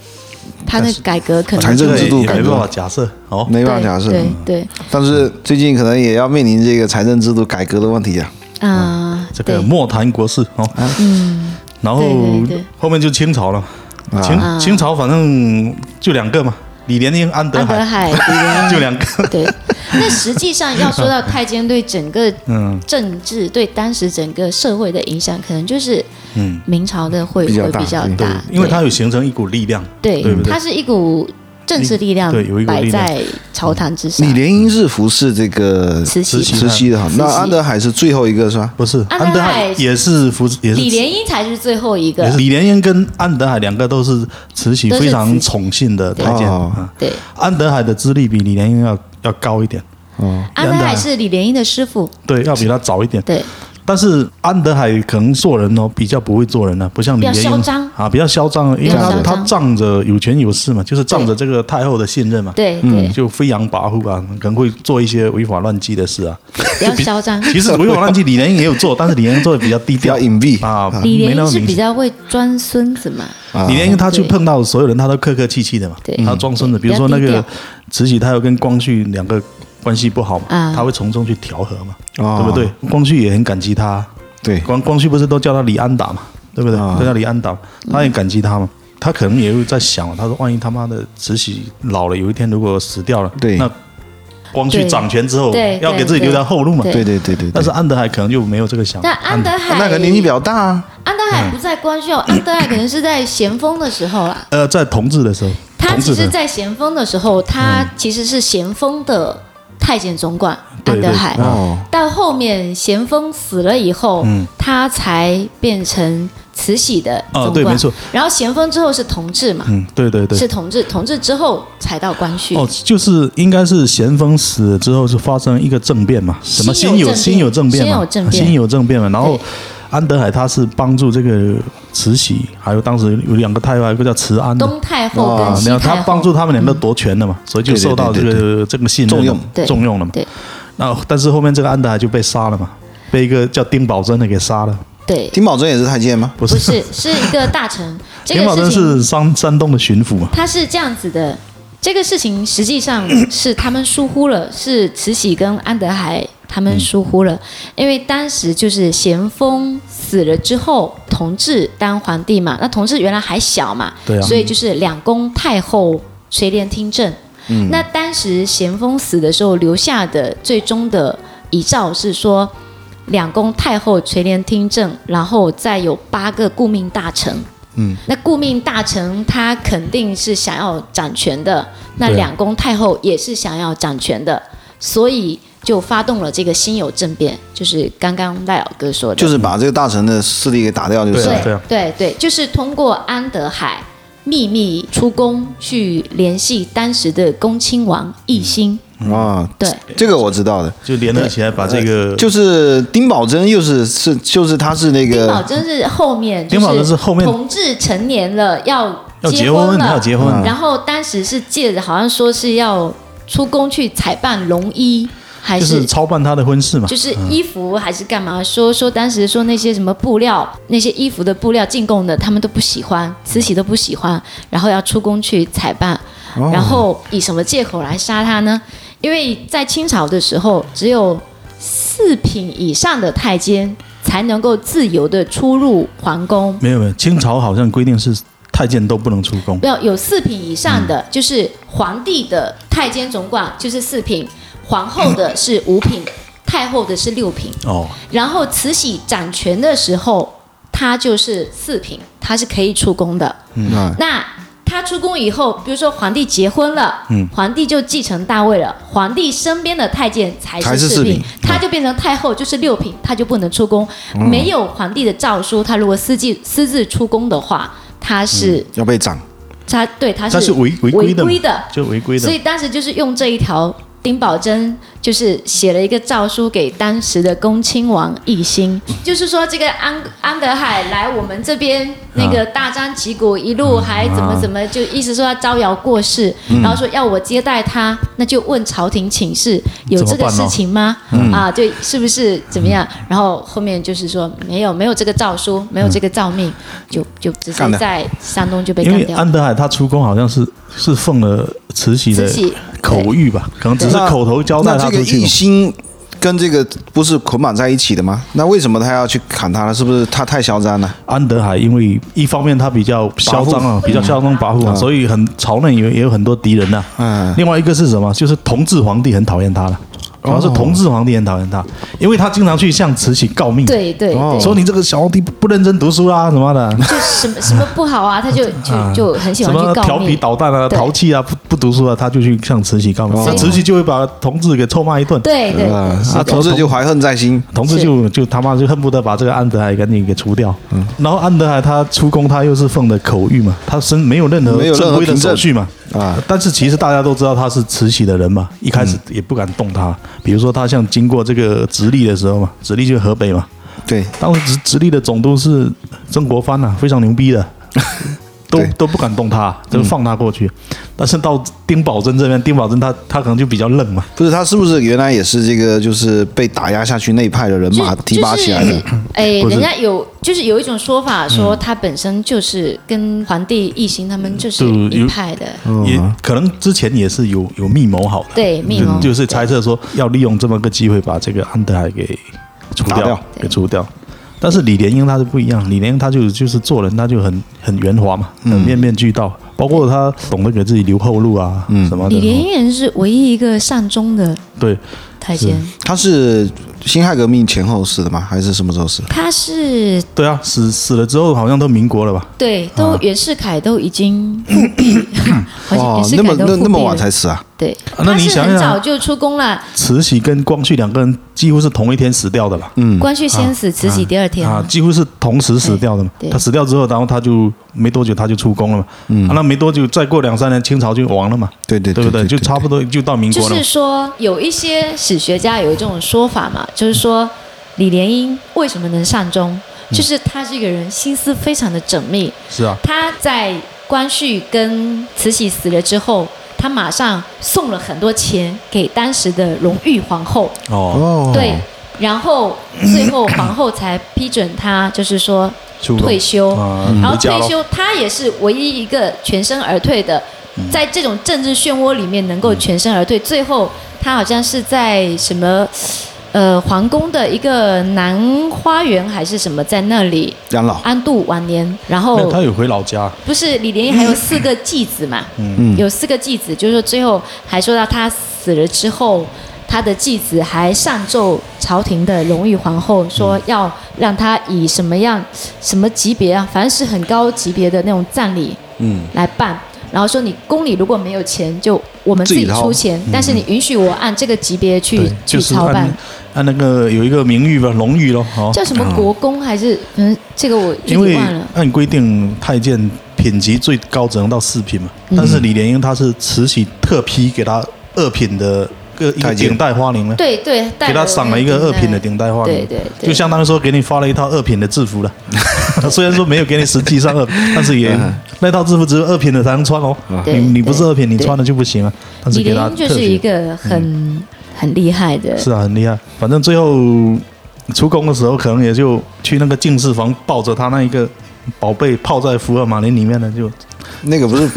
[SPEAKER 3] 他的改革可能
[SPEAKER 2] 财政
[SPEAKER 1] 这个
[SPEAKER 3] 就会
[SPEAKER 2] 制度
[SPEAKER 1] 也
[SPEAKER 3] 更
[SPEAKER 1] 没
[SPEAKER 2] 改革
[SPEAKER 1] 办法假设哦。
[SPEAKER 2] 没
[SPEAKER 3] 对
[SPEAKER 2] 办法假设。
[SPEAKER 3] 对对
[SPEAKER 2] 但是最近可能也要面临这个财政制度改革的问题啊。
[SPEAKER 3] 啊，
[SPEAKER 1] 嗯这个
[SPEAKER 3] 对
[SPEAKER 1] 莫谈国事哦。
[SPEAKER 3] 嗯，
[SPEAKER 1] 然后
[SPEAKER 3] 对对对
[SPEAKER 1] 后面就清朝了，
[SPEAKER 2] 啊
[SPEAKER 1] 清清朝反正就两个嘛，李莲英、安德
[SPEAKER 3] 安德
[SPEAKER 1] 海，
[SPEAKER 3] 海李 连
[SPEAKER 1] 就两个。
[SPEAKER 3] 对，那实际上要说到太监对整个
[SPEAKER 1] 嗯
[SPEAKER 3] 政治对当时整个社会的影响，可能就是
[SPEAKER 1] 嗯，
[SPEAKER 3] 明朝的会
[SPEAKER 2] 比较
[SPEAKER 3] 会
[SPEAKER 2] 大
[SPEAKER 3] 比较
[SPEAKER 2] 对
[SPEAKER 3] 大，
[SPEAKER 1] 因为
[SPEAKER 3] 对
[SPEAKER 1] 它有形成一股力量。
[SPEAKER 3] 对
[SPEAKER 1] 对不，对
[SPEAKER 3] 它是一股政治力量
[SPEAKER 1] 对有一股
[SPEAKER 3] 摆
[SPEAKER 1] 力量嗯
[SPEAKER 3] 在朝堂之上
[SPEAKER 2] 你。连英日服是这个
[SPEAKER 3] 啊慈禧
[SPEAKER 2] 慈禧的哈，那安德海是最后一个是吧？
[SPEAKER 1] 不是
[SPEAKER 3] 安
[SPEAKER 1] 安
[SPEAKER 3] 德
[SPEAKER 1] 德
[SPEAKER 3] 海
[SPEAKER 1] 海也是福也是
[SPEAKER 3] 李莲英才是最后一
[SPEAKER 1] 也
[SPEAKER 3] 个
[SPEAKER 1] 是，李莲英跟安德海两个都是慈禧
[SPEAKER 3] 都是
[SPEAKER 1] 非
[SPEAKER 3] 慈禧
[SPEAKER 1] 常宠信的太监。
[SPEAKER 2] 哦
[SPEAKER 1] 啊
[SPEAKER 3] 对，
[SPEAKER 1] 安德海的资历比李莲英要要高一点，
[SPEAKER 2] 哦，
[SPEAKER 3] 安德海是李莲英的师傅，
[SPEAKER 1] 对，要比他早一点。
[SPEAKER 3] 对，
[SPEAKER 1] 但是安德海可能做人哦比较不会做人呢、不像李莲英
[SPEAKER 3] 比较嚣张
[SPEAKER 1] 啊，比较嚣张，因为
[SPEAKER 3] 比较
[SPEAKER 1] 他
[SPEAKER 3] 嚣张
[SPEAKER 1] 他仗着有权有势嘛，就是仗着这个太后的信任嘛，嗯
[SPEAKER 3] 对对，
[SPEAKER 1] 就飞扬跋扈啊，可能会做一些违法乱纪的事啊。
[SPEAKER 3] 比较嚣张。
[SPEAKER 1] 其实违法乱纪李莲英也有做，但是李莲英做的比较低
[SPEAKER 2] 比
[SPEAKER 1] 调
[SPEAKER 2] 较隐蔽
[SPEAKER 1] 啊，
[SPEAKER 3] 李
[SPEAKER 1] 没
[SPEAKER 3] 莲
[SPEAKER 1] 那
[SPEAKER 3] 英
[SPEAKER 1] 么
[SPEAKER 3] 是
[SPEAKER 1] 明
[SPEAKER 3] 比
[SPEAKER 1] 显。啊
[SPEAKER 3] 较会装孙子嘛，
[SPEAKER 1] 李莲英她去
[SPEAKER 3] 对
[SPEAKER 1] 碰到所有人，她都客客气气的嘛
[SPEAKER 3] 对，
[SPEAKER 1] 她装孙子。
[SPEAKER 3] 嗯
[SPEAKER 1] 比如说
[SPEAKER 3] 比较
[SPEAKER 1] 那
[SPEAKER 3] 低
[SPEAKER 1] 个
[SPEAKER 3] 调
[SPEAKER 1] 慈禧太后跟光绪两个关系不好嘛，
[SPEAKER 3] 啊
[SPEAKER 1] 她会从中去调和嘛，
[SPEAKER 2] 哦
[SPEAKER 1] 对不对？光绪也很感激啊她，
[SPEAKER 2] 对，
[SPEAKER 1] 光光绪不是都叫他李安达嘛，对不对？
[SPEAKER 2] 啊
[SPEAKER 1] 都叫李安达，他也感激他嘛。他可能也有在想，他说万一他妈的慈禧老了，有一天如果死掉了，
[SPEAKER 2] 对
[SPEAKER 1] 那光绪
[SPEAKER 3] 对
[SPEAKER 1] 掌权之后
[SPEAKER 3] 对，
[SPEAKER 1] 要给自己留条后路嘛。
[SPEAKER 3] 对
[SPEAKER 2] 对对对对。
[SPEAKER 1] 但
[SPEAKER 2] 对
[SPEAKER 1] 是安德海可能就没有这个想法。
[SPEAKER 3] 但安德海
[SPEAKER 2] 那个年纪比较大啊，
[SPEAKER 3] 安德
[SPEAKER 1] 嗯
[SPEAKER 3] 海不在光 绪，安德海可能是在咸丰的时候啦。
[SPEAKER 1] 呃，在同治的时候，
[SPEAKER 3] 他
[SPEAKER 1] 同
[SPEAKER 3] 其
[SPEAKER 1] 治
[SPEAKER 3] 实，
[SPEAKER 1] 的嗯
[SPEAKER 3] 在咸丰的时候，他其实是咸丰的太监总管
[SPEAKER 1] 对
[SPEAKER 3] 安德
[SPEAKER 1] 对啊
[SPEAKER 3] 海。
[SPEAKER 2] 哦，
[SPEAKER 3] 到后面咸丰死了以后，
[SPEAKER 1] 嗯
[SPEAKER 3] 他才变成慈禧的总管。
[SPEAKER 1] 哦对没错。
[SPEAKER 3] 然后咸丰之后是同治嘛，
[SPEAKER 1] 嗯，对对对
[SPEAKER 3] 是，同治，同治之后才到光绪。
[SPEAKER 1] 哦，就是应该是咸丰死了之后是发生一个政变嘛，什么
[SPEAKER 3] 辛
[SPEAKER 1] 辛
[SPEAKER 3] 酉
[SPEAKER 1] 酉辛酉政变嘛，
[SPEAKER 3] 政变
[SPEAKER 1] 辛酉政变嘛，然后
[SPEAKER 3] 对。
[SPEAKER 1] 安德海他是帮助这个慈禧，还有当时有两个太后，还有一个叫慈安的，
[SPEAKER 3] 东太后
[SPEAKER 1] 啊
[SPEAKER 3] 跟，西
[SPEAKER 1] 然后
[SPEAKER 3] 太
[SPEAKER 1] 他
[SPEAKER 3] 后，
[SPEAKER 1] 帮助他们两个夺权了嘛，
[SPEAKER 3] 嗯
[SPEAKER 1] 所以就受到这
[SPEAKER 2] 对对
[SPEAKER 1] 个这个信任
[SPEAKER 2] 重用
[SPEAKER 3] 对
[SPEAKER 1] 重用了嘛。
[SPEAKER 3] 对
[SPEAKER 1] 那但是后面这个安德海就被杀了嘛，被一个叫丁宝桢的给杀了，
[SPEAKER 3] 对，
[SPEAKER 2] 丁宝桢也是太监吗？
[SPEAKER 1] 不
[SPEAKER 3] 不
[SPEAKER 1] 是？
[SPEAKER 3] 是是一个大 臣。这
[SPEAKER 1] 丁宝
[SPEAKER 3] 个
[SPEAKER 1] 桢
[SPEAKER 3] 事情
[SPEAKER 1] 是山山东的巡抚嘛，
[SPEAKER 3] 他是这样子的，这个事情实际 上是他们疏忽了，是慈禧跟安德海他们疏忽了，因为当时就是咸丰死了之后，同治当皇帝嘛，那同治原来还小嘛，
[SPEAKER 1] 对啊
[SPEAKER 3] 所以就是两宫太后垂帘听政。
[SPEAKER 1] 嗯
[SPEAKER 3] 那当时咸丰死的时候留下的最终的遗诏是说，两宫太后垂帘听政，然后再有八个顾命大臣。嗯，那顾命大臣他肯定是想要掌权的，那
[SPEAKER 1] 对
[SPEAKER 3] 两宫太后也是想要掌权的，所以就发动了这个辛酉政变，就是刚刚赖老哥说的，
[SPEAKER 2] 就是把这个大臣的势力给打掉，就是
[SPEAKER 1] 对
[SPEAKER 2] 了
[SPEAKER 1] 啊对啊
[SPEAKER 3] 对对，就是通过安德海秘密出宫去联系当时的恭亲王奕欣，
[SPEAKER 2] 啊。
[SPEAKER 3] 对，
[SPEAKER 2] 这个我知道的，
[SPEAKER 1] 就联合起来把这个
[SPEAKER 2] 就是丁宝桢又是是就是他是那
[SPEAKER 3] 丁宝
[SPEAKER 2] 个
[SPEAKER 3] 桢是后面，就
[SPEAKER 1] 丁宝桢是后面
[SPEAKER 3] 同志成年了要
[SPEAKER 1] 要结
[SPEAKER 3] 婚
[SPEAKER 1] 婚，
[SPEAKER 3] 了，
[SPEAKER 1] 要结婚，
[SPEAKER 3] 然后当时是借着好像说是要出宫去采办龙衣，还
[SPEAKER 1] 就是是操办他的婚事嘛
[SPEAKER 3] 就。是衣服还是干嘛？说说当时说那些什么布料，那些衣服的布料进贡的，他们都不喜欢，慈禧都不喜欢，然后要出宫去采办，然后以什么借口来杀他呢？因为在清朝的时候，只有四品以上的太监才能够自由的出入皇宫，
[SPEAKER 1] 没有没有，清朝好像规定是太监都不能出宫。
[SPEAKER 3] 要有四品以上的，就是皇帝的太监总管就是四品，皇后的是五品，太后的是六品。
[SPEAKER 1] 哦，
[SPEAKER 3] 然后慈禧掌权的时候，她就是四品，她是可以出宫的。
[SPEAKER 2] 啊
[SPEAKER 3] 那她出宫以后，比如说皇帝结婚了，
[SPEAKER 1] 嗯
[SPEAKER 3] 皇帝就继承大位了，皇帝身边的太监才
[SPEAKER 2] 才是
[SPEAKER 3] 是四
[SPEAKER 2] 四品
[SPEAKER 3] 品，
[SPEAKER 1] 嗯
[SPEAKER 3] 她就变成太后，就是六品，她就不能出宫。没有皇帝的诏书，她如果私自私自出宫的话，她是
[SPEAKER 2] 要被斩，
[SPEAKER 3] 她对她
[SPEAKER 1] 嗯他是
[SPEAKER 3] 是
[SPEAKER 1] 违违
[SPEAKER 3] 违
[SPEAKER 1] 规的嘛，
[SPEAKER 3] 规的，
[SPEAKER 1] 就违规的
[SPEAKER 3] 所。以当时就是用这一条，丁宝桢就是写了一个诏书给当时的恭亲王奕欣，就是说这个安安德海来我们这边那
[SPEAKER 1] 啊
[SPEAKER 3] 个大张旗鼓，一路还怎么怎么，就意思说他招摇过市，
[SPEAKER 1] 嗯
[SPEAKER 3] 然后说要我接待他，那就问朝廷请示有这
[SPEAKER 1] 怎么
[SPEAKER 3] 个
[SPEAKER 1] 办
[SPEAKER 3] 事
[SPEAKER 1] 呢嗯
[SPEAKER 3] 情吗？啊，对，是不是怎么样？然后后面就是说没有没有这个诏书，没有这个诏命，就就直接
[SPEAKER 2] 干了
[SPEAKER 3] 在山东就被
[SPEAKER 1] 因
[SPEAKER 3] 干
[SPEAKER 1] 为
[SPEAKER 3] 掉了。
[SPEAKER 1] 安德海他出宫好像是是奉了慈禧的
[SPEAKER 3] 慈禧
[SPEAKER 1] 口谕吧，可能只是
[SPEAKER 2] 那
[SPEAKER 1] 口头交代
[SPEAKER 2] 那
[SPEAKER 1] 他
[SPEAKER 2] 这
[SPEAKER 1] 出
[SPEAKER 2] 个
[SPEAKER 1] 去
[SPEAKER 2] 奕
[SPEAKER 1] 嘛。
[SPEAKER 2] 欣跟这个不是捆绑在一起的吗？那为什么他要去砍他呢？是不是他太嚣张了？
[SPEAKER 1] 安德海因为一方面他比较嚣张啊，比较嚣张跋扈啊，所以很朝内有也有很多敌人呐、啊
[SPEAKER 2] 嗯
[SPEAKER 1] 另外一个是什么？就是同治皇帝很讨厌他了。主要是同治皇帝很讨厌他，因为他经常去向慈禧告密，
[SPEAKER 3] 对对对，
[SPEAKER 1] 说你这个小皇帝不认真读书啦、什么的，
[SPEAKER 3] 就什么什么不好啊，他就就就很喜
[SPEAKER 1] 什
[SPEAKER 3] 欢
[SPEAKER 1] 么
[SPEAKER 3] 去告
[SPEAKER 1] 调皮
[SPEAKER 3] 密。
[SPEAKER 1] 捣蛋啊、
[SPEAKER 3] 对
[SPEAKER 1] 淘气啊、不不读书啊，他就去向慈禧告密，
[SPEAKER 2] 哦
[SPEAKER 1] 那慈禧就会把同治给臭骂一顿，
[SPEAKER 3] 对对，
[SPEAKER 2] 啊，
[SPEAKER 3] 是
[SPEAKER 2] 他
[SPEAKER 3] 的
[SPEAKER 2] 同事就怀恨在心，
[SPEAKER 1] 同治就就他妈就恨不得把这个安德海赶紧给除掉。
[SPEAKER 2] 嗯
[SPEAKER 1] 然后安德海他出宫，他又是奉的口谕嘛，他身没有任何
[SPEAKER 2] 没有任何
[SPEAKER 1] 正规的
[SPEAKER 2] 凭证
[SPEAKER 1] 手续嘛。
[SPEAKER 2] 啊，
[SPEAKER 1] 但是其实大家都知道他是慈禧的人嘛，一开始也不敢动他。比如说他像经过这个直隶的时候嘛，直隶就是河北嘛，
[SPEAKER 2] 对，
[SPEAKER 1] 当时直直隶的总督是曾国藩呐、啊非常牛逼的，都
[SPEAKER 2] 对嗯
[SPEAKER 1] 都不敢动他，就放他过去。但是到丁宝桢这边，丁宝桢他他可能就比较愣嘛，
[SPEAKER 2] 不是他是不是原来也是这个就是被打压下去那一派的人
[SPEAKER 3] 就
[SPEAKER 2] 马提拔起来的？
[SPEAKER 3] 就是哎，
[SPEAKER 1] 不是
[SPEAKER 3] 人家有就是有一种说法
[SPEAKER 1] 嗯
[SPEAKER 3] 说他本身就是跟皇帝一行他们就是
[SPEAKER 1] 嗯就
[SPEAKER 3] 一
[SPEAKER 1] 有
[SPEAKER 3] 派的，
[SPEAKER 1] 也可能之前也是有有密谋好的。
[SPEAKER 3] 对密谋
[SPEAKER 1] 就就是猜测说要利用这么个机会把这个安德海给除
[SPEAKER 2] 打掉
[SPEAKER 1] 给除掉。但是李莲英他是不一样，李莲英他就就是做人他就很很圆滑嘛，很面面俱到，包括他懂得给自己留后路啊，什么的。
[SPEAKER 3] 李莲英人是唯一一个善终的
[SPEAKER 1] 对，
[SPEAKER 3] 太监，
[SPEAKER 1] 嗯
[SPEAKER 2] 他是辛亥革命前后死的吗？还是什么时候死？
[SPEAKER 3] 他是
[SPEAKER 1] 对啊，死死了之后好像都民国了吧？
[SPEAKER 3] 对，
[SPEAKER 1] 啊
[SPEAKER 3] 都袁世凯都已 经复辟，好像袁
[SPEAKER 2] 哦，
[SPEAKER 3] 世
[SPEAKER 2] 那
[SPEAKER 3] 凯
[SPEAKER 2] 么
[SPEAKER 3] 都
[SPEAKER 2] 那
[SPEAKER 3] 复辟
[SPEAKER 2] 那么晚
[SPEAKER 3] 了
[SPEAKER 2] 才死啊？
[SPEAKER 3] 对，
[SPEAKER 1] 啊那
[SPEAKER 3] 他
[SPEAKER 1] 你
[SPEAKER 3] 是
[SPEAKER 1] 想
[SPEAKER 3] 很
[SPEAKER 1] 想
[SPEAKER 3] 早就出宫了，
[SPEAKER 1] 慈禧跟光绪两个人几乎是同一天死掉的啦，
[SPEAKER 2] 嗯
[SPEAKER 3] 光绪先死，慈禧第二天
[SPEAKER 1] 啊，
[SPEAKER 3] 嘛。
[SPEAKER 1] 几乎是同时死掉的嘛
[SPEAKER 3] 对。对
[SPEAKER 1] 他死掉之后，然后他就没多久他就出宫了嘛，嗯，那没多久再过两三年清朝就亡了嘛，
[SPEAKER 2] 对对
[SPEAKER 1] 对不对？就差不多就到民
[SPEAKER 3] 就
[SPEAKER 1] 国了嘛
[SPEAKER 3] 是。说，有一些史学家有一种说法嘛，就是说李莲英为什么能善终，
[SPEAKER 1] 嗯
[SPEAKER 3] 就是他这个人心思非常的缜密，
[SPEAKER 1] 是啊，
[SPEAKER 3] 他在光绪跟慈禧死了之后。他马上送了很多钱给当时的隆裕皇后，
[SPEAKER 1] 哦，
[SPEAKER 2] 哦，
[SPEAKER 3] 对，然后最后皇后才批准他，就是说
[SPEAKER 1] 出宫
[SPEAKER 3] 退休，
[SPEAKER 1] 啊
[SPEAKER 3] 然后
[SPEAKER 1] 回家
[SPEAKER 3] 退
[SPEAKER 1] 咯
[SPEAKER 3] 休，他也是唯一一个全身而退的，
[SPEAKER 1] 嗯
[SPEAKER 3] 在这种政治漩涡里面能够全身而退。最后，他好像是在什么呃皇宫的一个南花园还是什么，在那里
[SPEAKER 2] 养老，
[SPEAKER 3] 安度晚年。然
[SPEAKER 1] 没有
[SPEAKER 3] 后
[SPEAKER 1] 他有回老家，
[SPEAKER 3] 不是李莲英还有四个继子嘛？嗯，有四个继子，就是说最后还说到他死了之后，他的继子还上奏朝廷的荣誉皇后，说要让他以什么样什么级别啊，反正是很高级别的那种葬礼，嗯，来办。然后说你宫里如果没有钱，就我们自己
[SPEAKER 2] 自己掏
[SPEAKER 3] 出钱，但是你允许我按这个级别去
[SPEAKER 1] 对，
[SPEAKER 3] 去
[SPEAKER 1] 就是
[SPEAKER 3] 操办
[SPEAKER 1] 按，哦按那个有一个名誉吧，荣誉咯，哦，
[SPEAKER 3] 叫什么国公还是嗯，这个我具体
[SPEAKER 1] 因为
[SPEAKER 3] 忘了。
[SPEAKER 1] 按规定太监品级最高只能到四品嘛，
[SPEAKER 3] 嗯
[SPEAKER 1] 但是李莲英她是慈禧特批给她二品的个一个
[SPEAKER 2] 太监
[SPEAKER 1] 顶戴花翎呢，
[SPEAKER 3] 对对，带
[SPEAKER 1] 给他
[SPEAKER 3] 我
[SPEAKER 1] 赏
[SPEAKER 3] 那
[SPEAKER 1] 了一个
[SPEAKER 3] 顶
[SPEAKER 1] 二品的
[SPEAKER 3] 戴
[SPEAKER 1] 顶戴花翎，
[SPEAKER 3] 对对对
[SPEAKER 1] 就相当于说给你发了一套二品的制服了。 虽然说没有给你实际上二，但是也那套制服只有二品的才能穿哦。你
[SPEAKER 3] 嗯啊对
[SPEAKER 1] 你不
[SPEAKER 3] 对
[SPEAKER 1] 是二品，你
[SPEAKER 3] 对
[SPEAKER 1] 穿了就不行啊。但是
[SPEAKER 3] 李
[SPEAKER 1] 给
[SPEAKER 3] 莲
[SPEAKER 1] 他
[SPEAKER 3] 英就
[SPEAKER 1] 特
[SPEAKER 3] 是
[SPEAKER 1] 许
[SPEAKER 3] 一个很、很厉害的，
[SPEAKER 1] 是啊，很厉害。反正最后出宫的时候，可能也就去那个净室房抱着他那一个宝贝泡在福尔马林里面的，就
[SPEAKER 2] 那个不 是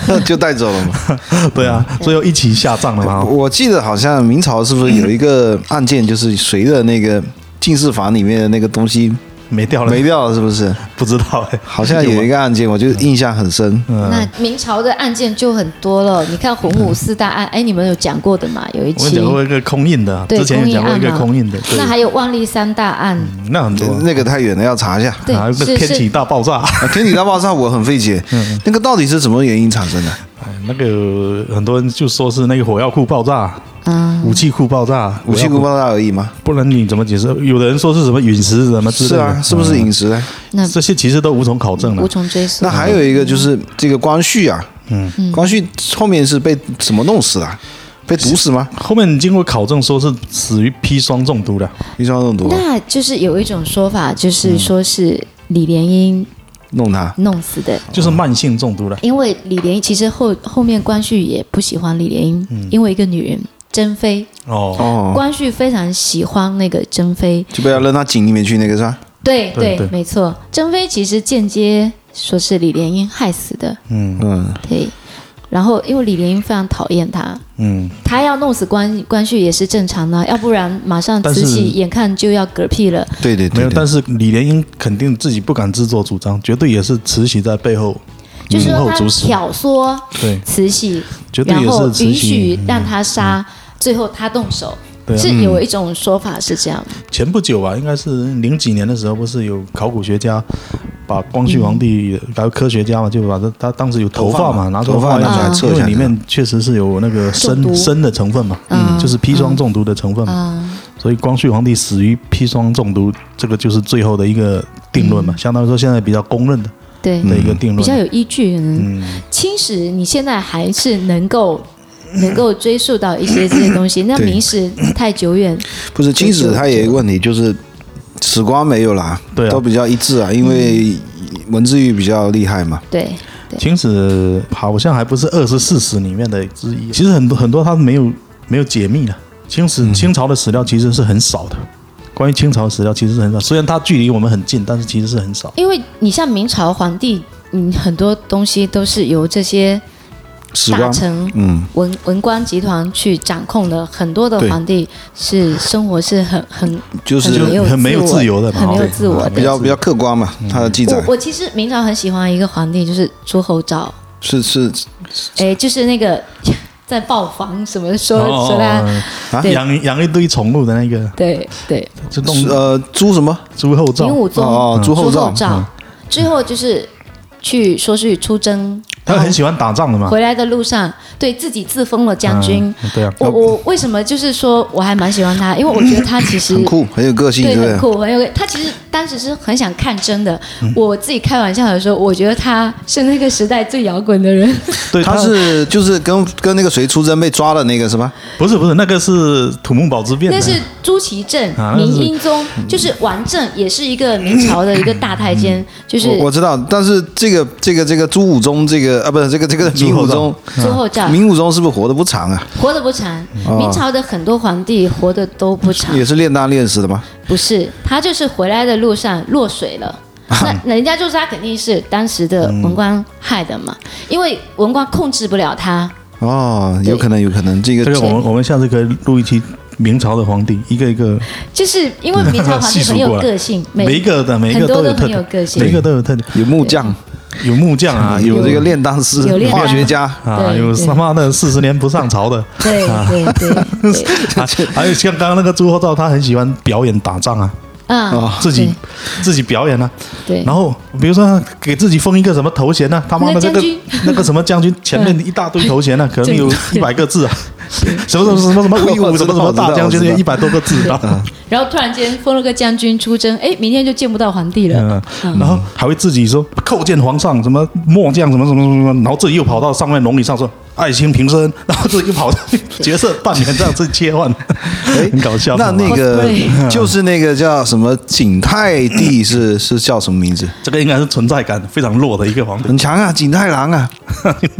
[SPEAKER 2] 就带走了吗？
[SPEAKER 1] 对啊，
[SPEAKER 3] 嗯
[SPEAKER 1] 最后一起下葬了嘛。哦
[SPEAKER 2] 我记得好像明朝是不是有一个案件，就是随着那个进士房里面的那个东西
[SPEAKER 1] 没掉了，
[SPEAKER 2] 没掉了，是 不是？
[SPEAKER 1] 不知道哎，
[SPEAKER 2] 好像有一个案件，我就印象很深。
[SPEAKER 1] 啊
[SPEAKER 3] 那明朝的案件就很多了。你看洪武四大案，哎，你们有讲过的嘛？有一
[SPEAKER 1] 嗯我们
[SPEAKER 3] 期
[SPEAKER 1] 讲过一个空印的，
[SPEAKER 3] 对
[SPEAKER 1] 之前
[SPEAKER 3] 空
[SPEAKER 1] 也
[SPEAKER 3] 印
[SPEAKER 1] 讲过一
[SPEAKER 3] 案
[SPEAKER 1] 个
[SPEAKER 3] 嘛，
[SPEAKER 1] 空印的，对
[SPEAKER 3] 那还有万历三大案，
[SPEAKER 1] 那很多啊。
[SPEAKER 2] 那个太远了，要查一 下。
[SPEAKER 3] 对
[SPEAKER 1] 啊，，那
[SPEAKER 3] 是
[SPEAKER 1] 天启
[SPEAKER 3] 是
[SPEAKER 1] 大爆炸，
[SPEAKER 2] 啊天体大爆炸我很费解，
[SPEAKER 1] 嗯
[SPEAKER 2] 那个到底是什么原因产生的？
[SPEAKER 1] 哎那个很多人就说是那个火药库爆炸、
[SPEAKER 3] 啊，
[SPEAKER 1] 武器库爆炸、
[SPEAKER 2] 武器
[SPEAKER 1] 火药
[SPEAKER 2] 库爆炸而已吗？
[SPEAKER 1] 不然你怎么解释？有的人说是什么陨石什么之类
[SPEAKER 2] 是
[SPEAKER 1] 的，
[SPEAKER 2] 啊，是不是
[SPEAKER 1] 嗯
[SPEAKER 2] 饮食呢？
[SPEAKER 3] 那
[SPEAKER 1] 这些其实都无从考证
[SPEAKER 3] 无
[SPEAKER 1] 了。
[SPEAKER 3] 从追溯
[SPEAKER 2] 那。还有一个就是这个光绪啊，嗯，光绪后面是被怎么弄死的啊？被毒死吗？
[SPEAKER 1] 后面经过考证，说是死于砒霜中毒的，
[SPEAKER 2] 砒霜中毒啊
[SPEAKER 3] 那就是有一种说法，
[SPEAKER 1] 嗯
[SPEAKER 3] 就是说是李莲英
[SPEAKER 2] 弄他，
[SPEAKER 3] 弄死的，
[SPEAKER 1] 就是慢性中毒的。
[SPEAKER 3] 因为李莲英其实后后面光绪也不喜欢李莲英，因为一个女人珍妃，
[SPEAKER 1] 嗯哦，
[SPEAKER 2] 哦，
[SPEAKER 3] 光绪非常喜欢那个珍妃，
[SPEAKER 2] 就不要扔到井里面去那个是吧？
[SPEAKER 3] 对
[SPEAKER 1] 对对
[SPEAKER 3] 没错，珍妃其实间接说是李莲英害死的，
[SPEAKER 2] 嗯，
[SPEAKER 3] 对。然后因为李莲英非常讨厌她，
[SPEAKER 1] 嗯，
[SPEAKER 3] 她要弄死关关绪也是正常的，啊要不然马上
[SPEAKER 1] 但
[SPEAKER 3] 慈
[SPEAKER 1] 是
[SPEAKER 3] 禧眼看就要嗝屁了。
[SPEAKER 2] 对对
[SPEAKER 1] 没
[SPEAKER 2] 对
[SPEAKER 1] 有。
[SPEAKER 2] 对
[SPEAKER 1] 但，是李莲英肯定自己不敢自作主张，绝对也是慈禧在背后
[SPEAKER 3] 就是
[SPEAKER 1] 幕
[SPEAKER 3] 说
[SPEAKER 1] 嗯后
[SPEAKER 3] 他
[SPEAKER 1] 主使，
[SPEAKER 3] 挑唆
[SPEAKER 1] 对，
[SPEAKER 3] 慈禧，
[SPEAKER 1] 绝对
[SPEAKER 3] 然
[SPEAKER 1] 也
[SPEAKER 3] 后
[SPEAKER 1] 是慈
[SPEAKER 3] 允
[SPEAKER 1] 禧嗯
[SPEAKER 3] 许让她杀，最后她动手，
[SPEAKER 1] 对啊
[SPEAKER 3] 是有一种说法是这样，
[SPEAKER 1] 前不久吧，应该是零几年的时候，不是有考古学家把光绪皇帝，还有科学家嘛，就把他他当时有头发嘛，
[SPEAKER 2] 头发嘛
[SPEAKER 1] 拿
[SPEAKER 2] 头发
[SPEAKER 1] 发
[SPEAKER 2] 拿出来
[SPEAKER 1] 来测，
[SPEAKER 2] 测一
[SPEAKER 1] 因
[SPEAKER 2] 下
[SPEAKER 1] 为里面确实是有那个
[SPEAKER 3] 中毒嗯
[SPEAKER 1] 砷砷的成分嘛，嗯，就是砒霜中毒的成分嘛，所以光绪皇帝死于砒霜中毒，这个就是最后的一个定论嘛，相当于说现在比较公认的
[SPEAKER 3] 对，
[SPEAKER 1] 的一个定
[SPEAKER 3] 比较
[SPEAKER 1] 论。
[SPEAKER 3] 有依据。嗯，清史你现在还是能够能够追溯到一些这些 东西，那
[SPEAKER 2] 对
[SPEAKER 3] 明史太久远，
[SPEAKER 2] 不是金史，它也有一个问题，就是史官没有啦，
[SPEAKER 1] 对啊
[SPEAKER 2] 都比较一致啊，因为文字狱比较厉害嘛。
[SPEAKER 3] 对对，
[SPEAKER 1] 秦始好像还不是二十四史里面的之一，其实很多很多它没有没有解密的。清
[SPEAKER 2] 嗯
[SPEAKER 1] 史清朝的史料其实是很少的，关于清朝的史料其实是很少，虽然它距离我们很近，但是其实是很少。
[SPEAKER 3] 因为你像明朝皇帝，嗯，很多东西都是由这些
[SPEAKER 2] 史
[SPEAKER 3] 大
[SPEAKER 2] 官，
[SPEAKER 3] 臣、
[SPEAKER 2] 嗯，
[SPEAKER 3] 文文官集团去掌控的，很多的
[SPEAKER 1] 对
[SPEAKER 3] 皇帝是生活是很很
[SPEAKER 2] 就是啊
[SPEAKER 3] 很没有
[SPEAKER 1] 很没有自由的嘛
[SPEAKER 3] 很没有
[SPEAKER 1] 对
[SPEAKER 3] 自我
[SPEAKER 2] 比
[SPEAKER 3] 的。
[SPEAKER 2] 较比较客观嘛，
[SPEAKER 1] 嗯
[SPEAKER 2] 它的记载
[SPEAKER 3] 我我其实明朝很喜欢一个皇帝，就是朱厚照，
[SPEAKER 2] 是是
[SPEAKER 3] 哎，就是那个在豹房什么说说他，
[SPEAKER 1] 哦
[SPEAKER 2] 啊
[SPEAKER 3] 对
[SPEAKER 1] 养养一堆宠物的那个，
[SPEAKER 3] 对对，
[SPEAKER 1] 就弄
[SPEAKER 2] 是呃朱什么
[SPEAKER 1] 朱厚
[SPEAKER 3] 明
[SPEAKER 1] 照，
[SPEAKER 3] 武宗
[SPEAKER 2] 哦哦朱厚照
[SPEAKER 3] 照，最后就是去说是去出征，
[SPEAKER 1] 他很喜欢打仗的嘛，
[SPEAKER 3] 回来的路上对自己自封了将军。
[SPEAKER 1] 嗯，对啊，
[SPEAKER 3] 我我为什么就是说我还蛮喜欢他，因为我觉得他其实
[SPEAKER 2] 很酷，很有个性，
[SPEAKER 3] 对，
[SPEAKER 2] 对
[SPEAKER 3] 很
[SPEAKER 2] 不对？
[SPEAKER 3] 酷，很有。他其实当时是很想看真的。
[SPEAKER 2] 嗯
[SPEAKER 3] 我自己开玩笑的说，我觉得他是那个时代最摇滚的 人。
[SPEAKER 1] 对，
[SPEAKER 2] 他是就是跟跟那个谁出征被抓的那个是吧？
[SPEAKER 1] 不是不是那个是土木堡之变的
[SPEAKER 3] 那，是朱祁镇
[SPEAKER 1] 啊、那是
[SPEAKER 3] 明英宗，
[SPEAKER 2] 嗯
[SPEAKER 3] 就是王振，也是一个明朝的一个大太监，就是
[SPEAKER 2] 我我知道，但是这个这个这个朱武忠这个啊，不是这个这个
[SPEAKER 1] 朱
[SPEAKER 2] 明武
[SPEAKER 1] 厚
[SPEAKER 2] 宗，
[SPEAKER 3] 朱厚照，
[SPEAKER 2] 明武宗是不是活得不长啊？
[SPEAKER 3] 活得不长。
[SPEAKER 1] 嗯
[SPEAKER 3] 明朝的很多皇帝活得都不长，
[SPEAKER 2] 也是炼丹炼死的吧？
[SPEAKER 3] 不是他就是回来的路上落水了。
[SPEAKER 1] 啊
[SPEAKER 3] 那那人家就是他肯定是当时的文官害的嘛，因为文官控制不了他。
[SPEAKER 2] 哦，有
[SPEAKER 3] 对
[SPEAKER 2] 可能，有可能，这个
[SPEAKER 1] 这个我们我们下次可以录一期明朝的皇帝，一个一个
[SPEAKER 3] 就是因为明朝皇帝
[SPEAKER 1] 细数
[SPEAKER 3] 很有
[SPEAKER 1] 过来
[SPEAKER 3] 个性，每
[SPEAKER 1] 每一个的每一
[SPEAKER 3] 很
[SPEAKER 1] 个
[SPEAKER 3] 多
[SPEAKER 1] 都有
[SPEAKER 3] 都
[SPEAKER 1] 特
[SPEAKER 3] 很有
[SPEAKER 1] 点，
[SPEAKER 3] 个性
[SPEAKER 1] 每一个都有特点，
[SPEAKER 2] 有木匠
[SPEAKER 1] 有木匠啊，
[SPEAKER 2] 啊， 有这个炼丹师
[SPEAKER 3] 有炼、丹
[SPEAKER 2] 化学家，
[SPEAKER 1] 啊，
[SPEAKER 3] 对
[SPEAKER 1] 有啊
[SPEAKER 3] 对
[SPEAKER 1] 他妈的四十年不上朝 的，
[SPEAKER 3] 对对对 对，
[SPEAKER 1] 啊还有像刚刚那个朱厚照，他很喜欢表演打仗啊，
[SPEAKER 3] 嗯，
[SPEAKER 1] 自己自己表演啊。
[SPEAKER 3] 对
[SPEAKER 1] 然后比如说他给自己封一个什么头衔呢、他妈的那
[SPEAKER 3] 那个
[SPEAKER 1] 个
[SPEAKER 3] 将军
[SPEAKER 1] 那个什么将军，前面一大堆头衔呢、啊 可能有一百个字啊，什么什么什么什么威
[SPEAKER 2] 我
[SPEAKER 1] 武
[SPEAKER 2] 知
[SPEAKER 1] 什
[SPEAKER 2] 道
[SPEAKER 1] 么什么大将
[SPEAKER 2] 我知道
[SPEAKER 1] 军，一百多个字，然 后
[SPEAKER 3] 然后突然间封了个将军出征，哎，明天就见不到皇帝了。啊
[SPEAKER 1] 嗯，然后还会自己说叩见皇上，什么末将，什么什么什么什么，然后自己又跑到上面龙椅上说哎爱卿平身，然后自己又跑到 角色扮演这样子切 换，
[SPEAKER 2] 哎
[SPEAKER 1] 很搞笑。
[SPEAKER 2] 那那个
[SPEAKER 3] Cosplay
[SPEAKER 2] 就是那个叫什么景泰帝 是是叫什么名字？
[SPEAKER 1] 这个应该是存在感非常弱的一个皇帝，
[SPEAKER 2] 很强啊，景太郎啊，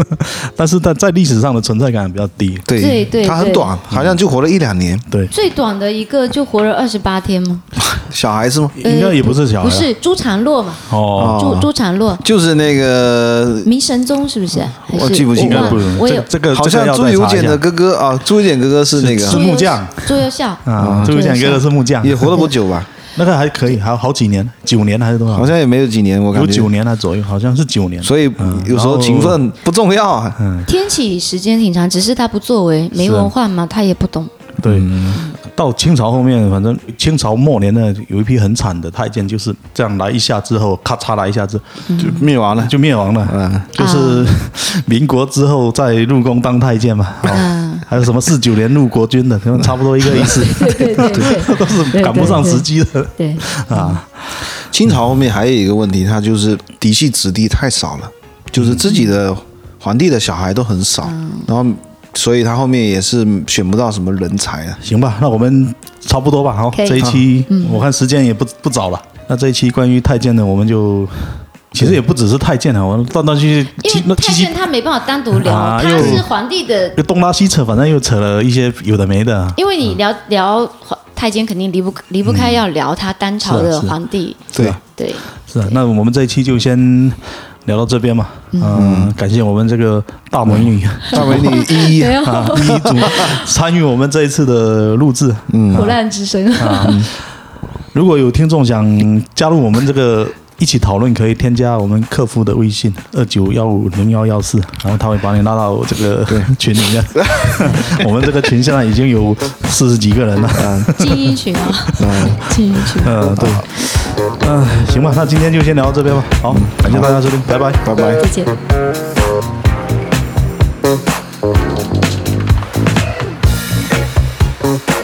[SPEAKER 1] 但是他在历史上的存在感比较低。
[SPEAKER 2] 对
[SPEAKER 3] 对对
[SPEAKER 2] 他很
[SPEAKER 3] 对
[SPEAKER 2] 短，好像就活了一两年，
[SPEAKER 1] 对，
[SPEAKER 3] 最短的一个就活了二十八天吗？呃
[SPEAKER 2] 小孩子吗？
[SPEAKER 1] 应该也不是小孩
[SPEAKER 3] 不
[SPEAKER 1] 啊，
[SPEAKER 3] 是朱常洛嘛？
[SPEAKER 1] 哦，
[SPEAKER 3] 朱朱常洛，
[SPEAKER 2] 就是那个
[SPEAKER 3] 明神宗是不是？还是
[SPEAKER 2] 我记不清
[SPEAKER 1] 应该
[SPEAKER 3] 忘了
[SPEAKER 1] 不是。
[SPEAKER 3] 我
[SPEAKER 1] 这
[SPEAKER 3] 有
[SPEAKER 1] 这个
[SPEAKER 2] 好
[SPEAKER 1] 这个
[SPEAKER 2] 像
[SPEAKER 1] 要
[SPEAKER 2] 朱
[SPEAKER 1] 再
[SPEAKER 2] 由
[SPEAKER 1] 查一
[SPEAKER 2] 检的
[SPEAKER 1] 下
[SPEAKER 2] 哥哥啊，朱由检哥哥是那个
[SPEAKER 1] 是木匠
[SPEAKER 3] 朱由校，
[SPEAKER 1] 啊，朱由检哥哥是木匠，
[SPEAKER 2] 嗯也活了不久吧？
[SPEAKER 1] 那个还可以，还有好几年，九年还是多少？
[SPEAKER 2] 好像也没有几年，我
[SPEAKER 1] 啊
[SPEAKER 2] 感
[SPEAKER 1] 有
[SPEAKER 2] 觉
[SPEAKER 1] 九。年啊左右，好像是九年。
[SPEAKER 2] 所以
[SPEAKER 1] 嗯
[SPEAKER 2] 有
[SPEAKER 1] 然
[SPEAKER 2] 时候
[SPEAKER 1] 后嗯
[SPEAKER 2] 勤奋不重要啊，
[SPEAKER 3] 天启时间挺长，只是他不作为，没
[SPEAKER 1] 是啊
[SPEAKER 3] 文化嘛，他也不懂。
[SPEAKER 1] 对，到清朝后面，反正清朝末年呢，有一批很惨的太监，就是这样来一下之后，咔嚓来一下子
[SPEAKER 2] 就灭亡了。
[SPEAKER 1] 就灭亡了。
[SPEAKER 2] 嗯，
[SPEAKER 1] 就是 民国之后再入宫当太监嘛，
[SPEAKER 3] 啊嗯
[SPEAKER 1] 啊，还有什么四九年入国军的，他们差不多一个意思，
[SPEAKER 3] 对对对对
[SPEAKER 1] 都是赶不上时机的
[SPEAKER 3] 对，
[SPEAKER 1] 啊。
[SPEAKER 2] 清朝后面还有一个问题，他就是嫡系子弟太少了，就是自己的皇帝的小孩都很少，然后所以他后面也是选不到什么人才啊。
[SPEAKER 1] 行吧，那我们差不多吧，好，
[SPEAKER 3] 可以
[SPEAKER 1] 这一期我看时间也不不早了，那这一期关于太监的，我们就其实也不只是太监啊，我们断断续续，七
[SPEAKER 3] 因
[SPEAKER 1] 那
[SPEAKER 3] 为
[SPEAKER 1] 七
[SPEAKER 3] 太
[SPEAKER 1] 七
[SPEAKER 3] 监他没办法单独聊，
[SPEAKER 1] 啊
[SPEAKER 3] 他
[SPEAKER 1] 又
[SPEAKER 3] 是皇帝的
[SPEAKER 1] 又东拉西扯，反正又扯了一些有的没的啊。
[SPEAKER 3] 因为你聊聊太监，肯定离不离不开要聊他当
[SPEAKER 1] 是
[SPEAKER 3] 朝
[SPEAKER 1] 啊
[SPEAKER 3] 的
[SPEAKER 1] 是啊
[SPEAKER 3] 皇帝，
[SPEAKER 2] 对
[SPEAKER 1] 是啊
[SPEAKER 3] 对，
[SPEAKER 1] 是啊，那我们这一期就先聊到这边嘛。嗯，感谢我们这个大美女
[SPEAKER 2] 大美女一一
[SPEAKER 3] 没有
[SPEAKER 1] 啊，第一组参与我们这一次的录制。
[SPEAKER 3] 苦难之声，
[SPEAKER 1] 如果有听众想加入我们这个一起讨论，可以添加我们客服的微信二九幺五零幺幺四，然后他会把你拉到这个群里面。 我们这个群现在已经有四十几个人了。
[SPEAKER 3] 精英群啊，精英群。
[SPEAKER 1] 嗯，对，嗯、行吧，那今天就先聊到这边吧。嗯好，感谢大家收听，拜拜。
[SPEAKER 2] 拜拜。
[SPEAKER 3] 再见。
[SPEAKER 4] Thank you.